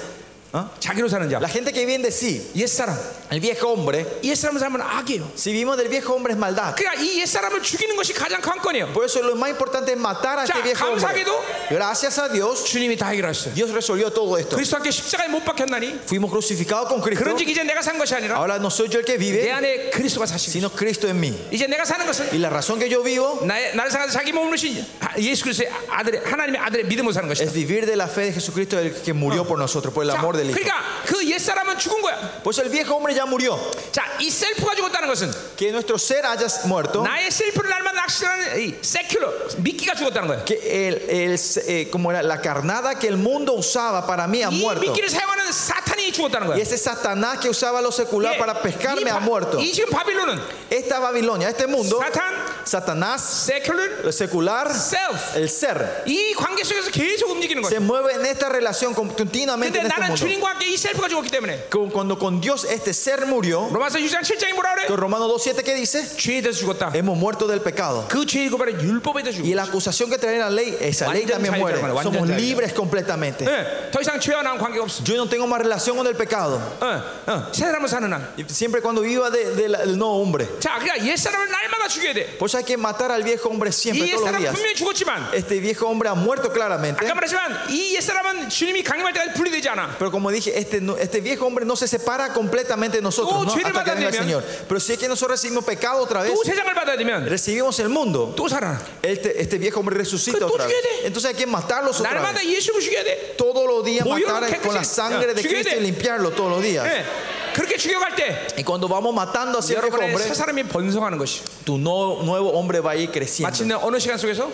¿Ah? 자기로 사는 자. La gente que viene de sí, 옛 사람, el viejo hombre, 옛 사람을 살면 악이에요. si vivimos del viejo hombre es maldad. 그러니까 이옛 사람을 죽이는 것이 가장 관건이에요. Por eso lo más importante es matar a este Ya, viejo hombre. 감사하게도 Gracias a Dios, 주님이 다 해결하셨어요. Dios resolvió todo esto. 그리스도 함께 십자가에 못 박혔나니 Fuimos crucificados con Cristo. 그런즉 이제 내가 산 것이 아니라 예. Ahora no soy yo el que 내 vive, 안에 그리스도가 사시고 sino Cristo en mí. 이제 내가 사는 것은 Y la razón que yo vivo 나의, 나를 상하사 자기 몸을 신 예수 그리스도의 아들의 하나님의 아들의 믿음으로 사는 것이다. es vivir de la fe de Jesucristo, el que murió por nosotros, por el 자, amor del Hijo. 그러니까 그 옛 사람은 죽은 거야. Por eso el viejo hombre ya murió. 자, 이 셀프가 죽었다는 것은 Que nuestro ser haya muerto. 나의 셀프를 날마다 낚시하는 이 secular 미끼가 죽었다는 거야. Que el, el- eh, como era la carnada que el mundo usaba para mí ha 이 muerto. 미끼를 사용하는 사탄이 죽었다는 Y 거야. ese Satanás que usaba lo secular 예, para pescarme 이 ha 바- muerto. 이 지금 바빌론은 Esta Babilonia, este mundo, 사탄, Satanás, secular, lo secular, self el ser, 이 관계 속에서 계속 움직이는 거야. se mueve en esta relación con- continuamente 근데 en este 나는 mundo. 주님과 함께 이 셀프가 죽었기 때문에 Con- Cuando con Dios este ser murió, 로마서 6장 7장이 뭐라 그래? Con Romanos 2.7 que dice, 죄에 대해서 죽었다. hemos muerto del pecado. 그 죄의 고발은 율법에 대해서 Y 죽었다. la acusación que trae la ley, esa ley también muere. Somos libres completamente. 예, 더 이상 죄와 난 관계가 없어. Yo no tengo más relación con el pecado. 예, 예, 새 사람을 사는 한. Y Siempre cuando viva de- del no hombre. 자, 그러니까 옛 사람을 날마다 죽여야 돼. Por eso hay que matar al viejo hombre siempre, 이옛 todos los 사람은 días. 분명히 죽었지만 Este viejo hombre ha muerto claramente. 아까 말했지만 이옛 사람은 주님이 강림할 때까지 분리되지 않아. Pero como dije, este, no- este viejo hombre no se separa completamente de nosotros, Tú, ¿no? Chile, hasta que venga el mataste, Señor. Pero si es que nosotros recibimos pecado otra vez, 또 세상을 받아야 되면 recibimos el mundo. 예. 또 살아나. Este, este viejo hombre resucita Pero tú, otra vez. Chile. Entonces hay que matarlos otra vez. 날마다 예수를 죽여야 돼. todos los días Voy a matar lo que con la sea. sangre de Sigue Cristo y de- limpiarlo todos los días. 예, 그렇게 죽여갈 때 Y cuando vamos matando así al viejo 여러분의 hombre, 새 사람이 번성하는 것이. tu no- nuevo hombre va a ir creciendo. 마침내 어느 시간 속에서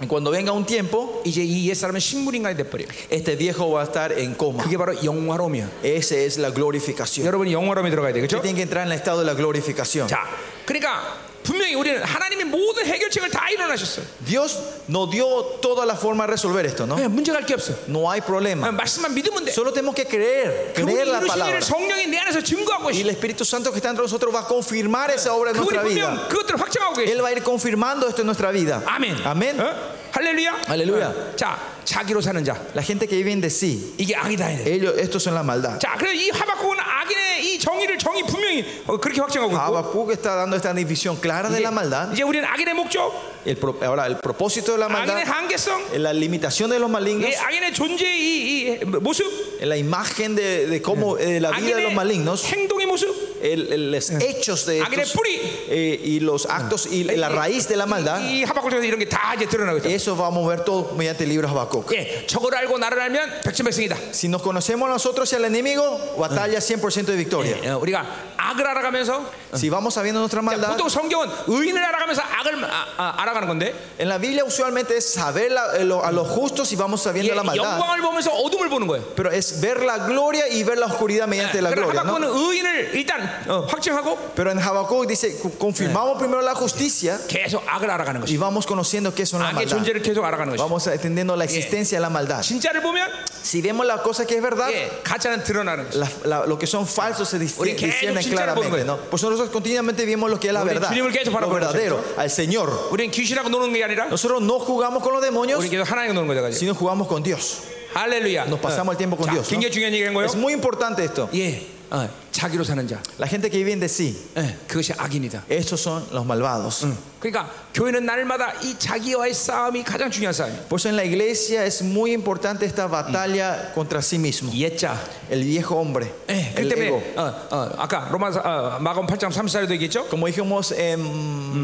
Y cuando venga un tiempo, 이제 이옛 사람은 식물인간이 돼버려. este viejo va a estar en coma. 그게 바로 영화로움이야. Esa es la glorificación. 여러분이 영화로움에 들어가야 돼, Usted 그렇죠? tiene que entrar en el estado de la glorificación. 자, 그러니까 분명히 우리는 하나님이 모든 해결책을 다 이뤄내셨어요. Dios nos dio toda la forma de resolver esto, ¿no? 예, 문제가 할 게 없어. No hay 예, problema. 말씀만 믿으면 돼. Solo tenemos que creer, 그분이 creer la 이루신 palabra. 일을 성령이 내 안에서 증거하고 Y 계시. el Espíritu Santo que está entre nosotros va a confirmar esa obra en 그분이 nuestra vida. 분명 그것들을 확증하고 계시. Él va a ir confirmando esto en nuestra vida. 아멘. Amén. ¿Eh? 어? 할렐루야. 할렐루야. 어. 자, 자기로 사는 자. La gente que vive en de sí, 이게 악이다. 이래. Ellos, estos son la maldad. 자, 그래서 이 하박국은 악인의 이 정의를 정의 분명히 어, 그렇게 확증하고 있고. Habacuc está dando esta división clara de la maldad. 이제 우리는 악인의 목적, El pro- ahora, el propósito de la 악인의 maldad, 한계성, la limitación de los malignos, 예, 악인의 존재의 이, 이 모습, la imagen de, de cómo eh, la vida de los 악인의 malignos, 행동의 모습, el- el- los hechos de Eh, 악인의 estos, 뿌리. eh, y los actos y 예, la raíz de la maldad, 이 하박국에서 이런 게 다 이제 드러나고 있다. eso vamos a ver todo mediante el libro de Habacuc. 예, 저걸 알고 나를 알면 백진백승이다. Si nos conocemos a nosotros y al enemigo, batalla 100% de victoria. 예, 우리가 악을 알아가면서 Si vamos sabiendo nuestra 야, maldad, 보통 성경은 의인을 알아가면서 악을 아, 아, 알아가는 건데 en la Biblia usualmente es saber la- eh, lo- a los justos y vamos 예, sabiendo la maldad. 영광을 보면서 어둠을 보는 거예요. Pero es ver la gloria y ver la oscuridad mediante la 예, 그러나 gloria. ¿no? 하박국은 의인을 일단 어, 확증하고 Pero en Habacuc dice, "Cu- confirmamos primero la justicia 계속 악을 알아가는 것이. 뭐, y vamos conociendo qué Ah, es una 악의 maldad. 존재를 계속 알아가는 것이. Vamos entendiendo la existencia de la maldad. 진짜를 보면 Si vemos la cosa que es verdad, 예, 가짜는 드러나는 것이. la- la- lo que son falsos se dis- Porque disciernen ellos 진짜를 보는 claramente. 거예요. ¿no? Pues nosotros continuamente vemos lo que es la 우리는 verdad, 주님을 계속 lo 바라보는 verdadero, al Señor. 우리는 귀신하고 노는 게 아니라 Nosotros no jugamos con los demonios, 우리는 계속 하나님과 노는 거죠. 가지고. sino jugamos con Dios. 할렐루야. Nos pasamos el tiempo con 자, Dios. ¿no? 굉장히 중요한 얘기인 거예요. Es muy importante esto. 예. 어, 자기로 사는 자. La gente que vive en de sí, 예, 그것이 악인이다. estos son los malvados. 그러니까 교회는 날마다 이 자기와의 싸움이 가장 중요한 싸움이에요. Por eso Pues en la iglesia es muy importante esta batalla contra sí mismo. 옛자. El viejo hombre, 예, 그 el ego. 때문에 어, 어, 아까 로마서 어, 마감 8장 34절도 얘기했죠. Como dijimos en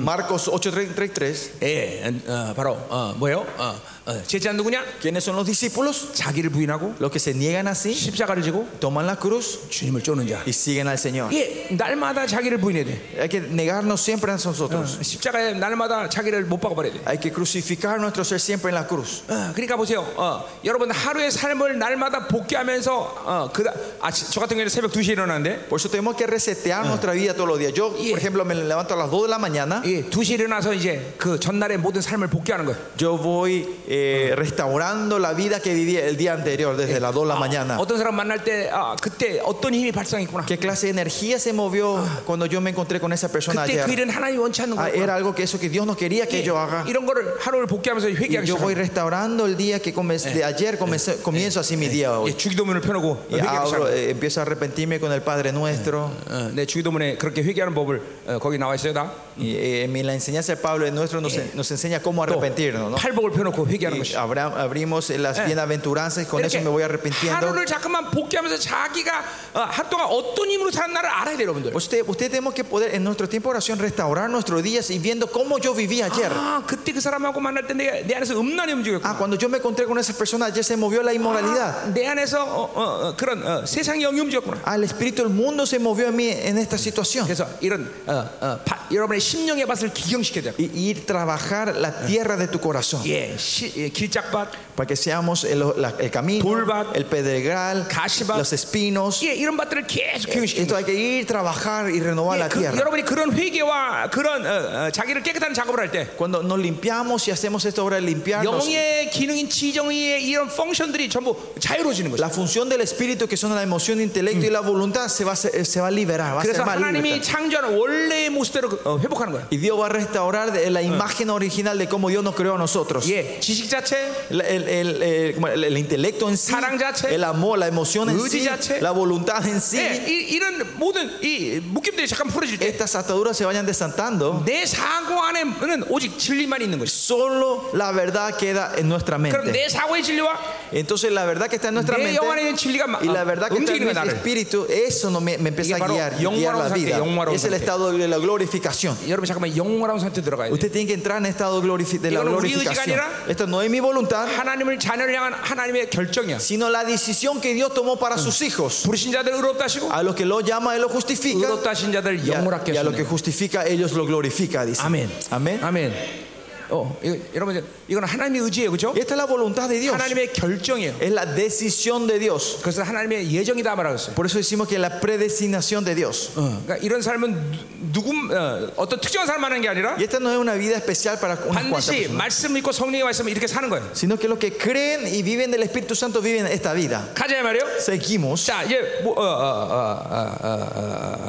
Marcos 8:33, 예, 어, 바로 어, 뭐예요? 어, 어, 제자 누구냐? ¿quiénes son los discípulos? 자기를 부인하고 Los que se niegan así, 십자가를 지고 toman la cruz 주님을 쫓는 자. y siguen al Señor. 예, 날마다 자기를 부인해야 돼. Hay que negarnos siempre a 어, nosotros. 십자가에 날마다 자기를 못 박아버려야 돼. Hay que crucificar nuestro ser siempre en la cruz. 어, 그러니까 보세요. 어, 여러분 하루의 삶을 날마다 복귀하면서 어, 그다, 아, 지- 저 같은 경우는 새벽 2시에 일어나는데 Por eso tenemos que resetear nuestra vida todos los días. Yo, Yeah. por ejemplo, me levanto a las 2 de la mañana. 예, 2시에 일어나서 이제 그 전날의 모든 삶을 복귀하는 거예요. Yo voy eh, restaurando la vida que viví el día anterior, desde las 2 de la mañana. 어떤 사람 만날 때 아, 그때 어떤 힘이 발생했구나. ¿Qué clase de energía se movió cuando yo me encontré con esa persona 그때 그 ayer? 일은 하나님 원치 않는 Ah, 거예요. era algo que eso que Dios no quería Eh. que yo haga. 이런 거를 하루를 복귀하면서 Y 회개하기 yo voy 시작합니다. restaurando el día que comencé, de ayer comencé- comienzo así mi día hoy. 예, 주기도문을 펴놓고 Y 회개하기 abro, 시작합니다. eh, empiezo a arrepentirme con el Padre Nuestro. 어, 네, 주기도문에 그렇게 회개하는 법을 어, 거기 나와 있어요 다. Y, eh, en la enseñanza de Pablo Nuestro nos, nos enseña cómo 또 arrepentirnos. ¿no? 팔복을 펴놓고 회개하는 Y 어? 것이. abra- abrimos las bienaventuranzas y con eso 이렇게 me voy arrepintiendo. 하루를 잠깐만 복귀하면서 자기가 어, 하루 동안 어떤 힘으로 살았나를 알아야 돼요 여러분들. Usted, usted tenemos que poder en nuestro tiempo de oración restaurar nuestros días y viendo cómo yo viví ayer. 아 그때 그 사람하고 만날 때 내, 내 안에서 음란이 움직였고 Ah, cuando yo me encontré con esa persona ayer se movió la inmoralidad. 내 안에서 어, 어, 어, 그런 어, 세상의 영이 움직였구나 Ah, el espíritu del mundo se movió a mí en esta situación. 그래서 이런 어, 어, 바- 여러분의 심령의 밭을 기경시켜야 돼요 Y y ir trabajar la tierra de tu corazón. 예, 시- 예, 길짝밭 Para que seamos el, la- el camino, Pulvat, el pedregal, Kashivat. los espinos. 예, 이런 밭들을 계속 기경시켜야 Esto hay que ir trabajar y renovar la 그, tierra. 여러분이 그런 회개와 그런 어, 어, 자기를 깨끗한 작업을 할 때 Cuando nos limpiamos y hacemos esta obra de limpiarnos, 영의 기능인 지정의 이런 펑션들이 전부 자유로워지는 거죠 la función del espíritu, que son la emoción, intelecto y la voluntad, se va a, ser- se va a liberar, va a 그래서 ser más 하나님이 libre. 창조한 원래의 모습대로 그- 어, 회복하는 거예요 Y Dios va a restaurar de- la imagen original de cómo Dios nos creó a nosotros. 예, 지식 자체 El, el- el- el- como el- el intelecto en sí, 사랑 자체, el amor, la emoción en 의지 sí, 자체, la voluntad en sí, 예, 이, 이런 모든 이 묶임들이 잠깐 풀어질 때 estas ataduras se vayan desatando. 내 사고 안에는 오직 진리만 있는 것이. Solo la verdad queda en nuestra 그럼 mente. 내 사고의 진리와 Entonces la verdad que está en nuestra 내 mente 영 안에 있는 진리가 마- y la verdad que está en 움직이는 nuestro 거야 나를. espíritu, eso no me, me 이게 empieza a 바로 guiar, guiar 영화로운 la 상태, vida. 영화로운 Es el 상태. estado de la glorificación. 여러분 잠깐만 영원한 상태 들어가야 돼. Usted tiene que entrar en estado glorifi- de la 이거는 우리 glorificación. 의지가 아니라 Esto no es mi voluntad, 하나님을 자녀를 향한 하나님의 결정이야. sino la decisión que Dios tomó para sus hijos. 부르신 자들 의롭다 하시고 A los que lo llama, Él lo justifica. 의롭다 하신 자들 Y a, 영원하게 y a lo que 하시네. justifica, ellos lo glorifica, dice. 아멘. Amén. 아멘. 어, 이거, 여러분 이제 이건 하나님의 의지예요. 그렇죠? Y esta es la voluntad de Dios. 하나님의 결정이에요. Es la decisión de Dios. 그것은 하나님의 예정이다 말하고 있어요. Por eso decimos que la predestinación de Dios. 어, 그러니까 이런 삶은 누- 누군 어, 어떤 특정한 사람 하는 게 아니라 Y esta no es una vida especial para unas cuantas 반드시 personas, 말씀 믿고 성령의 말씀 이렇게 사는 거예요. sino que los que creen y viven del Espíritu Santo viven esta vida. 가자 말이요. Seguimos. 자 이제 뭐, 어, 어, 어, 어, 어, 어,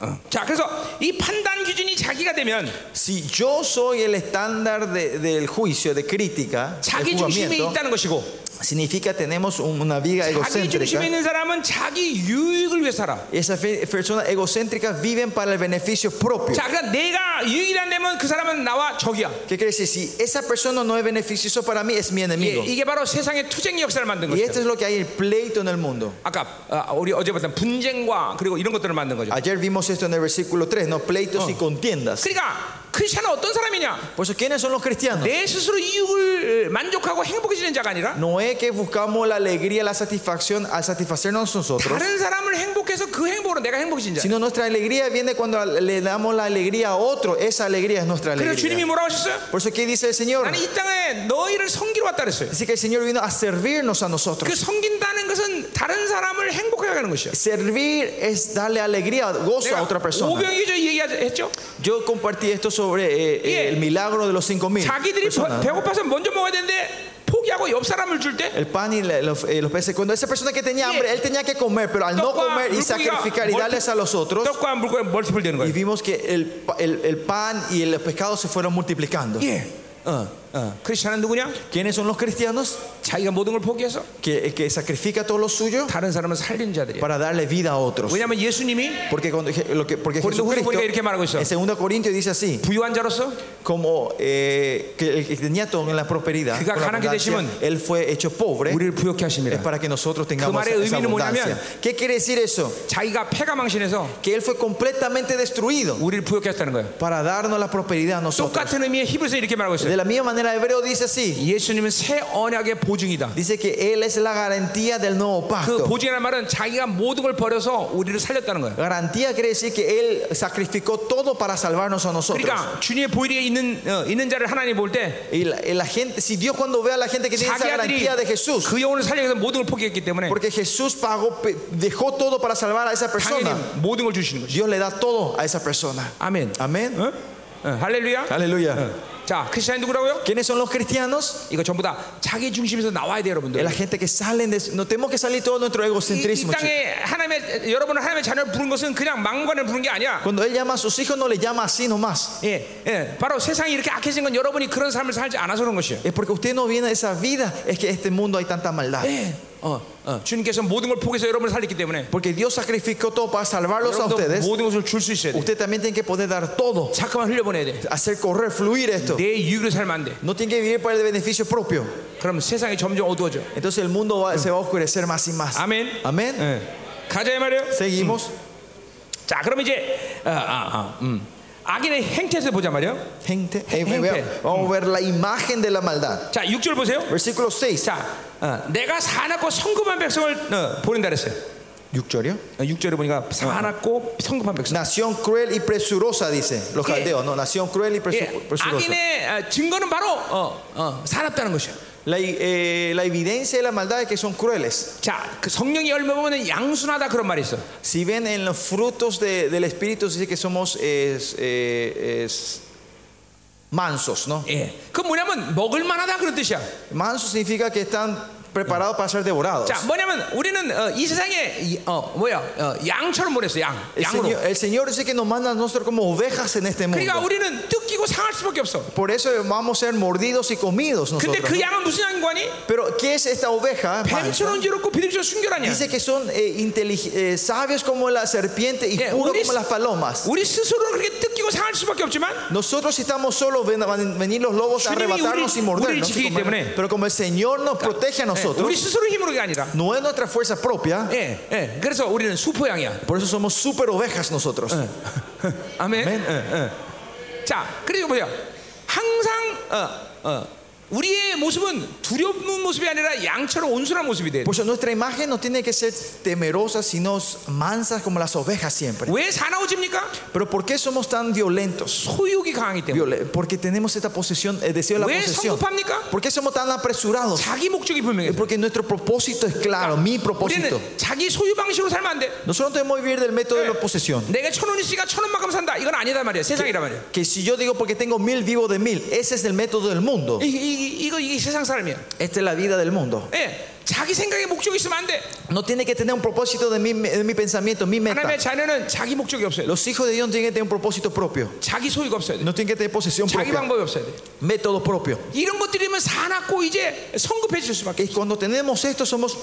어, 어. 자 그래서 이 판단 기준이 자기가 되면 Si yo soy el estándar de- del juicio, de crítica, de 자기 중심에 juzgamiento, 있다는 것이고 significa tenemos un- una vida 자기 중심에 egocéntrica. 있는 사람은 자기 유익을 위해 살아. Esas fe- personas egocéntricas viven para el beneficio propio. 자 그러니까 내가 유익이 안 되면 그 사람은 나와 적이야. ¿Qué quiere decir? Si esa persona no es beneficioso para mí, es mi 예, enemigo. 이게 바로 세상의 투쟁 역사를 만든 Y 거죠. esto es lo que hay el pleito en el mundo. 아까 어, 우리 어제 봤던 분쟁과 그리고 이런 것들을 만든 거죠. Ayer vimos esto en el versículo 3, ¿no? Pleitos Oh. y contiendas. 그러니까 크리스천은 어떤 사람이냐? Por eso, ¿quiénes son los cristianos? 내 스스로 이익을 만족하고 행복해지는 자가 아니라 No es que buscamos la alegría, la satisfacción al satisfacernos nosotros, 다른 사람을 행복해서 그 행복으로 내가 행복해진 자. sino nuestra alegría viene cuando le damos la alegría a otro. Esa alegría es nuestra 그래서 주님이 alegría. 뭐라고 하셨어요? Por eso, ¿qué dice el Señor? 나는 이 땅에 너희를 섬기러 왔다 그랬어요. Dice que el Señor vino a servirnos a 그 nosotros. 섬긴다는 것은 다른 사람을 행복하게 하는 것이야. Servir es darle alegría, gozo a 내가 otra persona. 오병이죠 얘기했죠. Yo compartí esto sobre eh, eh, el milagro de los 5000 자기들이 버- personas. 배고파서 먼저 먹어야 되는데 포기하고 옆 사람을 줄 때 El pan y la- los, eh, los peces. Cuando esa persona que tenía hambre, él tenía que comer, pero al no Tocó a comer y Lucía, sacrificar y multi- darles a los otros, 떡과 물고기 멀티플 되는 y 거예요. vimos que el, pa- el- el pan y los pescados se fueron multiplicando. 예. 어. 어, 크리스천은 누구냐? ¿Quiénes son los cristianos? 자기가 모든 걸 포기해서 Que, que sacrifica todo lo suyo 다른 사람을 살린 자들이야. para darle vida a otros. 왜냐하면 예수님이 Porque, cuando, lo que, porque Por eso Julio Jesucristo, Bonica 이렇게 말하고 있어. en 2 Corintios dice así, 부유한 자로서 como eh, que el que tenía todo en la prosperidad, 그가 con la 가난하게 abundancia, 되심은 él fue hecho pobre 우리를 부욕케 es 하십니다. para que nosotros tengamos 말의 esa 의미는 abundancia. 뭐냐면, ¿Qué quiere decir eso? 자기가 패가 망신해서 Que él fue completamente destruido 우리를 부욕케 했다는 거예요. para darnos la prosperidad a nosotros. 똑같은 의미의 히브리서 이렇게 말하고 있어요. De la misma manera, Hebreo dice así, 예수님은 새 언약의 보증이다. dice que él es la garantía del nuevo 그 pacto. 보증이라는 말은 자기가 moden 걸 버려서 우리를 살렸다는 거예요. Garantía quiere decir que él sacrificó todo para salvarnos a nosotros. 그러니까 주님의 보일에 있는 어, 있는 자를 하나님 볼 때 그 Y la, y la gente, si Dios cuando ve a la gente que tiene esa 자기들이 garantía de Jesús, 그 영혼을 살리기 위해서 모든 걸 포기했기 때문에 Porque Jesús pagó, pe- dejó todo para salvar a esa persona. 당연히 모든 걸 주시는 거죠. Dios le da todo a esa persona. 아멘. Amén. 어? 어, 할렐루야. Aleluya. 자, 크리스찬 누구라고요? ¿Quiénes son los cristianos? 이거 전부 다 자기 중심에서 나와야 돼요, Es 여러분들. la gente que salen de. No tenemos que salir todo nuestro 이, 이 egocentrismo. chicos. 땅에 하나님의 여러분을 하나님의 자녀를 부른 것은 그냥 망관을 부른 게 아니야. Cuando Él llama a sus hijos, no le llama así nomás. 예, 예. 바로 세상이 이렇게 악해진 건 여러분이 그런 삶을 살지 않아서 그런 것이에요. Es porque usted no viene a esa vida. Es que en este mundo hay tanta maldad. 예. 어, 어. 주님께서 모든 걸 포기해서 여러분을 살렸기 때문에 Porque Dios sacrificó todo para salvarlos a 여러분도 ustedes. 모든 것을 줄 수 있어야 돼. Usted también tiene que poder dar todo. 잠깐만 흘려보내야 돼. Hacer correr, fluir esto. 내 이유로 살면 안 돼. No tiene que vivir para el beneficio propio. 그럼 세상이 점점 어두워져. Entonces el mundo va- se va a oscurecer más y más. 아멘. Amén. 예. 가자 이 말이에요. Seguimos. 자, 그럼 이제 아, 아, 아, 음. 악인의 행태에서 보자 말이에요. Gente, eh, Gente. vea- vamos a ver la imagen de la maldad. 자, 6절 보세요. Versículo 6. 자, 어, 내가 사납고 성급한 백성을 어, 보낸다 그랬어요. 어, Yucchorio. 6절에 보니까 사납고 성급한 백성. Nación cruel y presurosa, dice los Yeah. caldeos. No, nación cruel y presu- 예, presurosa. 악인의 어, 증거는 바로 어, 어, 사납다는 것이에요. La, i- eh, la evidencia de la maldad es que son crueles. 자, 그 성령이 열매 보면 양순하다 그런 말이 있어. Si ven en los frutos de- del Espíritu, dice que somos es- eh, es mansos, ¿no? 예, 그 뭐냐면 먹을 만하다 그런 뜻이야. Manso significa que están preparados para ser devorados. 자, 뭐냐면 우리는 어, 이 세상에 이, 어, 뭐야 어, 양처럼 보냈어, 양, El 양으로. Señor, el Señor dice que nos manda a nosotros como ovejas en este 그러니까 mundo. 우리는 뜯기고 상할 수밖에 없어. Por eso vamos a ser mordidos y comidos 근데 nosotros. 그 양은 무슨 양관이? Pero ¿qué es esta oveja? mansa? 뱀처럼 지럽고 비둘기처럼 순결하냐? Dice que son eh, intelig- eh, sabios como la serpiente y Yeah, puros what como is- las palomas. 우리 스스로는 그렇게 뜯기고 상할 수밖에 없지만 Nosotros si estamos solos, ven- van a venir los lobos a 주님이 arrebatarnos 우리- y mordernos. 우리를 지키기 y comernos. 때문에. Pero como el Señor nos protege a 예, 우리 nosotros, 스스로 힘으로가 아니라. no es nuestra fuerza propia, 예, 예. 그래서 우리는 수포양이야. por eso somos super ovejas nosotros. 아멘. 예, 예. 자, 그리고 보세요. 항상 어, 어, 우리의 모습은 두려운 모습이 아니라 양처럼 온순한 모습이 돼. Por eso nuestra imagen no tiene que ser temerosa, sino mansas como las ovejas siempre. 왜 사나워집니까? Pero ¿por qué somos tan violentos? 소유욕이 강하기 때문에. Viole- Porque tenemos esta posesión, el deseo de la 왜 posesión. 성급합니까? ¿Por qué somos tan apresurados? 자기 목적이 분명해요. Porque nuestro propósito es claro, mi propósito. 우리는 자기 소유 방식으로 살면 안 돼. Nosotros no tenemos que vivir del método de la posesión. 내가 천 원이니까 천 원만큼 산다. 이건 아니다 말이야. 세상이란 말이야. Que si yo digo porque tengo mil, vivo de mil. Ese es el método del mundo. 이, 이, 이, 거 이게 세상 사람이야. Esta es la vida del mundo. 예, 자기 생각에 목적이 있으면 안 돼. No tiene que tener un propósito de mi, de mi pensamiento, mi meta. 하나님의 자녀는 자기 목적이 없어야 돼. Los hijos de Dios no tienen que tener un propósito propio. 자기 소유가 없어야 돼. No tienen que tener posesión 자기 propia. 방법이 없어야 돼. Método propio. 이런 것들이면 사납고 이제 성급해질 수밖에. Que cuando tenemos esto somos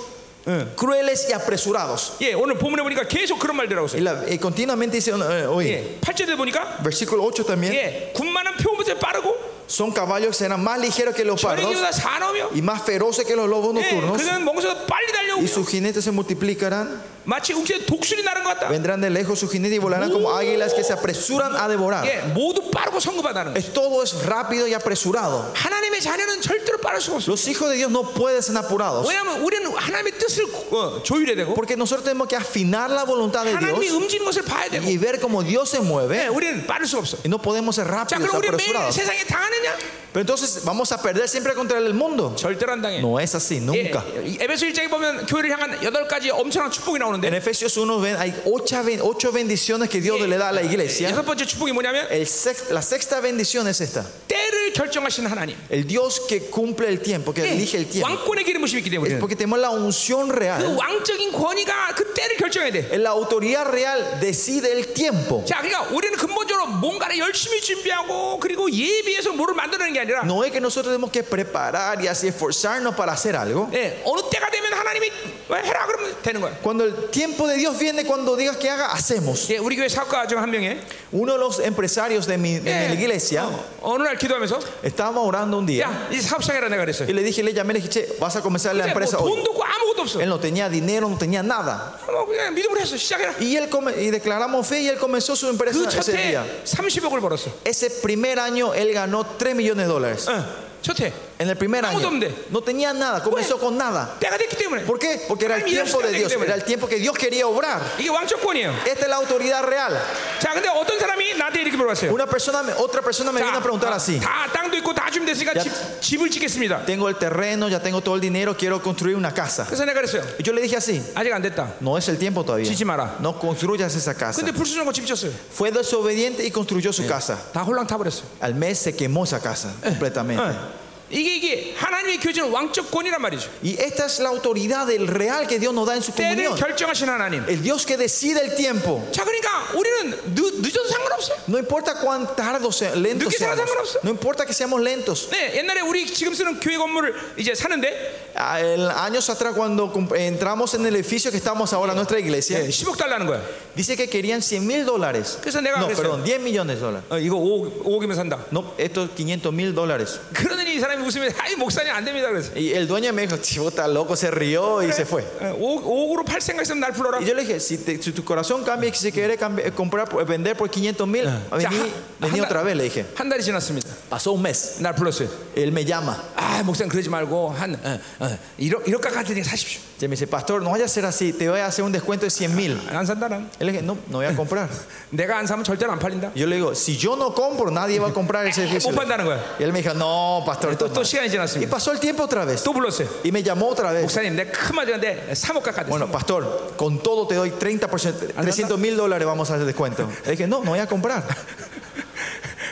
eh, crueles y apresurados. 예, 오늘 본문에 보니까 계속 그런 말들하고 Y 있어요. la- eh, continuamente dice, eh, oye, 예, 8절에 보니까 versículo 8 también, 예, 군만한 표보다 빠르고 son caballos que serán más ligeros que los pardos 전행기보다 사나우며 y más feroces que los lobos 예, nocturnos. 그는 멍에서 빨리 달려오고 Y sus jinetes se multiplicarán. 마치 욱새 독수리 나는 것 같다. Vendrán de lejos sus jinetes y volarán como águilas que se apresuran a devorar. 예, 모두 빠르고 성급하다는 거예요. Es- Todo es rápido y apresurado. 하나님의 자녀는 절대로 빠를 수가 없어. 요 Los hijos de Dios no pueden ser apurados. 왜냐하면 우리는 하나님의 뜻을 어, 조율해야 되고 Porque nosotros tenemos que afinar la voluntad de 하나님이 Dios 움직이는 것을 봐야 되고 y ver cómo Dios se 예, mueve. 우리는 빠를 수가 없어. Y no podemos ser 자, rápidos, 그럼 우리 매일 apresurados. 세상에 당하느냐? Pero entonces vamos a perder siempre contra el mundo. 절대로 안 당해. No es así, 예, nunca. 이 에베소 일장에 보면 교회를 향한 여덟 가지 엄청난 축복이 En 나오는데 Efesios 1 ven, hay ocho, ben- ocho bendiciones que Dios le da a la iglesia. 여섯 번째 축복이 뭐냐면 El sex- la sexta bendición es esta. 때를 결정하시는 하나님. 예, El Dios que cumple el tiempo, que elige el tiempo. 왕권의 기름부심이 있기 Es 때문에 porque tenemos la unción 그 real. 왕적인 권위가 그때를 결정해야 돼. La autoridad real decide el tiempo. 자, 그러니까 우리는 근본적으로 뭔가를 열심히 준비하고 그리고 예비해서 뭐를 만들어내는 게 아니라 No es que nosotros tenemos que preparar y así esforzarnos para hacer algo. 예, 어느 때가 되면 하나님이 왜 해라 그러면 되는 거야. Cuando el tiempo de Dios viene, cuando digas que haga, hacemos. 예, 우리 교회 사업가 중 한 명이 Uno de los empresarios de mi, de Eh. mi iglesia 어느 날 기도하면서 estábamos orando un día 야, 이 사업 시작해라 내가 그랬어요. y le dije, le llamé, le dije, che, vas a comenzar la 근데 뭐 empresa hoy. 돈도 없고 아무것도 없어. Él no tenía dinero, no tenía nada. 뭐 그냥 믿음으로 했어. 시작해라. Y, él come- y declaramos fe y él comenzó su 그 empresa 첫 ese día. 해에 30억을 벌었어. Ese primer año él ganó 3 millones de dólares. 어, 첫 해. En el primer Vamos, año ¿dónde? no tenía nada, comenzó con nada. 때가 됐기 때문에 ¿Por qué? Porque era el Ay, mira, tiempo de yo Dios, tengo- era el tiempo que Dios quería obrar. 이게 왕족권이에요. Esta es la autoridad real. 자, 근데 어떤 사람이 나한테 이렇게 물어봤어요. Una persona, me- otra persona me 자, vino a preguntar 아, así. 다 땅도 있고 다 준비됐으니까 야. 집, 집을 짓겠습니다. Tengo el terreno, ya tengo todo el dinero, quiero construir una casa. 그래서 내가 그랬어요. Y yo le dije así, 아직 안 됐다. no es el tiempo todavía. Chichi Mara. No construyas esa casa. 근데 불순종하고 집 지었어요. Fue desobediente y construyó su casa. 다 홀랑 타버렸어요. Al mes se quemó esa casa Eh, completamente. 어. 이게 이게 하나님이 교주는 왕족권이란 말이죠. Y esta es la autoridad del real que Dios nos da en su 때를 comunión. 결정하신 하나님. El Dios que decide el tiempo. 자, 그러니까 우리는 늦, 늦어도 상관없어요. No importa cuán tardos, sea- lentos Nunca será seamos. sangroso. No importa que seamos lentos. 네, 옛날에 우리 지금 쓰는 교회 건물을 이제 사는데 Ah, el- años atrás, cuando comp- entramos en el edificio que estamos ahora, nuestra iglesia, 10억 예, 달라는 거야. dice que querían 100 mil dólares. Eso 내가 No, 그랬어요. perdón, 10 millones de dólares. 어, 이거 5억, 5억이면 산다. No, estos 500 mil dólares. 그러더니 이 사람이 웃으면 아이 목사님 안 됩니다 그래서 Y el dueño me dijo, chivo, está loco, se rió y se fue. 5억으로 예, 팔 생각 있으면 날 불러라 Y yo le dije, si, te- si tu corazón cambia y si quiere cambi- eh, comprar, por- vender por 500 mil, 어, vení, vení anda. otra vez, le dije. 한 달이 지났습니다 Ah. Pasó un mes. 날 불렀어요 Él me llama. 아 목사님 그러지 말고 한 어, 어, 1억 1억까지 그냥 사십시오 Y me dice, pastor, no vaya a ser así, te voy a hacer un descuento de 100 mil. 안 산다 난 Él le dije, no, no voy a comprar. 내가 안 사면 절대로 안 팔린다 Yo le digo, si yo no compro, nadie va a comprar el servicio. 못 판다는 거야 Y él me dijo, no, pastor. 또, está 또 mal". 어. 시간이 Y 지났습니다 pasó el tiempo otra vez. 또 불렀어요 Y me llamó otra vez. 목사님 내가 큰 마디인데 3억 깎아야 돼 Bueno, pastor, con todo te doy 30%, 300 mil dólares vamos a hacer descuento. Le dije, no, no voy a comprar.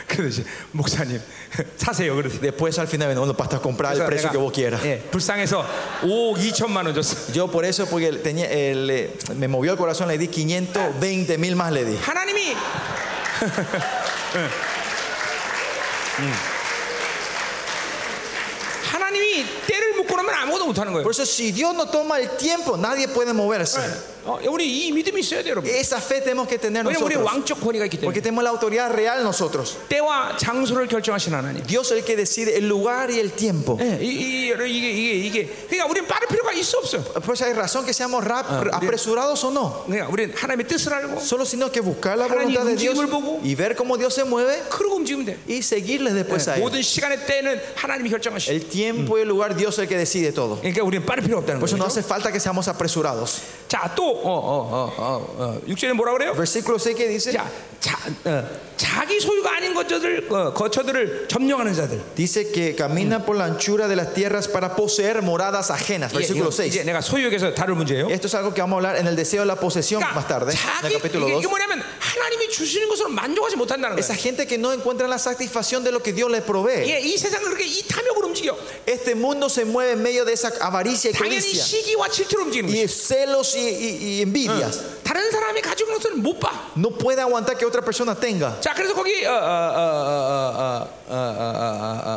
그러지 목사님 사세요 그래서 Después al final, bueno, pastor, comprar el precio que vos quieras. 예, 불쌍해서 5억 2천만 원 줬어 Yo por eso, porque tenía, eh, le- me movió el corazón, le di 520 mil más, le di. 하나님이 하나님이 때를 묶고 나면 아무것도 못하는 거예요. Por eso, si Dios no toma el tiempo, nadie puede moverse. 어, 우리 이 믿음이 있어야 돼요, 여러분. Esa fe tenemos que tener 왜냐면 우리 nosotros. 왕적 권위가 있기 때문에 Porque tenemos la autoridad real nosotros. 때와 장소를 결정하신 하나님. Dios es el que decide el lugar y el tiempo. 예, 이, 이, 이게 이게 이게 그러니까 우리는 빠를 필요가 있어 없어. Pues hay razón que seamos rap- apresurados o no. 그러니까 우리는 하나님의 뜻을 알고 Solo sino que buscar la 하나님 voluntad de Dios 움직임을 보고 y ver cómo Dios se mueve 그러고 움직이면 돼. y seguirle después a él. 모든 시간의 때는 하나님이 결정하시. El tiempo y el lugar Dios es el que decide todo. 그러니까 우리는 빠를 필요 없다는 Por eso 거죠. no hace falta que seamos apresurados. 자, 또 어, 어, 어, 어, 어, 6절에 뭐라 그래요? Versículo 6 que dice, 자, 자, 어, 자기 소유가 아닌 것들을 어, 거처들을 점령하는 자들. dice que camina por la anchura de las tierras para poseer moradas ajenas. 이게, Versículo 이거 이제 6. 내가 소유에서 다룰 문제예요. Esto es algo que vamos a hablar en el deseo de la posesión más 그러니까 tarde, en el 자기 capítulo 이게, 2. 이게 뭐냐면 하나님이 주시는 것으로 만족하지 못한다는 Esa 거예요. gente que no encuentra la satisfacción de lo que Dios les provee. 예, 이 세상은 그렇게 이 탐욕으로 움직여. Este mundo se mueve en medio de esa avaricia y 당연히 codicia 시기와 질투로 움직이는 거예요. y celos y, y- y envidias. 다른 사람이 가지고 있는 것을 못 봐. No puede aguantar que otra persona tenga. 자, 그래서 거기 어, 어, 어, 어, 어, 어, 어,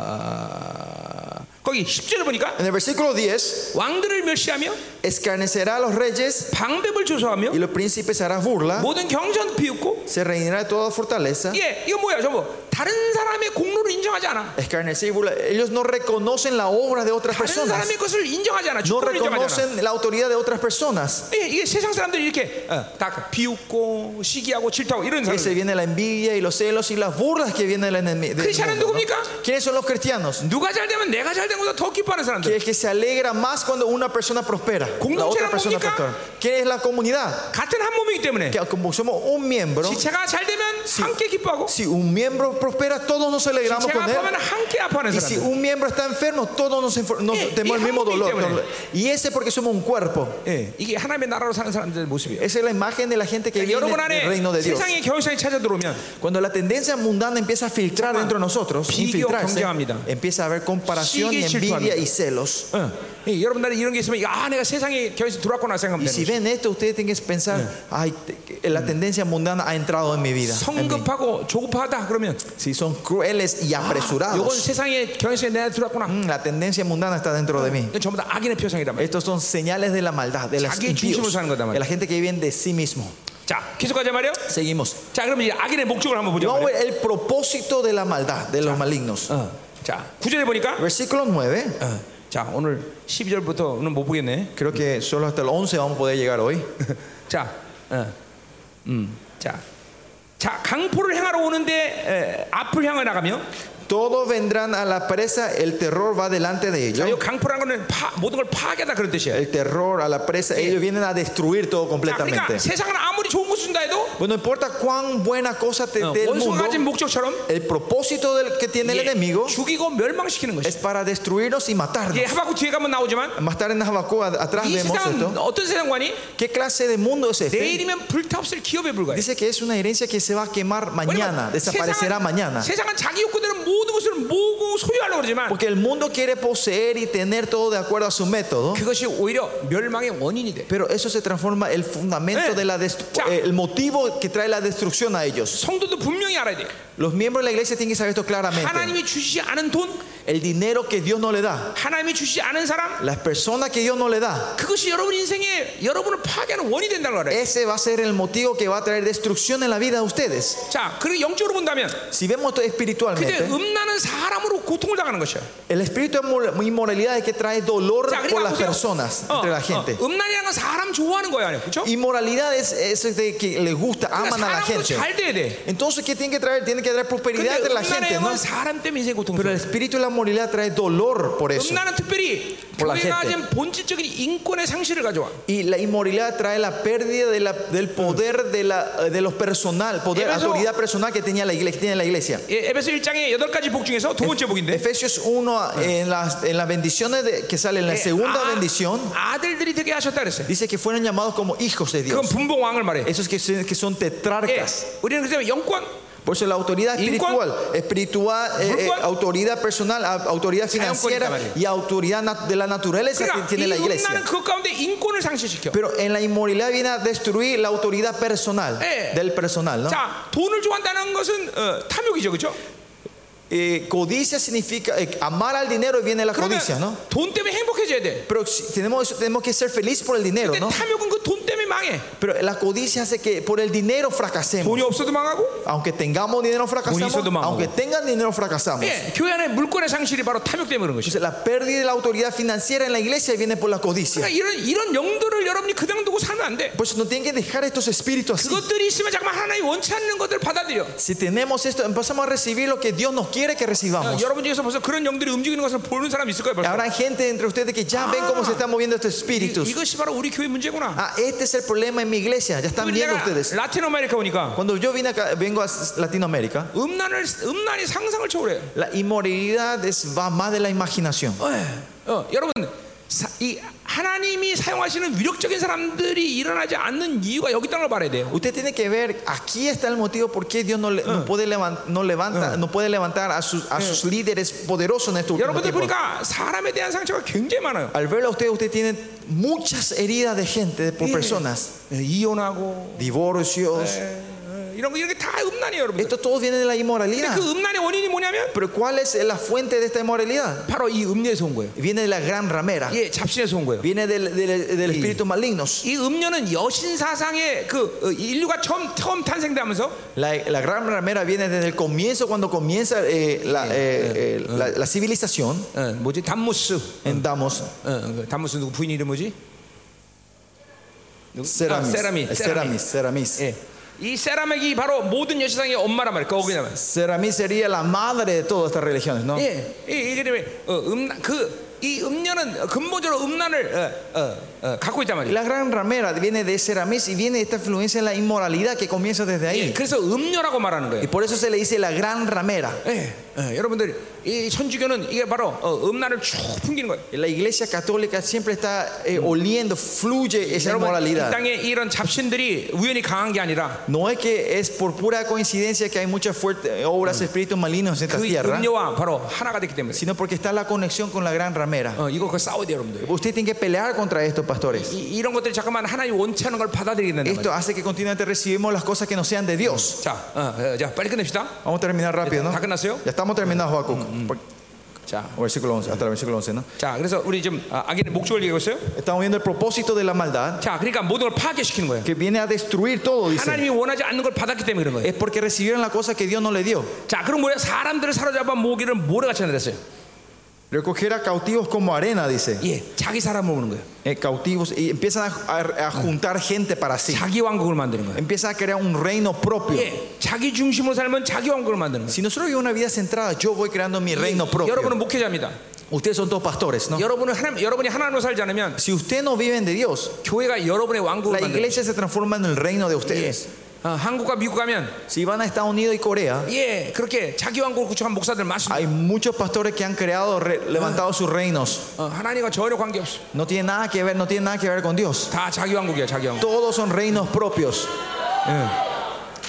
어, 어, 어, 거기 10절을 보니까 En el versículo 10, 왕들을 멸시하며 escarnecerá a los reyes 방백을 조소하며 y los príncipes hará burla, 모든 경전 비웃고 se reinará de toda fortaleza. 예, 이거 뭐야, 저거 다른 사람의 공로를 인정하지 않아. Escarnecer y burla. Ellos no reconocen la obra de otras 다른 personas, 사람의 것을 인정하지 않아. no 축복을 인정하지 않아. reconocen la autoridad de otras personas. 예, 이게 세상 사람들이 이렇게 어, 다 비웃고 시기하고 질투하고 이런 Ahí se 사람들. viene la envidia y los celos y las burlas que vienen del enemi- del ¿Cristianos mundo, ¿no? 누굽니까? ¿Quiénes son los cristianos? 누가 잘 되면 내가 잘 된 것보다 더 기뻐하는 Que 사람들. el que se alegra más cuando una persona prospera, la otra 공동체란 persona 뭡니까? prospera. ¿Quién es la comunidad? 같은 한 몸이기 때문에 예. Que como somos un miembro, 지체가 잘 되면 함께 기뻐하고 예. si un miembro prospera, todos nos alegramos 제가 con él. 아프면 함께 아파하는 Y si 사람. un miembro está enfermo, todos nos, enfer- nos Eh, tenemos y el mismo hambre dolor. 때문에. Y ese porque somos un cuerpo. 예, 이게 하나님의 나라로 사는 사람들의 모습이에요. 그러니까 Esa es la imagen de la gente que viene 여러분 del reino 안에 de Dios. 세상의 경향성이 찾아 들어오면 Cuando la tendencia mundana empieza a filtrar dentro de nosotros, 비교, infiltrarse, 경쟁합니다. empieza a haber comparación, 시기에 y envidia y celos. 어, 예, 여러분들이 이런 게 있으면 이거, 아 내가 세상에 결심 들어왔구나 Y 생각하면 si 되는 ven esto, ustedes tienen que pensar, ay, te- eh, la tendencia mundana ha entrado en mi vida. 거죠. en mí". 성급하고 조급하다 그러면 Si son crueles y 이건 apresurados, 세상의 경향성이 내가 들어왔구나 mm, la tendencia mundana está dentro de mí. 이건 전부 다 악인의 표상이다 말이야 Estos son señales de la maldad, de, las 자기의 중심으로 impíos, 사는 거다 말이야. de la gente que viven de sí mismo. 자 계속하자 말이요 Seguimos. 자 그럼 이제 악인의 목적을 한번 보자 Vamos 말이야 a ver el propósito de la maldad, de los malignos. 어. 자 구절에 보니까 Versículo 9. 어, 자 오늘 12절부터는 못 보겠네 Creo que solo hasta el 11 vamos a poder llegar hoy. 자, 어, 음, 자, 자 강포를 행하러 오는데 에, 앞을 향해 나가며 Todos vendrán a la presa, el terror va delante 자, de 이 ellos. 아, 강포라는 거는 파, 모든 걸 파괴하다 그런 뜻이에요. El terror a la presa, ellos vienen a destruir todo 자, 그러니까 completamente. 세상은 아무리 좋은 것을 준다 해도 Bueno, no importa cuán buena cosa te 어, dé el 원수가 mundo, 가진 목적처럼 el propósito del que tiene el 예, enemigo 죽이고 멸망시키는 것이. es para destruirnos 예, y matarnos. 하박국 뒤에 가면 나오지만 Más tarde en Habacuc a- atrás 이 vemos 세상은 esto. 뭐 어떤 네. 세상관이 ¿Qué clase de mundo es este? 내일이면 불타없을 기업에 불과해. Dice que es una herencia que se va a quemar mañana, 왜냐면 desaparecerá mañana. 네, 세상은 자기 욕구대로 모든 것을 모으고 소유하려고 그러지만 Porque el mundo quiere poseer y tener todo de acuerdo a su método. 그것이 오히려 멸망의 원인이 돼. Pero eso se transforma el fundamento Eh. de la destru- Ya. eh, el motivo que trae la destrucción a ellos. 성도도 분명히 알아야 돼. Los miembros de la iglesia tienen que saber esto 네. claramente. 하나님이 주시지 않은 돈, El dinero que Dios no le da, 하나님이 주시지 않은 사람, las personas que Dios no le da, 그것이 여러분 인생에 여러분을 파괴하는 원이 된다는 거래. ese va a ser el motivo que va a traer destrucción en la vida de ustedes. 자, 그리고 영적으로 본다면 Si vemos esto 그때 espiritualmente, 음란은 사람으로 고통을 당하는 것이야. el espíritu de mor- inmoralidad es que trae dolor 자, por 그러니까 las 보세요. personas, 어, entre la 어, gente. 음란이라는 건 사람 좋아하는 거야, 아니야, 그렇죠? 그러니까 Inmoralidad es, es de que le gusta, aman a la 사람으로 gente. 잘 돼야 돼. Entonces, ¿qué tiene que traer? Tiene que traer 근데 prosperidad entre la 음란의 gente, ¿no? 영은 사람 때문에 인생 고통을. Pero el 줘요. espíritu de la moralidad trae dolor por eso. 음란은 특별히 Por la 교회가 gente. 가진 본질적인 인권의 상실을 가져와. Y la inmoralidad trae la pérdida de la- del poder de, la, eh, de los personal, poder, Eres- autoridad personal que tenía la iglesia. Que tiene la iglesia. 예, 에베소 1장의 여덟 가지 복 중에서 두 번째 복인데. Efesios 1, en las, en las bendiciones de- que sale en Eh, la segunda 아, bendición, 아들들이 되게 하셨다 그랬어요. dice que fueron llamados como hijos de 그건 Dios. 분봉 왕을 말해. Esos que, son- que son 예, tetrarcas. 우리는 그때 영권, 그러니까 Por eso la autoridad espiritual, espiritual eh, eh, Vulcan. autoridad personal, a- autoridad financiera Vulcan. y autoridad nat- de la naturaleza que 그러니까 tiene la 이 iglesia. 음란은 그 가운데 인권을 상실시켜. Pero en la inmoralidad viene a destruir la autoridad personal, Eh. del personal. ¿no? 자, 돈을 좋아한다는 것은 어, 탐욕이죠, 그렇죠? Eh, codicia significa eh, amar al dinero y viene la 그러면 codicia, ¿no? 돈 때문에 행복해져야 돼. Pero si tenemos, eso, tenemos que ser feliz por el dinero, 근데 ¿no? 탐욕은 그 돈 때문에 망해. Pero la codicia hace que por el dinero fracasemos. 돈이 없어도 망하고. Aunque tengamos dinero fracasamos, Bonito de mambo. aunque tengan dinero fracasamos. 예, 교회 안에 물권의 상실이 바로 탐욕 때문에 그런 것이죠. Entonces, la pérdida de la autoridad financiera en la iglesia viene por la codicia. 그러니까 이런 이런 영들을 여러분이 그냥 두고 살면 안 돼. Por eso no Pues tienen que dejar estos espíritus así. 그것들이 있으면 잠깐만 하나님 원치 않는 것들을 받아들여. 어, Si tenemos esto, empezamos a recibir lo que Dios nos quiere que recibamos. 여러분 중에서 벌써 그런 영들이 움직이는 것을 보는 사람 있을 거예요. 벌써. Habrá gente entre ustedes que ya ven cómo se están moviendo estos 이, 아, espíritus. 이것이 바로 우리 교회 문제구나. Ah, este es el problema en mi iglesia. Ya están viendo 내가 ustedes. 라틴 아메리카 오니까 Cuando yo vine acá, vengo a Latinoamérica, 음란을 음란이 상상을 초월해요. la inmoralidad es, va más de la imaginación. 어, 여러분 사- 이 하나님이 사용하시는 위력적인 사람들이 일어나지 않는 이유가 여기 있다는 걸 말해야 돼요. Usted tiene que ver, aquí está el motivo por qué Dios no, le- no puede, levan- no levanta, no puede levantar a sus, a sus líderes poderosos en estos últimos 여러분들 tiempos. 보니까 사람에 대한 상처가 굉장히 많아요. Al verlo a usted, usted tiene muchas heridas de gente, de- por Sí. personas, 예, 이혼하고 divorcios. 예, 예, 이런 거 이런 게 다 음란이에요, 여러분. Esto todo viene de la 근데 예, inmoralidad. 그 음란의 원인이 뭐냐면 Pero ¿cuál es la fuente de esta inmoralidad? 바로 이 음료에서 온 거예요. Viene de la gran ramera, 예, 잡신에서 온 거예요. viene del, del, del espíritu maligno. 이 음료는 여신 사상의 그 어, 인류가 처음 처음 탄생되면서 La, la gran ramera viene desde el comienzo, cuando comienza eh, la, eh, eh, la- la civilización 어, 뭐지 담무스 en Damos. 어, 어, 담무스 누구 부인 이름 뭐지? 누구? 아, Ah, 세라미. Ceramis. Eh. El Ceramis. Ceramis. 예. 이 세라믹이 바로 모든 여신상의 엄마란 말이에요. 거기다만. 어. Ceramis sería la madre de todas estas religiones, ¿no? 예. 이- 이게 되면 어, 음란 그 이 음녀는 근본적으로 음란을 어, 어, 어, 갖고 있단 말이에요. La gran ramera viene de ese ramés y viene de esta influencia en la inmoralidad que comienza desde 예, ahí. 그래서 음녀라고 말하는 Y 거예요. por eso se le dice la gran ramera. 예, 예, 여러분들 이 천주교는 이게 바로 어, 음란을 쭉 풍기는 거예요. La iglesia católica siempre está eh, oliendo, fluye esa 여러분 이 inmoralidad. 땅에 이런 잡신들이 우연히 강한 게 아니라 No es que es por pura coincidencia que hay muchas fuertes eh, obras de espíritus malignos en esta 그 tierra, 음녀와 바로 하나가 됐기 때문에 sino porque está la conexión con la gran ramera. 어, 이거 그 싸워야 돼요, 여러분들. Usted tiene que pelear contra esto, pastores. 이, 이런 것들이 잠깐만 하나님 원치 않은 걸 받아들이게 된다. Esto hace que continuamente recibimos las cosas que no sean de Dios. 자, 어, 어, 자, 빨리 끝냅시다. Vamos a terminar rápido, ¿no? ¿Está 끝났어요? Ya estamos terminados, Habacuc. Por- 자, Versículo 11, hasta el versículo 11, ¿no? 자, 그래서 우리 지금 아, 악인의 목적을 얘기하고 있어요. Estamos viendo el propósito de la maldad 자, 그러니까 모든 걸 파괴시키는 거예요. que viene a destruir todo, dice. 하나님이 원하지 않는 걸 받았기 때문에 그런 거예요. Es porque recibieron la cosa que Dios no le dio. 자, 그럼 뭐야? 사람들을 사로잡아 모기를 모래같이 날렸어요. Recoger a cautivos como arena, dice. 예, 자기 사람을 모는 거예요. Eh, cautivos y empiezan a, a- a juntar gente para sí. 자기 왕국을 만드는 거예요. Empiezan a crear un reino propio. 예, 자기 중심으로 살면 자기 왕국을 만드는 거예요. 예, Si nosotros vivimos una vida centrada, yo voy creando mi reino propio. 여러분은 목회자입니다. Ustedes son todos pastores, ¿no? 여러분은 하나님, 여러분이 하나님으로 살지 않으면 Si ustedes no viven de Dios, 교회가 여러분의 왕국을 la 만드는 거예요. iglesia se transforma en el reino de ustedes. 어, 한국과 미국 가면 Si van a Estados Unidos y Corea, 예, 그렇게 자기 왕국을 구축한 목사들 많습니다. hay muchos pastores que han creado, re- levantado sus reinos. 어, 하나님과 전혀 관계없어. No tiene nada que ver, no tiene nada que ver con Dios. 다 자기 왕국이야, 자기 왕국. Todos son reinos propios.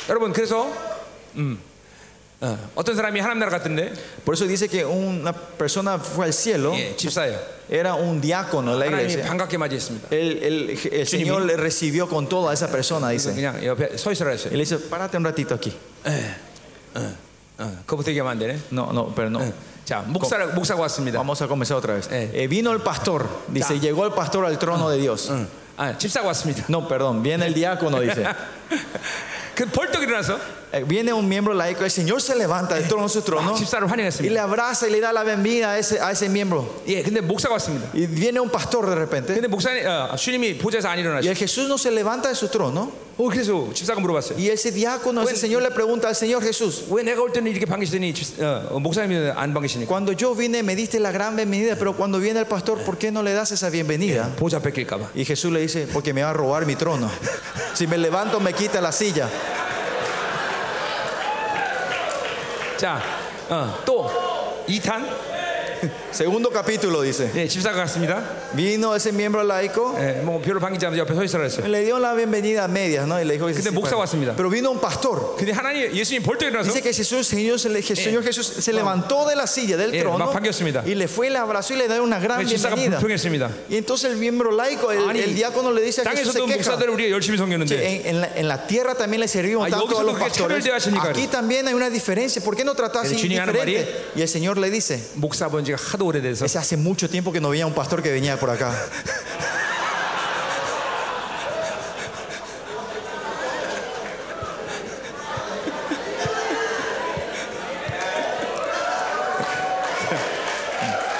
여러분 그래서 음, 어, 어떤 사람이 하나님 나라 갔던데 Por eso dice que una persona fue al cielo, 예, 집사예요. era un diácono de la 하나님이 iglesia. 반갑게 맞이했습니다. El, el- el Señor le recibió con toda esa persona, dice. 그냥 옆에 서 있으라 Y 했어요. le dice, párate un ratito aquí. 어, 그거부터 얘기하면 안 되네. No, no, pero no. 자 목사 목사가 왔습니다. Vamos a comenzar otra vez. Eh. Eh, vino el pastor, dice, llegó el pastor al trono de Dios. 응. 아 집사가 왔습니다. No, perdón, viene el diácono, dice. 그 벌떡 일어나서 Eh, Viene un miembro laico, el Señor se levanta del trono de su trono 집사를 y 환영했습니다. le abraza y le da la bienvenida a ese, a ese miembro. 예, 근데 목사가 왔습니다. Y viene un pastor de repente. 근데 목사님 어, 주님이 보좌에서 안 Y 일어나시고 el Jesús no se levanta de su trono. 어, 그래서 집사가 물어봤어요. Y ese diácono, ese Señor le pregunta al Señor Jesús, 왜 내가 올 때는 이렇게 반기시더니 집- 어, 어, 목사님이 안 반기시니까 cuando yo vine me diste la gran bienvenida, pero cuando viene el pastor, ¿por qué no le das esa bienvenida? 보좌 뺏길까봐. Y Jesús le dice, porque me va a robar mi trono. Si me levanto me quita la silla. 자, 어, 또 2탄 Segundo capítulo dice, 예, 집사가 갔습니다. vino ese miembro laico, 예, 뭐 별로 반기지 않아서 옆에 서 있으라 했어요. le dio la bienvenida a medias, ¿no? Y le dijo, que se 근데 separe. 목사가 왔습니다. pero vino un pastor. 근데 하나님 예수님 벌떡 일어나서 네, Dice que Jesús, Señor, se le- Jesús- Señor Jesús se levantó de la silla del 예, trono 막 반겼습니다. y le fue y le abrazó y le dio una gran 집사가 bienvenida. 불평했습니다. Y entonces el miembro laico, el, 아니, el diácono le dice a Jesús, se 땅에서도 queja. 목사들을 우리가 열심히 섬겼는데 En, en la, en la tierra también le servimos Ah, tanto a 여기서도 los 그렇게 pastores. 차별대하시니까 Aquí también hay una diferencia. ¿Por qué no tratás El 주님이 하는 indiferente? Y el Señor le dice: 목사 번지가 하도 오래돼서 Ese hace mucho tiempo que no veía un pastor que venía por acá.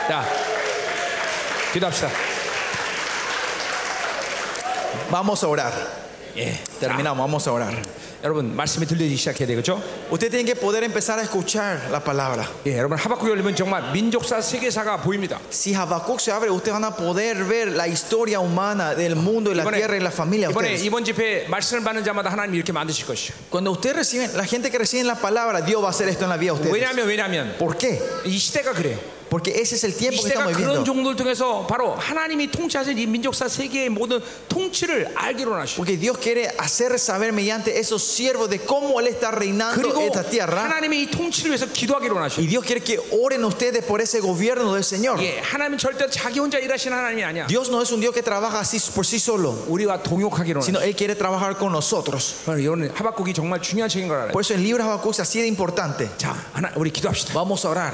자 기도합시다. Vamos a orar. 예, Terminamos, vamos a orar. 자, 여러분 말씀이 들리기 시작해야 되겠죠? Usted tiene que poder empezar a escuchar la palabra. 예, 여러분 하박국 열리면 정말 민족사 세계사가 보입니다. Si Habacuc se abre, ustedes van a poder ver la historia humana del mundo y la tierra y la familia. de 이번에 ustedes. 이번 집회 말씀을 받는 자마다 하나님 이렇게 만드실 것이죠. Cuando ustedes reciben, la gente que recibe la palabra, Dios va a hacer esto en la vida de ustedes. 왜냐하면 왜냐하면 ¿Por qué? 이 시대가 그래요. Porque ese es el 이 tiempo que 시대가 estamos viviendo. 그런 종들 통해서 바로 하나님이 통치하신 이 민족사 세계의 모든 통치를 알기로 하시고 Porque Dios quiere hacer saber mediante esos siervos de cómo Él está reinando 그리고 esta tierra. 하나님이 이 통치를 위해서 기도하기로 Y 하시고 Dios quiere que oren ustedes por ese gobierno del Señor. 예, 하나님은 절대 자기 혼자 일하시는 하나님이 아니야. Dios no es un Dios que trabaja así por sí solo, 우리와 동역하기로 하시고 sino Él quiere trabajar con nosotros. 여러분 하박국이 정말 중요한 책인 걸 알아요. Por eso el libro de Habacuc es así de importante. 자, 하나 우리 기도합시다. Vamos a orar.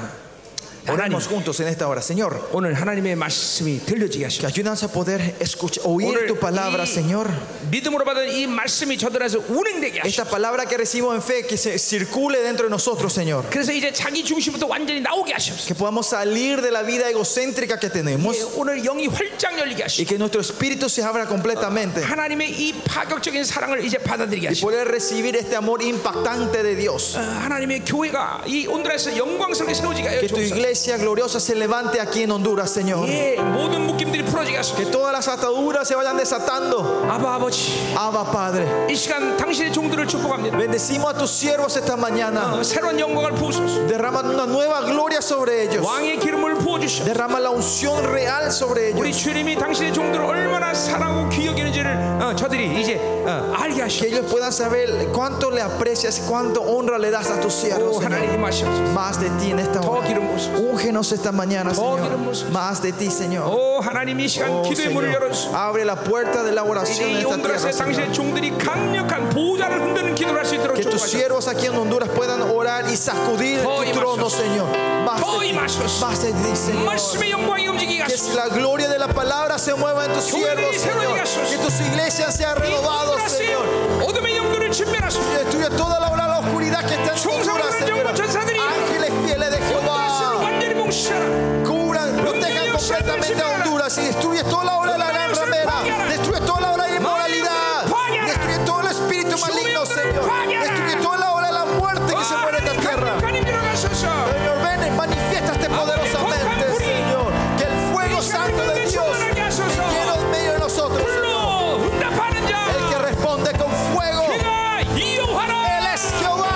하나님 Oramos juntos en esta hora, Señor. 오늘 하나님의 말씀이 들려지게 Que 하시고 ayúdanos a poder escuchar, oír 오늘 tu palabra, 이 Señor. 믿음으로 받은 이 말씀이 저들에서 운행되게 하시고 Esta palabra que recibimos en fe, que se circule dentro de nosotros, Señor. 그래서 이제 자기 중심부터 완전히 나오게 하시옵소서. Que podamos salir de la vida egocéntrica que tenemos 예, 오늘 영이 활짝 열리게 y 하시고 que nuestro espíritu se abra completamente. 하나님의 이 파격적인 사랑을 이제 받아들이게 y 하시고 poder recibir este amor impactante de Dios. 어, 하나님의 교회가 이 온드라에서 영광스럽게 세워지게 하여 Que tu 주옵소서. iglesia iglesia gloriosa se levante aquí en Honduras, Señor. 예, 모든 묶임들이 풀어지게 하소서. Que todas las ataduras se vayan desatando. 아바 아버지, Abba, Padre. 이 시간 당신의 종들을 축복합니다. Bendecimos a tus siervos esta mañana. 어, 새로운 영광을 부으소서. Derrama una nueva gloria sobre ellos. 왕의 기름을 부어 주시오. Derrama la unción real sobre 우리 ellos. 주님이 당신의 종들을 얼마나 사랑하고 귀하게 여기는지를 어, 저들이 이제 어, 알게 Que 하시오. ellos puedan saber cuánto le aprecias y cuánto honra le das a tus siervos. 오, Señor. 하나님 임하시옵소서. Más de ti en esta 더 hora. 기름 부으소서. Úngenos esta mañana, Oh, Señor. queremos- Más de ti, Señor. 오, 하나님 이 시간 Oh, 기도의 문을 Señor. 열어주소서. Abre la puerta de la oración en 이 esta 온드라스의 tierra. Señor. 당신의 종들이 강력한 보호자를 흔드는 기도를 할 수 있도록 Que tus 축복하소서. siervos aquí en Honduras puedan orar y sacudir Oh, tu trono, Imachos. Señor. Más Oh, de ti, Imachos. más de ti, Señor. 말씀의 영광이 움직이게 Que 하소서. la gloria de la palabra se mueva en tus siervos, Señor, Señor. Jesús. Que tus iglesias sean 이 renovadas, 온드라스의 Señor. 어둠의 영들을 진멸하소서. Destruye toda la obra de la oscuridad que está en tu Somos Honduras, hombres, Señor. hombres, chanzadri. Ángeles fieles de 온드라스를 Jehová. 완전히 몽시하라. Cubran, protejan Dios, completamente a Señor. Honduras y destruye toda la obra de la Dios, gran Señor, ramera. Señor. Destruye toda la obra de la Dios, Señor. inmoralidad. Destruye todo el espíritu Dios, maligno, Señor. Señor. Destruye toda la obra de la muerte que se 아, muere en esta 하나님 tierra. 강력한 힘으로 가소서. Señor, ven, manifiéstate poderosamente, Señor. Que el fuego santo de Dios te llene en medio de nosotros, Señor. 불로 응답하는 El que 자. responde con fuego, 그가 Él 이용하라. es Jehová.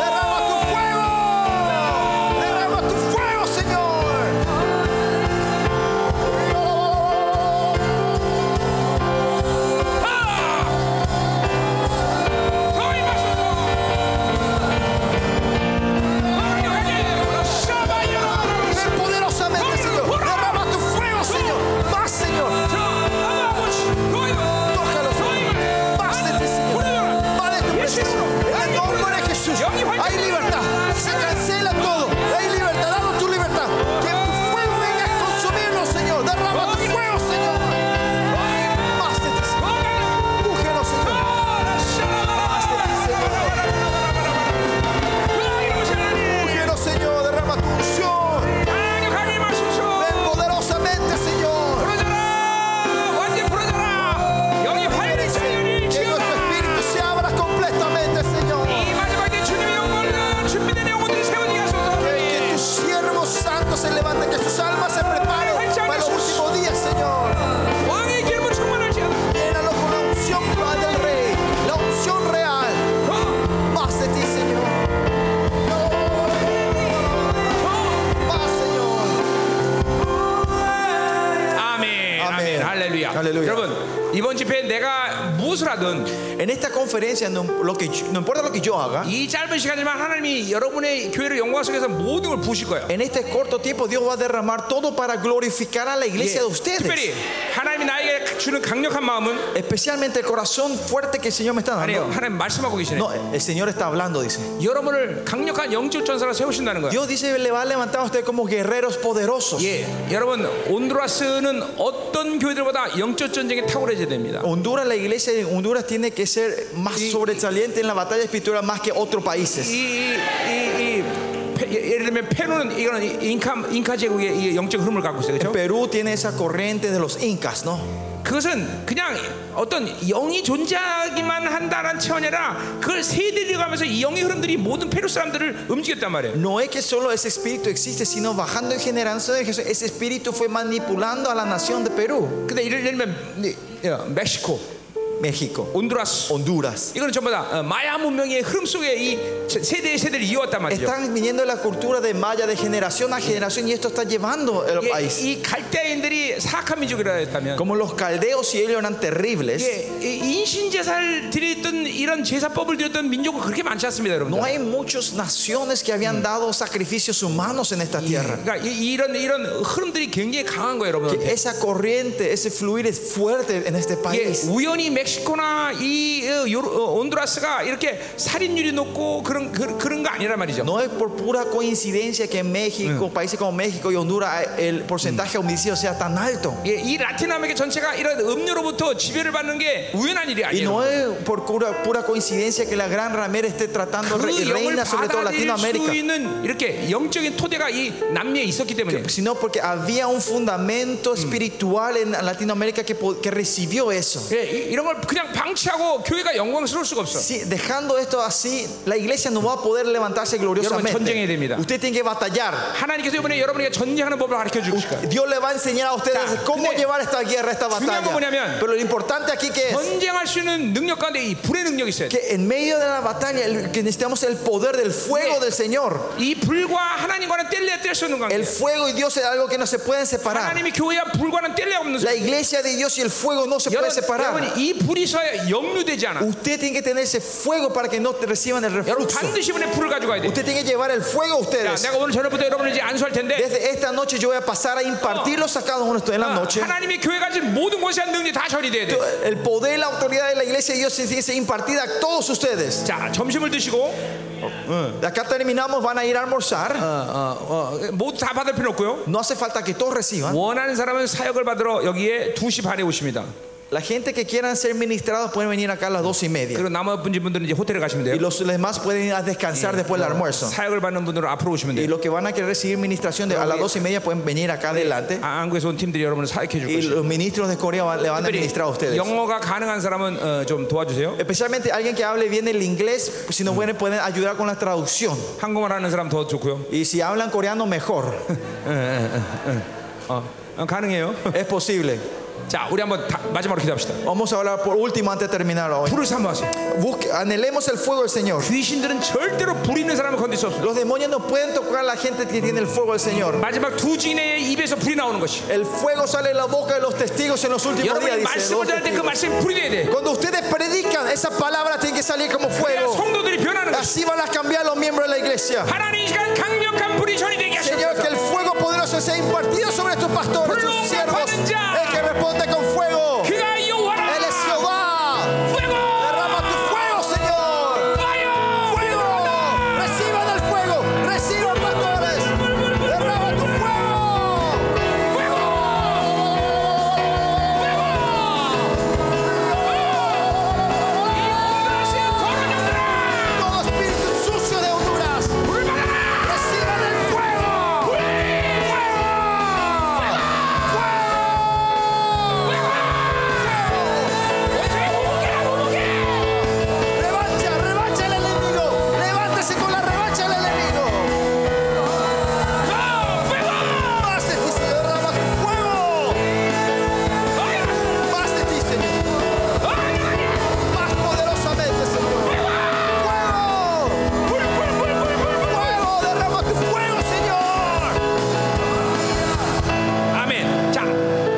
Derrama tu fuego, derrama tu fuego, Señor. 아! 더 임하소서. 강력하게 불러싸바이라. Ven poderosamente, Señor. Derrama tu fuego, Señor. Más, Señor. 저 아마 아버지, 더 임하- Tócalos, 더 임하라. más de ti, Señor. Padre, tu presencia. En el nombre de Jesús, hay libertad. Se cancela todo. Hay libertad. Danos tu libertad. Que tu fuego venga a consumirnos, Señor. Derrama tu fuego, Señor. Más de ti, Señor. Empújenos, Señor. Empújenos, Señor. Derrama tu unción. Ven poderosamente, Señor. Que nuestro espíritu se abra completamente, Señor. Que tus siervos santos se levanten. Que sus almas se preparen para los últimos días, Señor. Llénalo con la unción Padre del Rey, la unción real. Más de ti, Señor. Más, Señor. 아멘, 아멘, 할렐루야. 할렐루야. 여러분 이번 집회 내가 무엇을 하든 En esta conferencia, no, lo que yo- no importa lo que yo haga, 이 짧은 시간이지만 하나님이 여러분의 교회를 영광 속에서 모든 걸 부실 거예요. en este corto tiempo Dios va a derramar todo para glorificar a la iglesia de 예, 특별히 ustedes. 하나님이 나에게 주는 강력한 마음은 Especialmente el corazón fuerte que el Señor me está 아니에요. dando. 하나님 말씀하고 계시네. No, el Señor está hablando, dice. 여러분을 강력한 영적 전사로 세우신다는 거예요. Dios dice, le va a levantar a usted como guerreros poderosos. 예, 여러분 온두라스는 어떤 교회들보다 영적 전쟁에 탁월해져야 됩니다. Honduras, la iglesia de Honduras tiene que ser más sobresaliente en la batalla espiritual más que otros países. 이, 이, 이, 이 페- 예- 예를 들면 페루는 이거는 이- 잉카 잉카 제국의 이 영적 흐름을 갖고 있어요. 그렇죠? Perú tiene esa corriente de los incas, ¿no? 그것은 그냥 어떤 영이 존재하기만 한다는 차원이 아니라 그걸 세대를 가면서 이 영의 흐름들이 모든 페루 사람들을 움직였단 말이에요. No es que solo ese espíritu existe, sino bajando en generación de Jesús, ese espíritu fue manipulando a la nación de Perú, 근데 예를 들면 이- 어, 멕시코, México, 온두라스 Honduras. 이거는 전부 다 어, 마야 문명의 흐름 속에 이 세- 세대의 세대를 이어왔단 말이죠. Están viniendo la cultura de Maya de generación a generación y esto está llevando el 예, país. 이 갈대인들이 사악한 민족이라 했다면 Como los caldeos y ellos eran terribles, 예, 이 인신 제사를 드렸던 이런 제사법을 드렸던 민족은 그렇게 많지 않습니다, 여러분. no hay muchas naciones que habían dado sacrificios humanos en esta tierra. 그러니까 이, 런 이런 흐름들이 굉장히 강한 거예요, 여러분. Que esa corriente, ese fluir es fuerte en este 예, país. 우연히 멕시코나 이 어, 요르- 어, 온두라스가 이렇게 살인율이 높고 그런 그, 런거 아니란 말이죠. No es por pura coincidencia que en México, países como México y Honduras, eh, el porcentaje de homicidios sea tan alto. 예, 이 라틴 아메리카 전체가 이런 음료로부터 지배를 받는 게 우연한 일이 Y 아니에요. no es por pura, pura coincidencia que la gran ramera esté tratando re- y 그 영을 reina sobre todo 받아들일 수 Latinoamérica, 있는 이렇게 영적인 토대가 이 남미에 있었기 때문에 sino porque había un fundamento espiritual en Latinoamérica que, po- que recibió eso. 예, 이- 이런 걸 그냥 방치하고 교회가 영광스러울 수가 없어. Sí, dejando esto así, la iglesia iglesia no va a poder levantarse 여러분, 전쟁해야 gloriosamente. 됩니다. Usted tiene que batallar. 하나님께서 이번에 여러분에게 전쟁하는 법을 가르쳐 주실 거예요. Dios le va a enseñar a ustedes 자, cómo 근데 llevar esta guerra, esta 중요한 batalla. 건 뭐냐면 Pero lo importante aquí que 예. es 전쟁할 수 있는 능력 가운데 이 불의 능력이 있어야 돼. que en medio de la batalla el- que necesitamos el poder del fuego Mire. del Señor. 이 불과 하나님과는 뗄래야 뗄 수 없는 El 관계. fuego y Dios es algo que no se pueden separar. 하나님이 교회와 불과는 뗄래야 없는 La 관계. iglesia de Dios y el fuego no se pueden 여러분, separar. 여러분 이 불이 있어야 역류되지 않아. Usted tiene que tener ese fuego para que no te reciban el 여러분 reflujo. 반드시 이번에 불을 가져가야 돼. Usted tiene que llevar el fuego 자, a ustedes. 내가 오늘 저녁부터 여러분을 이제 안수할 텐데 Desde esta noche yo voy a pasar a impartir los sacados en la noche. 어, 하나님이 교회 가진 모든 것에 대한 능력이 다 처리돼야 돼. El poder y la autoridad de la iglesia de Dios tiene que ser impartida a todos ustedes. 자, 점심을 드시고 De acá terminamos, van a ir a almorzar. 어, 어, 어, 모두 다 받을 필요 없고요. No hace falta que todos reciban. 원하는 사람은 사역을 받으러 여기에 2시 반에 오십니다. La gente que quieran ser ministrados pueden venir acá a las dos y media. 그리고 나머지 분들은 이제 호텔에 가시면 Y 돼요. los demás pueden ir a descansar después del almuerzo. 사역을 받는 분들은 앞으로 오시면 Y 돼요. los que van a querer recibir ministración de- a las dos y media pueden venir acá adelante. 아, 한국에서 온 팀들이 여러분을 사역해 줄 Y 것이에요. los ministros de Corea van- le van a ministrar 특별히 a ustedes. 영어가 가능한 사람은 어, 좀 도와주세요. Especialmente alguien que hable bien el inglés, pues, si no pueden, pueden ayudar con la traducción. 한국말 하는 사람 더 좋고요. Y si hablan coreano, mejor. 어, 어, 가능해요. Es posible. 자, 우리 한번 다- 마지막으로 기도합시다. Vamos a hablar por último antes de terminar hoy. 불을 사모하세요. Busque- anhelemos el fuego del Señor. 귀신들은 절대로 불 있는 사람을 건들 수 없어요. Los demonios no pueden tocar a la gente que tiene el fuego del Señor. 마지막 두 증인의 입에서 불이 나오는 것이. El fuego sale de la boca de los testigos en los últimos días. 여러분이 dice, 말씀을 los 전할 때 그 testigos. 말씀이 불이 돼야 돼. Cuando ustedes predican, esa palabra tiene que salir como 그래야 fuego. 성도들이 변하는 것이. Así van a cambiar los miembros de la iglesia. 하나님 이 시간 강력한 불이 전이되게 Señor, que 하시옵소서. el fuego poderoso sea impartido sobre tus pastores, tus siervos. El que responde con fuego. 그가 여호와라. Él es Jehová. fuego, Derrama tu fuego, Señor. fire, fuego! ¡Reciban el fuego! ¡Reciban, pastores! ¡Derrama tu fuego! fuego, fuego. 이것이 거룩하더라. ¡Todo espíritu sucio de Honduras! 불 받아라. ¡Reciban el fuego! 불, ¡Fuego! fuego, fuego. 원수의 공격이라고 공격. ¡Revancha, revancha al enemigo! ¡Levántese con la revancha al enemigo! 어, fuego. ¡Más de ti, Señor! ¡Derrama tu fuego! ¡Más de ti, Señor! ¡Más poderosamente, Señor! ¡Fuego! ¡Fuego! ¡Derrama tu fuego, Señor! 아멘. 자,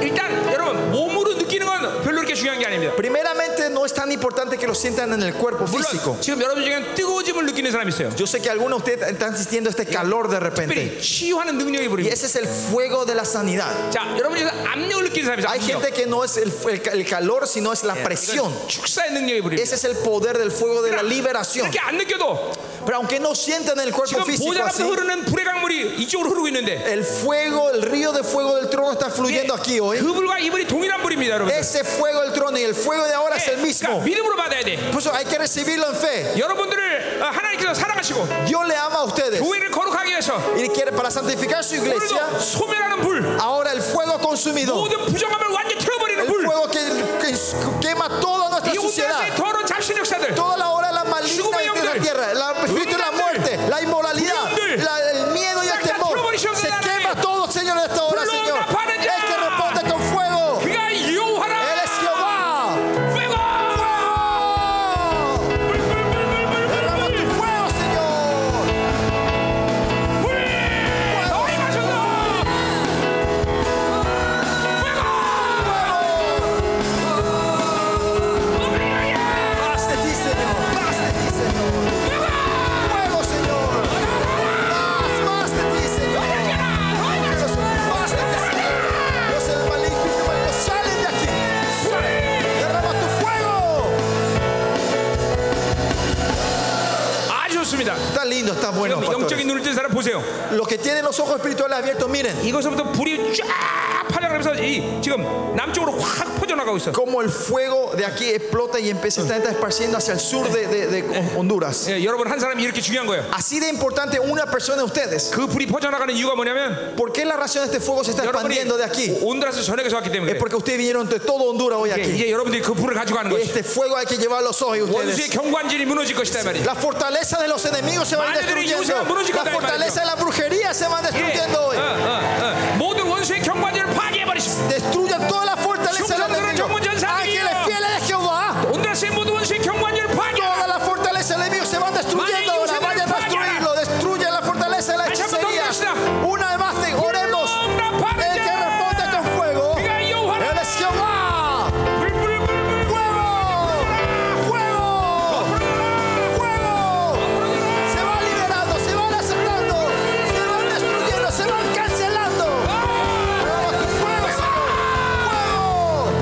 일단 여러분 몸으로 느끼는 건 별로 그렇게 중요한 게 아닙니다. Primeramente, no es tan importante que lo sientan en el cuerpo físico. 물론 지금 여러분 중에 뜨거워짐을 느끼는 사람이 있어요. Yo sé que algunos de ustedes están sintiendo este calor de repente. 특별히 치유하는 능력이 Y 부릅니다. ese es el fuego de la sanidad. 자, 여러분 중에서 압력을 느끼는 사람이 Hay 있어요. 압력. gente que no es el, el- el calor, sino es la presión. 이건 축사의 능력이 부릅니다. Ese es el poder del fuego de la liberación. 이렇게 안 느껴도 Pero aunque no sientan el cuerpo 지금 físico 보좌 así, 앞에 흐르는 불의 강물이 이쪽으로 흐르고 있는데 el fuego, el río de fuego del trono está fluyendo aquí hoy. 그 불과 이 불이 동일한 불입니다, 여러분. Ese fuego del trono y el fuego de ahora es el 그러니까 mismo. 믿음으로 받아야 돼. Por eso hay que recibirlo en fe. 여러분들을 어, 하나님께서 사랑하시고 Dios le ama a ustedes 교회를 거룩하게 위해서 y quiere para santificar su iglesia. 오늘도 소멸하는 불, Ahora el fuego consumidor, 모든 부정함을 완전히 틀어버리는 el 불, fuego que, que quema toda nuestra 이 온갖의 sociedad, 더러운 잡신 역사들, toda la hora de la maligna Sube, de la hombre. tierra, el espíritu de la muerte, la inmoralidad, Hombre. la- el miedo y el Saca temor. trouble, hijo de Se la quema nave. todo, Señor, en esta hora, Pluma, Señor. para El allá. que responde con fuego, 그가 요하라. Él es Jehová. 빼고! ¡Fuego! Derrama tu fuego, Señor. 더리 마셔도! Más de ti, Señor. Más de ti, Señor. Fuego, Señor. Más, más de ti, Señor. Dios, basta de ti, Señor. Dios, el maligno y el maligno, sale de aquí. Derrama tu fuego. 아주 좋습니다. Está lindo, está bueno. 영적인 pastores. 눈을 뜬 사람 보세요. Los que tienen los ojos espirituales abiertos, miren. 이것부터 불이 쫙 파장을 그래서 이 지금 남쪽으로 확 퍼져나가고 있어. Como el fuego de aquí explota y empieza a estar esparciendo hacia el sur de, de- de Honduras. 예, 여러분 한 사람이 이렇게 중요한 거예요. Así de importante una persona de ustedes. 그 불이 퍼져나가는 이유가 뭐냐면 ¿Por qué la razón de este fuego se está 여러분이 expandiendo de aquí? 온드라스 전역에서 왔기 때문에 Es 그래. porque ustedes vinieron de todo Honduras hoy 예, aquí. 이제 여러분들이 그 불을 가지고 가는 거지. Este fuego hay que llevarlo hoy 원수의 ustedes. 경관질이 무너질 것이다 이 말이야. La fortaleza de los enemigos se va Madre de Dios, destruyendo. se va muriendo, La fortaleza de la brujería se va 예, destruyendo hoy. 어, 어, 어. 모든 원수의 경관질을 파괴해 버리시오. Destruyan toda la fortaleza del enemigo. Ángeles fieles de Jehová. 온드라스의 모든 원수의 경관질을 파괴. Toda la fortaleza del enemigo se van destruyendo ahora. Vayan a destruirlo. Destruyan la fortaleza de la hechicería. Una vez más, de- oremos. El que responde con fuego. Él es Jehová. ¡Fuego! ¡Fuego! ¡Fuego! Se va liberando, se van aceptando, se van destruyendo, se van cancelando. ¡Fuego! ¡Fuego!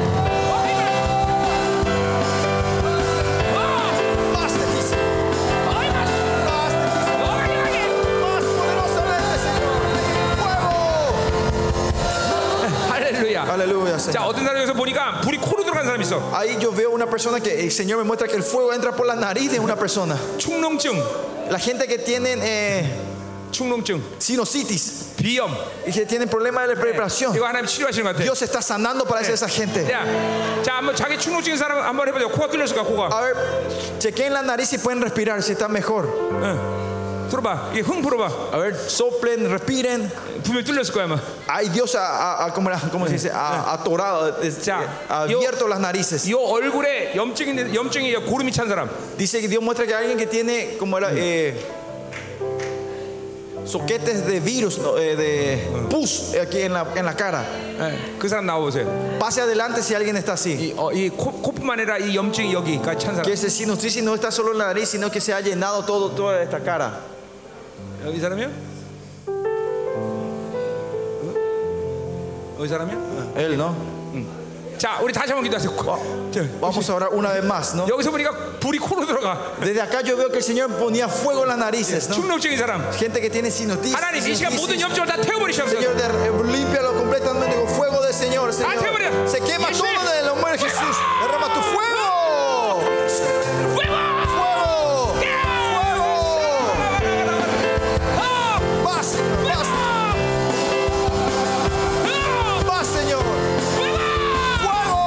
Más difícil, más difícil, más poderosamente, Señor. ¡Fuego! 할렐루야. Aleluya, 자, Señor. 어떤 사람에서 보니까 불이 코로 들어간 사람이 있어. Ahí yo veo una persona que el Señor me muestra que el fuego entra por la nariz de una persona. 충농증, La gente que tienen eh, 충농증, sinusitis 비염. y que tienen problemas de preparación. 이거 하나님 치료하시는 것 같아요. Dios está sanando para esa gente. 야, 자, 한번 자기 충농증인 사람 한번 해보자. 코가 뚫렸을까, 코가. A ver, chequen la nariz y pueden respirar si está mejor. 응. 들어봐. 이게 흥 불어봐. A ver, soplen, respiren. 분명히 뚫렸을 거야, 아마. Ay, Dios ha, ha- ha- ¿cómo era? ¿Cómo se dice? Ha- atorado, es- Ya. ha abierto las narices. 이 얼굴에 염증이, 염증이 고름이 찬 사람. Dice que Dios muestra que alguien que tiene, como era? Eh, soquetes de virus, no, eh, de pus eh, aquí en la, en la cara. 예, 그 사람 나와보세요. Pase adelante si alguien está así. 이, 어, 이 코, 코뿐만 아니라 이 염증이 여기까지 찬 사람. Que ese sinusitis no está solo en la nariz, sino que se ha llenado todo, toda esta cara. 어, 이 사람이요? 어, 이 사람이요? Él, ¿no? 어. 자, 우리 다시 한번 기도하세요. 코- 자, Vamos a orar una vez más, ¿no? 여기서 보니까 불이 코로 들어가. Desde acá yo veo que el Señor ponía fuego en las narices, ¿no? 충농증인 사람. Gente que tiene sinusitis. 하나님 이 시간 모든 sinusitis. 염증을 다 태워버리셨어요. Señor, de- límpialo completamente con fuego del Señor, Señor. Ábrele. Se quema Jesús. todo en el nombre de Jesús. Derrama tu fuego. Fuego. Fuego. Paz, paz, paz, Señor. Fuego.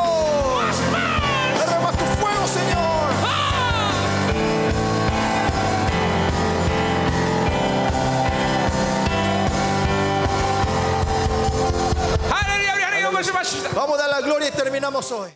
Derrama tu fuego, Señor. 하나님 우리 하나님 말씀하십니다. Vamos a dar la gloria y terminamos hoy.